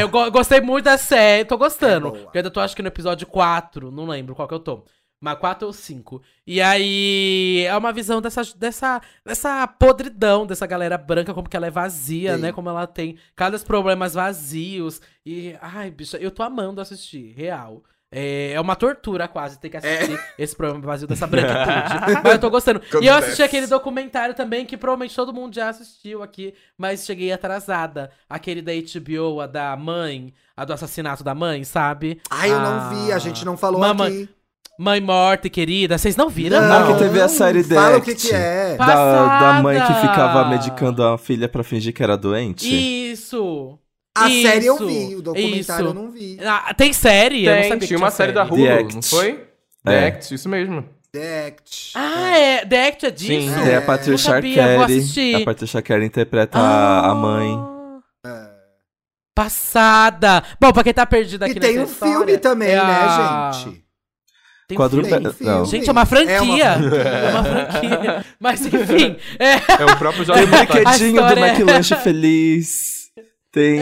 Speaker 2: eu go- gostei muito da série, tô gostando.
Speaker 1: É boa.
Speaker 2: eu ainda tô acho que no episódio 4, não lembro qual que eu tô. Mas 4 ou 5. E aí é uma visão dessa, dessa, dessa podridão dessa galera branca, como que ela é vazia,
Speaker 1: Sim.
Speaker 2: né? Como ela tem cada os problemas vazios. E, ai, bicha, eu tô amando assistir, real. É é uma tortura quase ter que assistir esse programa vazio dessa branquitude. Mas eu tô gostando. E eu assisti
Speaker 4: Acontece.
Speaker 2: aquele documentário também que provavelmente todo mundo já assistiu aqui, mas cheguei atrasada. Aquele da HBO, a da mãe, a do assassinato da mãe, sabe?
Speaker 1: Ai, eu
Speaker 2: Ah.
Speaker 1: não vi. A gente não falou
Speaker 2: Mamãe-
Speaker 1: aqui.
Speaker 2: Mãe morta e querida. Vocês não viram?
Speaker 3: Não, que
Speaker 4: é
Speaker 3: teve a série
Speaker 1: Fala o
Speaker 3: Dect.
Speaker 1: que, que é.
Speaker 2: Pa-
Speaker 3: Da, da mãe que
Speaker 2: Passada!
Speaker 3: ficava medicando a filha pra fingir que era doente.
Speaker 2: Isso!
Speaker 1: A série eu
Speaker 2: Isso,
Speaker 1: vi, o documentário eu
Speaker 2: isso.
Speaker 1: não vi.
Speaker 2: Ah, tem série? eu não
Speaker 4: Tem,
Speaker 2: sabia que
Speaker 4: tinha uma série da
Speaker 3: série. The
Speaker 4: Hulu,
Speaker 3: Act.
Speaker 4: não foi?
Speaker 3: É.
Speaker 4: The Act, isso mesmo.
Speaker 1: Dect.
Speaker 2: Ah, é. The Act é disso?
Speaker 4: Sim.
Speaker 3: Tem
Speaker 1: É,
Speaker 3: a Patrícia
Speaker 2: não sabia, vou
Speaker 3: Arquette.
Speaker 2: assistir.
Speaker 3: A Patrícia Arquette interpreta
Speaker 2: Ah,
Speaker 3: a- a mãe.
Speaker 2: Passada. Bom, pra quem tá perdido aqui
Speaker 1: E tem um
Speaker 2: nessa
Speaker 1: filme
Speaker 2: história,
Speaker 1: também,
Speaker 2: é
Speaker 1: né,
Speaker 2: a-
Speaker 1: gente?
Speaker 2: Tem
Speaker 3: Quadru-
Speaker 2: filme.
Speaker 1: Tem
Speaker 3: Não.
Speaker 1: filme.
Speaker 2: Gente, é uma franquia. É uma franquia. Mas enfim, é,
Speaker 4: É o próprio
Speaker 3: Tem
Speaker 4: Jorge
Speaker 3: o
Speaker 4: Montalto.
Speaker 2: A
Speaker 3: brinquedinho do
Speaker 2: história é-
Speaker 3: McLanche Feliz. Tem.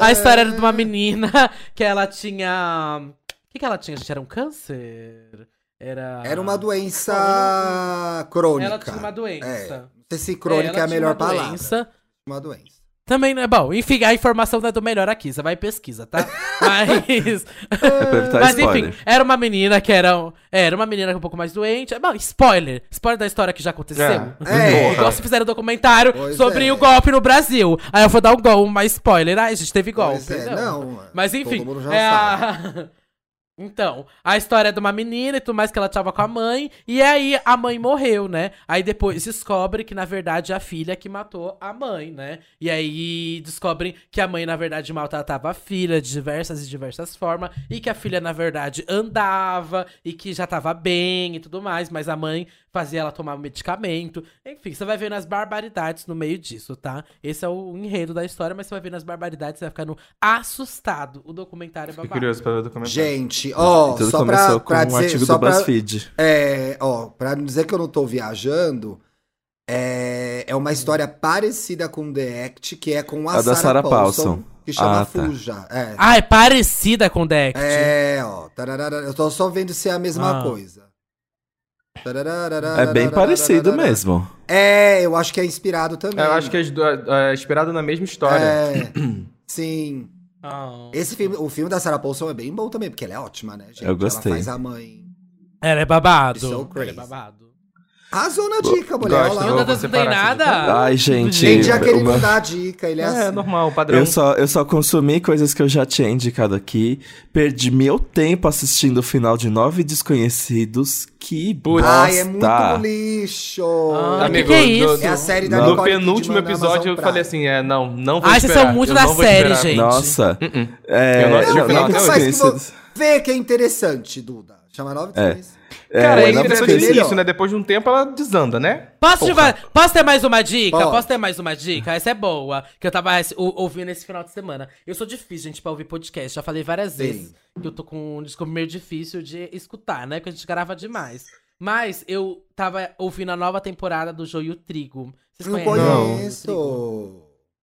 Speaker 2: a história era de uma menina que ela tinha. O que, que ela tinha, gente? Era um câncer? Era.
Speaker 1: Era uma doença crônica.
Speaker 2: Ela tinha uma
Speaker 1: É.
Speaker 2: doença.
Speaker 1: Não sei se
Speaker 2: Ela
Speaker 1: crônica é a
Speaker 2: tinha
Speaker 1: melhor
Speaker 2: uma
Speaker 1: palavra.
Speaker 2: doença.
Speaker 1: Uma doença.
Speaker 2: Também não é bom. Enfim, a informação não é do melhor aqui. Você vai e pesquisa, tá? Mas.
Speaker 3: É pra evitar
Speaker 2: Mas
Speaker 3: spoiler.
Speaker 2: enfim, era uma menina que era. um- Era uma menina um pouco mais doente. Bom, spoiler. Spoiler da história que já aconteceu.
Speaker 1: É.
Speaker 2: Igual se fizeram um documentário
Speaker 1: Pois
Speaker 2: sobre
Speaker 1: é.
Speaker 2: o golpe no Brasil. Aí eu vou dar um gol, mais spoiler. Ai, gente, teve golpe.
Speaker 1: Pois é,
Speaker 2: não.
Speaker 1: não.
Speaker 2: Mas enfim.
Speaker 1: Todo mundo já
Speaker 2: é a-
Speaker 1: sabe.
Speaker 2: Então, a história é de uma menina e tudo mais que ela tava com a mãe. E aí a mãe morreu, né? Aí depois descobre que, na verdade, é a filha que matou a mãe, né? E aí descobrem que a mãe, na verdade, maltratava a filha de diversas e diversas formas. E que a filha, na verdade, andava e que já tava bem e tudo mais. Mas a mãe fazia ela tomar medicamento. Enfim, você vai ver nas barbaridades no meio disso, tá? Esse é o enredo da história, mas você vai ver nas barbaridades, você vai ficando assustado. O documentário é
Speaker 4: Fiquei
Speaker 2: babado.
Speaker 4: curioso pra ver o documentário.
Speaker 1: então tá. Gente, ó,
Speaker 3: Tudo
Speaker 1: só pra,
Speaker 3: começou
Speaker 1: pra
Speaker 3: com um
Speaker 1: dizer,
Speaker 3: artigo
Speaker 1: só
Speaker 3: do
Speaker 1: pra,
Speaker 3: BuzzFeed.
Speaker 1: é, ó, pra não dizer que eu não tô viajando, é, é uma história parecida com The Act, que é com a,
Speaker 3: A da Sarah Paulson,
Speaker 1: que chama
Speaker 3: Ah, tá.
Speaker 1: Fuja. É,
Speaker 2: Ah, é parecida com o Deck.
Speaker 1: É, ó. tararara, eu tô só vendo se é a mesma
Speaker 2: Ah.
Speaker 1: coisa.
Speaker 3: É bem parecido mesmo.
Speaker 1: É, eu acho que é inspirado também.
Speaker 4: Eu acho que é, do- é inspirado na mesma história.
Speaker 1: É, sim. Esse filme, o filme da Sarah Paulson é bem bom também, porque ela é ótima, né, gente?
Speaker 3: Eu gostei.
Speaker 1: Ela faz a mãe.
Speaker 2: Ela
Speaker 1: It's
Speaker 2: é
Speaker 1: so
Speaker 2: babado.
Speaker 1: crazy.
Speaker 2: Ela é babado.
Speaker 1: Arrasou na dica, mulher. Olha
Speaker 4: gosto, vou
Speaker 1: lá.
Speaker 2: Meu Deus, não tem
Speaker 4: separar essa dica.
Speaker 2: nada.
Speaker 3: Ai, gente.
Speaker 1: Tem dia que ele
Speaker 3: uma-
Speaker 1: não dá dica, ele é, assim.
Speaker 4: normal, padrão.
Speaker 3: Eu só, eu só consumi coisas que eu já tinha indicado aqui. Perdi meu tempo assistindo o final de Nove Desconhecidos. Que bosta.
Speaker 1: Ai, é muito lixo.
Speaker 2: Ah,
Speaker 4: Amigo,
Speaker 2: que que é
Speaker 4: do-
Speaker 2: isso?
Speaker 1: é a série da
Speaker 3: No
Speaker 4: No
Speaker 1: Nicole
Speaker 4: penúltimo
Speaker 1: Kidman na
Speaker 4: episódio eu
Speaker 1: Amazon
Speaker 4: falei
Speaker 1: Prime.
Speaker 4: assim, é, não, não vou
Speaker 2: Ai, Ah, vocês
Speaker 4: esperar.
Speaker 2: são muito
Speaker 4: eu
Speaker 2: da
Speaker 4: não vou
Speaker 2: série,
Speaker 4: esperar.
Speaker 2: gente.
Speaker 3: Nossa.
Speaker 4: Uh-uh.
Speaker 3: É,
Speaker 4: Eu não assisti o
Speaker 3: Nove
Speaker 4: final,
Speaker 1: Nunca mais que vou...
Speaker 3: Desconhecidos.
Speaker 1: Vê que é interessante, Duda. Chama nova
Speaker 3: É.
Speaker 1: desconhecida.
Speaker 4: Cara,
Speaker 1: É,
Speaker 4: é,
Speaker 1: não,
Speaker 4: interessante
Speaker 1: foi
Speaker 4: isso,
Speaker 1: melhor.
Speaker 4: né? Depois de um tempo ela desanda, né?
Speaker 2: Posso, te
Speaker 4: Porra.
Speaker 2: fa- posso ter mais uma dica?
Speaker 1: Pode.
Speaker 2: Posso ter mais uma dica? Essa é boa, que eu tava esse- ou- ouvindo esse final de semana. Eu sou difícil, gente, pra ouvir podcast. Já falei várias
Speaker 1: Sim.
Speaker 2: vezes que eu tô com um disco meio difícil de escutar, né? Porque a gente grava demais. Mas eu tava ouvindo a nova temporada do Joio Trigo. Vocês
Speaker 1: Não
Speaker 2: conhecem?
Speaker 3: Não.
Speaker 1: conheço.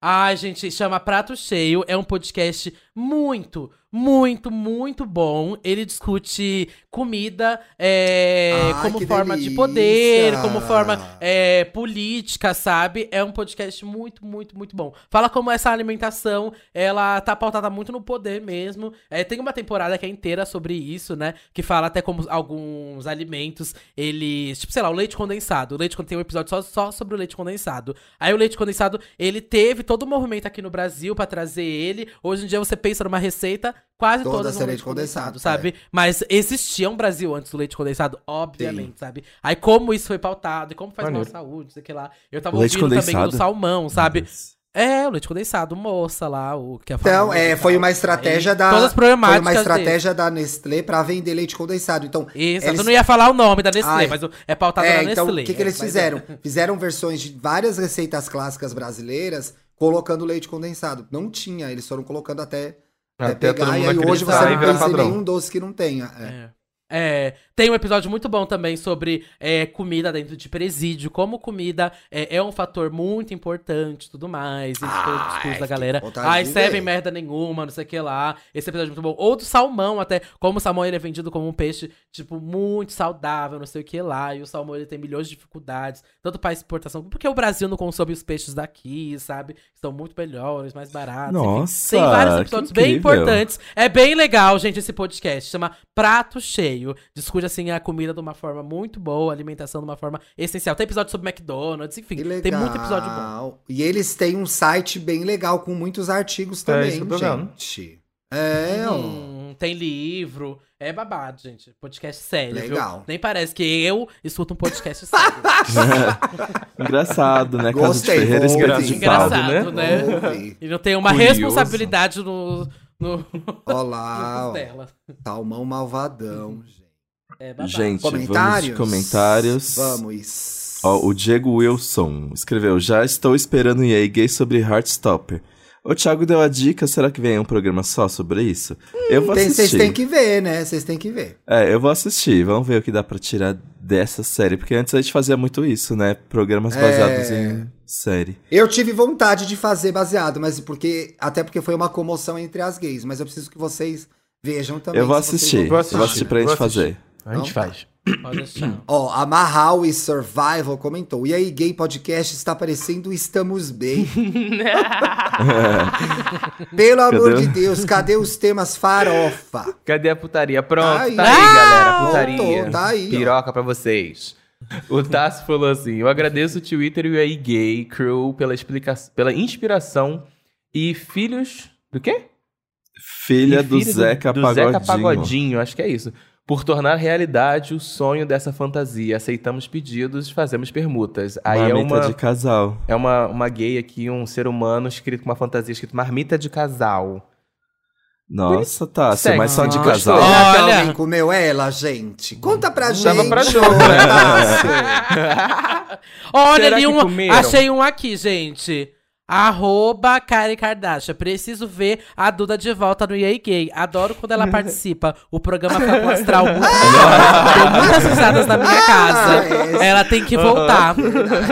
Speaker 2: Ai, gente, chama Prato Cheio. É um podcast muito, muito, muito bom. Ele discute comida é,
Speaker 1: Ai,
Speaker 2: como
Speaker 1: que
Speaker 2: forma de
Speaker 1: delícia.
Speaker 2: poder, como forma é, política, sabe? É um podcast muito, muito, muito bom. Fala como essa alimentação, ela tá pautada muito no poder mesmo. É, tem uma temporada que é inteira sobre isso, né? Que fala até como alguns alimentos, eles... Tipo, sei lá, o leite condensado. O leite condensado tem um episódio só, só sobre o leite condensado. Aí o leite condensado, ele teve todo o movimento aqui no Brasil pra trazer ele. Hoje em dia você pensa numa receita, quase
Speaker 1: Toda
Speaker 2: toda, toda
Speaker 1: sem leite condensado,
Speaker 2: sabe? Mas existia um Brasil antes do leite condensado, obviamente, sabe? Aí como isso foi pautado, e como faz mal à
Speaker 4: Maneiro.
Speaker 2: saúde, sei que lá. Eu tava
Speaker 3: O leite
Speaker 2: ouvindo também o
Speaker 3: condensado?
Speaker 2: do salmão, sabe? É, o leite condensado, moça lá, o que é
Speaker 1: Então,
Speaker 2: famoso
Speaker 1: é,
Speaker 2: e
Speaker 1: foi
Speaker 2: tal.
Speaker 1: uma estratégia da.
Speaker 2: Todas as
Speaker 1: Foi
Speaker 2: problemáticas
Speaker 1: uma
Speaker 2: dele.
Speaker 1: estratégia da Nestlé pra vender leite condensado. Então,
Speaker 2: Exato,
Speaker 1: Eles-
Speaker 2: eu não ia falar o nome da Nestlé,
Speaker 1: Ai.
Speaker 2: mas o- é pautada
Speaker 1: é,
Speaker 2: na
Speaker 1: então
Speaker 2: Nestlé.
Speaker 1: o que, que eles
Speaker 2: Mas-
Speaker 1: fizeram? Fizeram versões de várias receitas clássicas brasileiras colocando leite condensado. Não tinha, eles foram colocando até, até
Speaker 4: Até todo
Speaker 1: É, pegar. E
Speaker 4: mundo
Speaker 1: aí hoje
Speaker 4: acreditar
Speaker 1: você
Speaker 4: e
Speaker 1: não
Speaker 4: virar
Speaker 1: pensa em
Speaker 4: padrão.
Speaker 1: nenhum doce que não tenha. É.
Speaker 2: É. É, tem um episódio muito bom também sobre é, comida dentro de presídio, como comida é, é um fator muito importante e tudo mais. Isso
Speaker 1: Ah,
Speaker 2: todo o discurso
Speaker 1: é,
Speaker 2: da
Speaker 1: fiquei
Speaker 2: galera.
Speaker 1: com vontade
Speaker 2: Ai,
Speaker 1: de ver.
Speaker 2: servem merda nenhuma, não sei o que lá. Esse episódio é muito bom. Ou do salmão, até. Como o salmão ele é vendido como um peixe, tipo, muito saudável, não sei o que lá. E o salmão ele tem milhões de dificuldades, tanto para exportação. Porque o Brasil não consome os peixes daqui, sabe? São muito melhores, mais baratos. enfim.
Speaker 3: Nossa,
Speaker 2: Tem vários
Speaker 3: Ah, que
Speaker 2: episódios bem
Speaker 3: incrível.
Speaker 2: importantes. É bem legal, gente, esse podcast. Chama Prato Cheio. Discute, assim, a comida de uma forma muito boa, a alimentação de uma forma essencial. Tem episódio sobre McDonald's, enfim.
Speaker 1: Que legal.
Speaker 2: Tem muito episódio bom.
Speaker 1: E eles têm
Speaker 4: É,
Speaker 1: um site bem legal com muitos artigos também,
Speaker 4: isso que eu tô vendo.
Speaker 1: gente. É, ó.
Speaker 2: Hum, tem livro. É babado, gente. Podcast sério. viu?
Speaker 1: Legal.
Speaker 2: Nem parece que eu escuto um podcast sério.
Speaker 3: Engraçado, né? Casa de
Speaker 1: Gostei,
Speaker 3: Ferreira,
Speaker 1: vou
Speaker 3: escravo
Speaker 1: ouvir.
Speaker 3: de Paulo,
Speaker 2: Engraçado,
Speaker 3: né?
Speaker 2: né?
Speaker 1: Ouve.
Speaker 2: E não tem uma
Speaker 4: Curioso.
Speaker 2: responsabilidade no. no...
Speaker 1: Olá, ó,
Speaker 2: dela.
Speaker 1: salmão malvadão, gente.
Speaker 2: É babado.
Speaker 3: Gente, vamos de
Speaker 1: Comentários?
Speaker 3: comentários.
Speaker 1: Vamos.
Speaker 3: Ó, o Diego Wilson escreveu: Já estou esperando o EA Gay sobre Heartstopper. O Thiago deu a dica, será que vem um programa só sobre isso? eu vou
Speaker 1: Tem- Vocês
Speaker 3: assistir.
Speaker 1: têm que ver, né? Vocês têm que ver.
Speaker 3: É, eu vou assistir. Vamos ver o que dá pra tirar dessa série. Porque antes a gente fazia muito isso, né? Programas
Speaker 1: É.
Speaker 3: baseados em série.
Speaker 1: Eu tive vontade de fazer baseado, mas porque. Até porque foi uma comoção entre as gays, mas eu preciso que vocês vejam também.
Speaker 3: eu vou
Speaker 1: se vocês
Speaker 3: assistir.
Speaker 1: não
Speaker 3: Eu
Speaker 4: vão
Speaker 3: vou assistir
Speaker 4: assistir,
Speaker 3: pra gente
Speaker 4: vou assistir.
Speaker 3: fazer.
Speaker 4: A gente faz.
Speaker 2: Pode deixar.
Speaker 1: Ó, a Mahal e Survival comentou. E aí, gay podcast está parecendo Estamos Bem. Pelo amor
Speaker 3: Cadê?
Speaker 1: de Deus, cadê os temas farofa?
Speaker 4: Cadê a putaria? Pronto,
Speaker 1: Tá
Speaker 4: tá
Speaker 1: aí.
Speaker 4: aí,
Speaker 1: Ah,
Speaker 4: galera. Putaria.
Speaker 1: voltou, tá aí, ó.
Speaker 4: Piroca pra vocês. O Tassi falou assim: Eu agradeço o Twitter e o aí Gay Crew pela, explica... pela inspiração e filhos. Do quê?
Speaker 3: Filha
Speaker 4: E
Speaker 3: do
Speaker 4: filho
Speaker 3: Zeca
Speaker 4: do
Speaker 3: Pagodinho.
Speaker 4: Zeca Pagodinho, acho que é isso. Por tornar realidade o sonho dessa fantasia. Aceitamos pedidos, fazemos permutas. Aí é
Speaker 3: Marmita
Speaker 4: uma,
Speaker 3: de casal.
Speaker 4: é uma, uma gay aqui, um ser humano escrito com uma fantasia escrito marmita de casal.
Speaker 3: Nossa, tá. Você é
Speaker 4: Sexy.
Speaker 3: mais fã de
Speaker 2: Ah,
Speaker 3: casal?
Speaker 2: gostei.
Speaker 1: Será que
Speaker 2: Olha!
Speaker 1: alguém comeu ela, gente? Conta pra gente.
Speaker 4: Tava pra jogo, né?
Speaker 2: Olha
Speaker 4: Será
Speaker 2: ali
Speaker 4: que
Speaker 2: um.
Speaker 4: comeram?
Speaker 2: Achei um aqui, gente. Arroba Kari Kardashian. Preciso ver a Duda de volta no EA Gay. Adoro quando ela participa. O programa fica com astral muito alto. Tem muitas risadas na minha casa.
Speaker 1: Ah,
Speaker 2: Ela tem que voltar.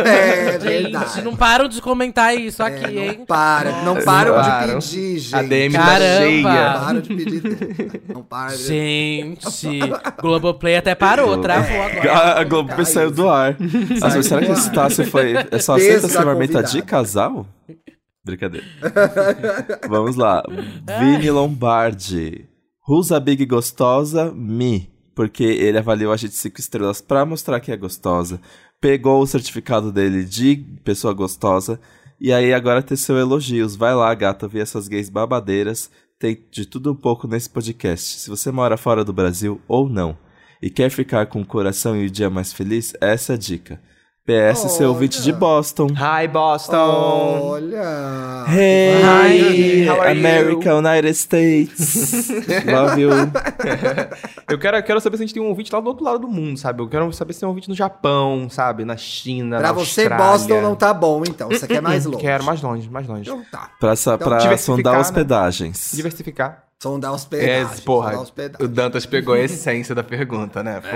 Speaker 1: É
Speaker 2: Gente,
Speaker 1: verdade.
Speaker 2: não param de comentar isso
Speaker 1: É,
Speaker 2: aqui, hein?
Speaker 1: não para, não
Speaker 4: Nossa.
Speaker 1: param de
Speaker 4: Param.
Speaker 1: pedir, gente.
Speaker 4: A DM
Speaker 2: Caramba.
Speaker 4: tá cheia.
Speaker 1: Param de pedir tudo. Não param.
Speaker 2: Gente, Globoplay até parou, travou agora.
Speaker 3: A, a Globo
Speaker 1: Caiu.
Speaker 3: saiu do ar. Nossa, mas será que esse Tassi foi. É só aceita essa marmita de
Speaker 1: Desconvidado.
Speaker 3: casal? Brincadeira. Vamos lá. Vini Lombardi. Who's a Big Gostosa? Me. Porque ele avaliou a gente cinco estrelas pra mostrar que é gostosa. Pegou o certificado dele de pessoa gostosa. E aí agora teceu elogios. Vai lá, gata, ver essas gays babadeiras. Tem de tudo um pouco nesse podcast. Se você mora fora do Brasil ou não e quer ficar com o coração e o dia mais feliz, essa é a dica. PS, seu
Speaker 1: Olha.
Speaker 3: ouvinte de Boston.
Speaker 4: Hi,
Speaker 1: Oh.
Speaker 4: Boston!
Speaker 1: Olha.
Speaker 3: Hey,
Speaker 4: Hi, how are you?
Speaker 3: America, United States. Love you.
Speaker 4: Eu quero, eu quero saber se a gente tem um ouvinte lá do outro lado do mundo, sabe? Eu quero saber se tem um ouvinte no Japão, sabe? Na China,
Speaker 1: Pra
Speaker 4: na
Speaker 1: você,
Speaker 4: Austrália. Uhum.
Speaker 1: Boston não tá bom, então. Você quer mais longe.
Speaker 4: Quero mais longe, mais longe.
Speaker 1: Então tá.
Speaker 3: Pra, sa-
Speaker 1: Então,
Speaker 3: pra
Speaker 4: diversificar,
Speaker 3: sondar
Speaker 4: né?
Speaker 3: hospedagens.
Speaker 4: Diversificar.
Speaker 1: Sondar hospedagem.
Speaker 4: É, porra.
Speaker 1: Sondar hospedagem.
Speaker 4: Dantas pegou a essência da pergunta, né?
Speaker 1: É.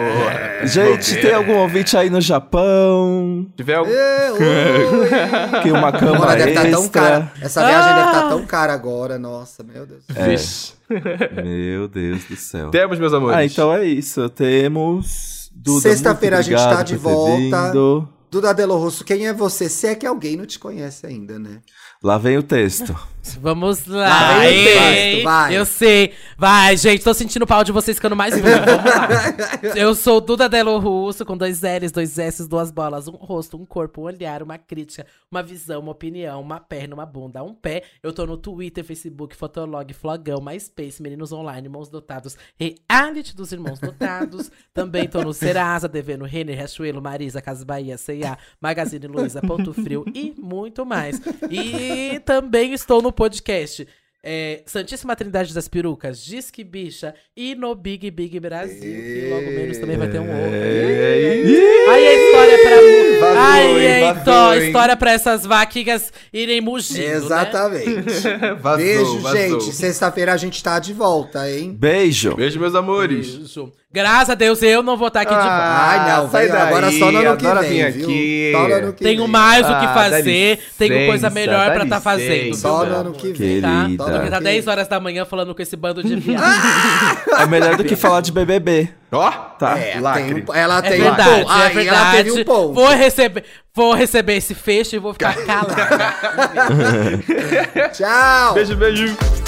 Speaker 4: Porra.
Speaker 3: Gente, tem algum ouvinte aí no Japão?
Speaker 4: Se tiver algum...
Speaker 1: É, ui.
Speaker 3: Que uma cama
Speaker 1: Agora deve tá
Speaker 3: extra.
Speaker 1: tão cara. Essa viagem
Speaker 2: Ah!
Speaker 1: deve estar tão cara agora, nossa, meu Deus.
Speaker 4: Vixe.
Speaker 3: Meu Deus do céu.
Speaker 4: É. Temos, meus amores.
Speaker 3: Ah, então é isso. Temos. Duda,
Speaker 1: Sexta-feira
Speaker 3: muito
Speaker 1: a gente tá
Speaker 3: obrigado
Speaker 1: de
Speaker 3: por ter
Speaker 1: volta.
Speaker 3: vindo.
Speaker 1: Duda Delo Russo, quem é você? Se é que alguém não te conhece ainda, né?
Speaker 3: Lá vem o texto.
Speaker 2: Vamos lá.
Speaker 1: Vai,
Speaker 2: hein?
Speaker 1: texto, vai.
Speaker 2: Eu sei. Vai, gente. Tô sentindo o pau de vocês ficando mais burro. Vamos lá. Eu sou Duda Delo Russo, com dois L's, dois S's, duas bolas, um rosto, um corpo, um olhar, uma crítica, uma visão, uma opinião, uma perna, uma bunda, um pé. Eu tô no Twitter, Facebook, Fotolog, Flogão, MySpace, Meninos Online, Irmãos Dotados, Reality dos Irmãos Dotados. Também tô no Serasa, Devendo, Renner, Riachuelo, Marisa, Casa Bahia, C&A, Magazine Luiza, Ponto Frio e muito mais. E também estou no podcast é, Santíssima Trindade das Perucas, Disque Bicha e no Big Big Brasil, que logo menos também vai ter um
Speaker 4: É
Speaker 2: outro. Aí a história pra. mu-
Speaker 4: Vazou,
Speaker 2: Aí então,
Speaker 4: hein?
Speaker 2: a
Speaker 4: Vazou,
Speaker 2: histó-
Speaker 4: hein?
Speaker 2: história pra essas vaquinhas irem mugindo. Né?
Speaker 1: Exatamente.
Speaker 4: Vazou,
Speaker 1: Beijo,
Speaker 4: vazou.
Speaker 1: gente. Sexta-feira a gente tá de volta, hein?
Speaker 3: Beijo.
Speaker 4: Beijo, meus amores.
Speaker 2: Isso. Graças a Deus eu não vou estar aqui de
Speaker 4: Ah,
Speaker 2: volta.
Speaker 1: Ai, não,
Speaker 4: sai
Speaker 1: vai agora
Speaker 4: daí,
Speaker 1: só no ano que
Speaker 4: adora
Speaker 1: vem,
Speaker 4: vir
Speaker 1: viu?
Speaker 4: aqui.
Speaker 1: Só no ano que
Speaker 2: Tenho
Speaker 1: vem.
Speaker 2: mais o que
Speaker 4: Ah,
Speaker 2: fazer,
Speaker 4: dá
Speaker 2: tenho coisa
Speaker 4: licença,
Speaker 2: melhor
Speaker 4: dá
Speaker 2: pra estar tá
Speaker 4: licença.
Speaker 2: fazendo. viu,
Speaker 1: Só no
Speaker 2: meu
Speaker 1: ano
Speaker 2: amor?
Speaker 1: que vem.
Speaker 2: Tá?
Speaker 3: Querida.
Speaker 1: Só no ano
Speaker 2: Porque tá
Speaker 1: que
Speaker 2: 10
Speaker 1: vem. Ah,
Speaker 2: horas da manhã falando com esse bando de viado.
Speaker 3: É melhor do que falar de BBB,
Speaker 4: Ó,
Speaker 3: tá?
Speaker 1: É,
Speaker 4: Lacre.
Speaker 1: tem um- ela
Speaker 2: É
Speaker 1: tem
Speaker 2: verdade,
Speaker 1: um ponto.
Speaker 2: é
Speaker 1: Aí
Speaker 2: verdade.
Speaker 1: ela teve um ponto.
Speaker 2: Vou receber, vou receber esse fecho e vou ficar calada.
Speaker 1: Tchau.
Speaker 4: Beijo, beijo.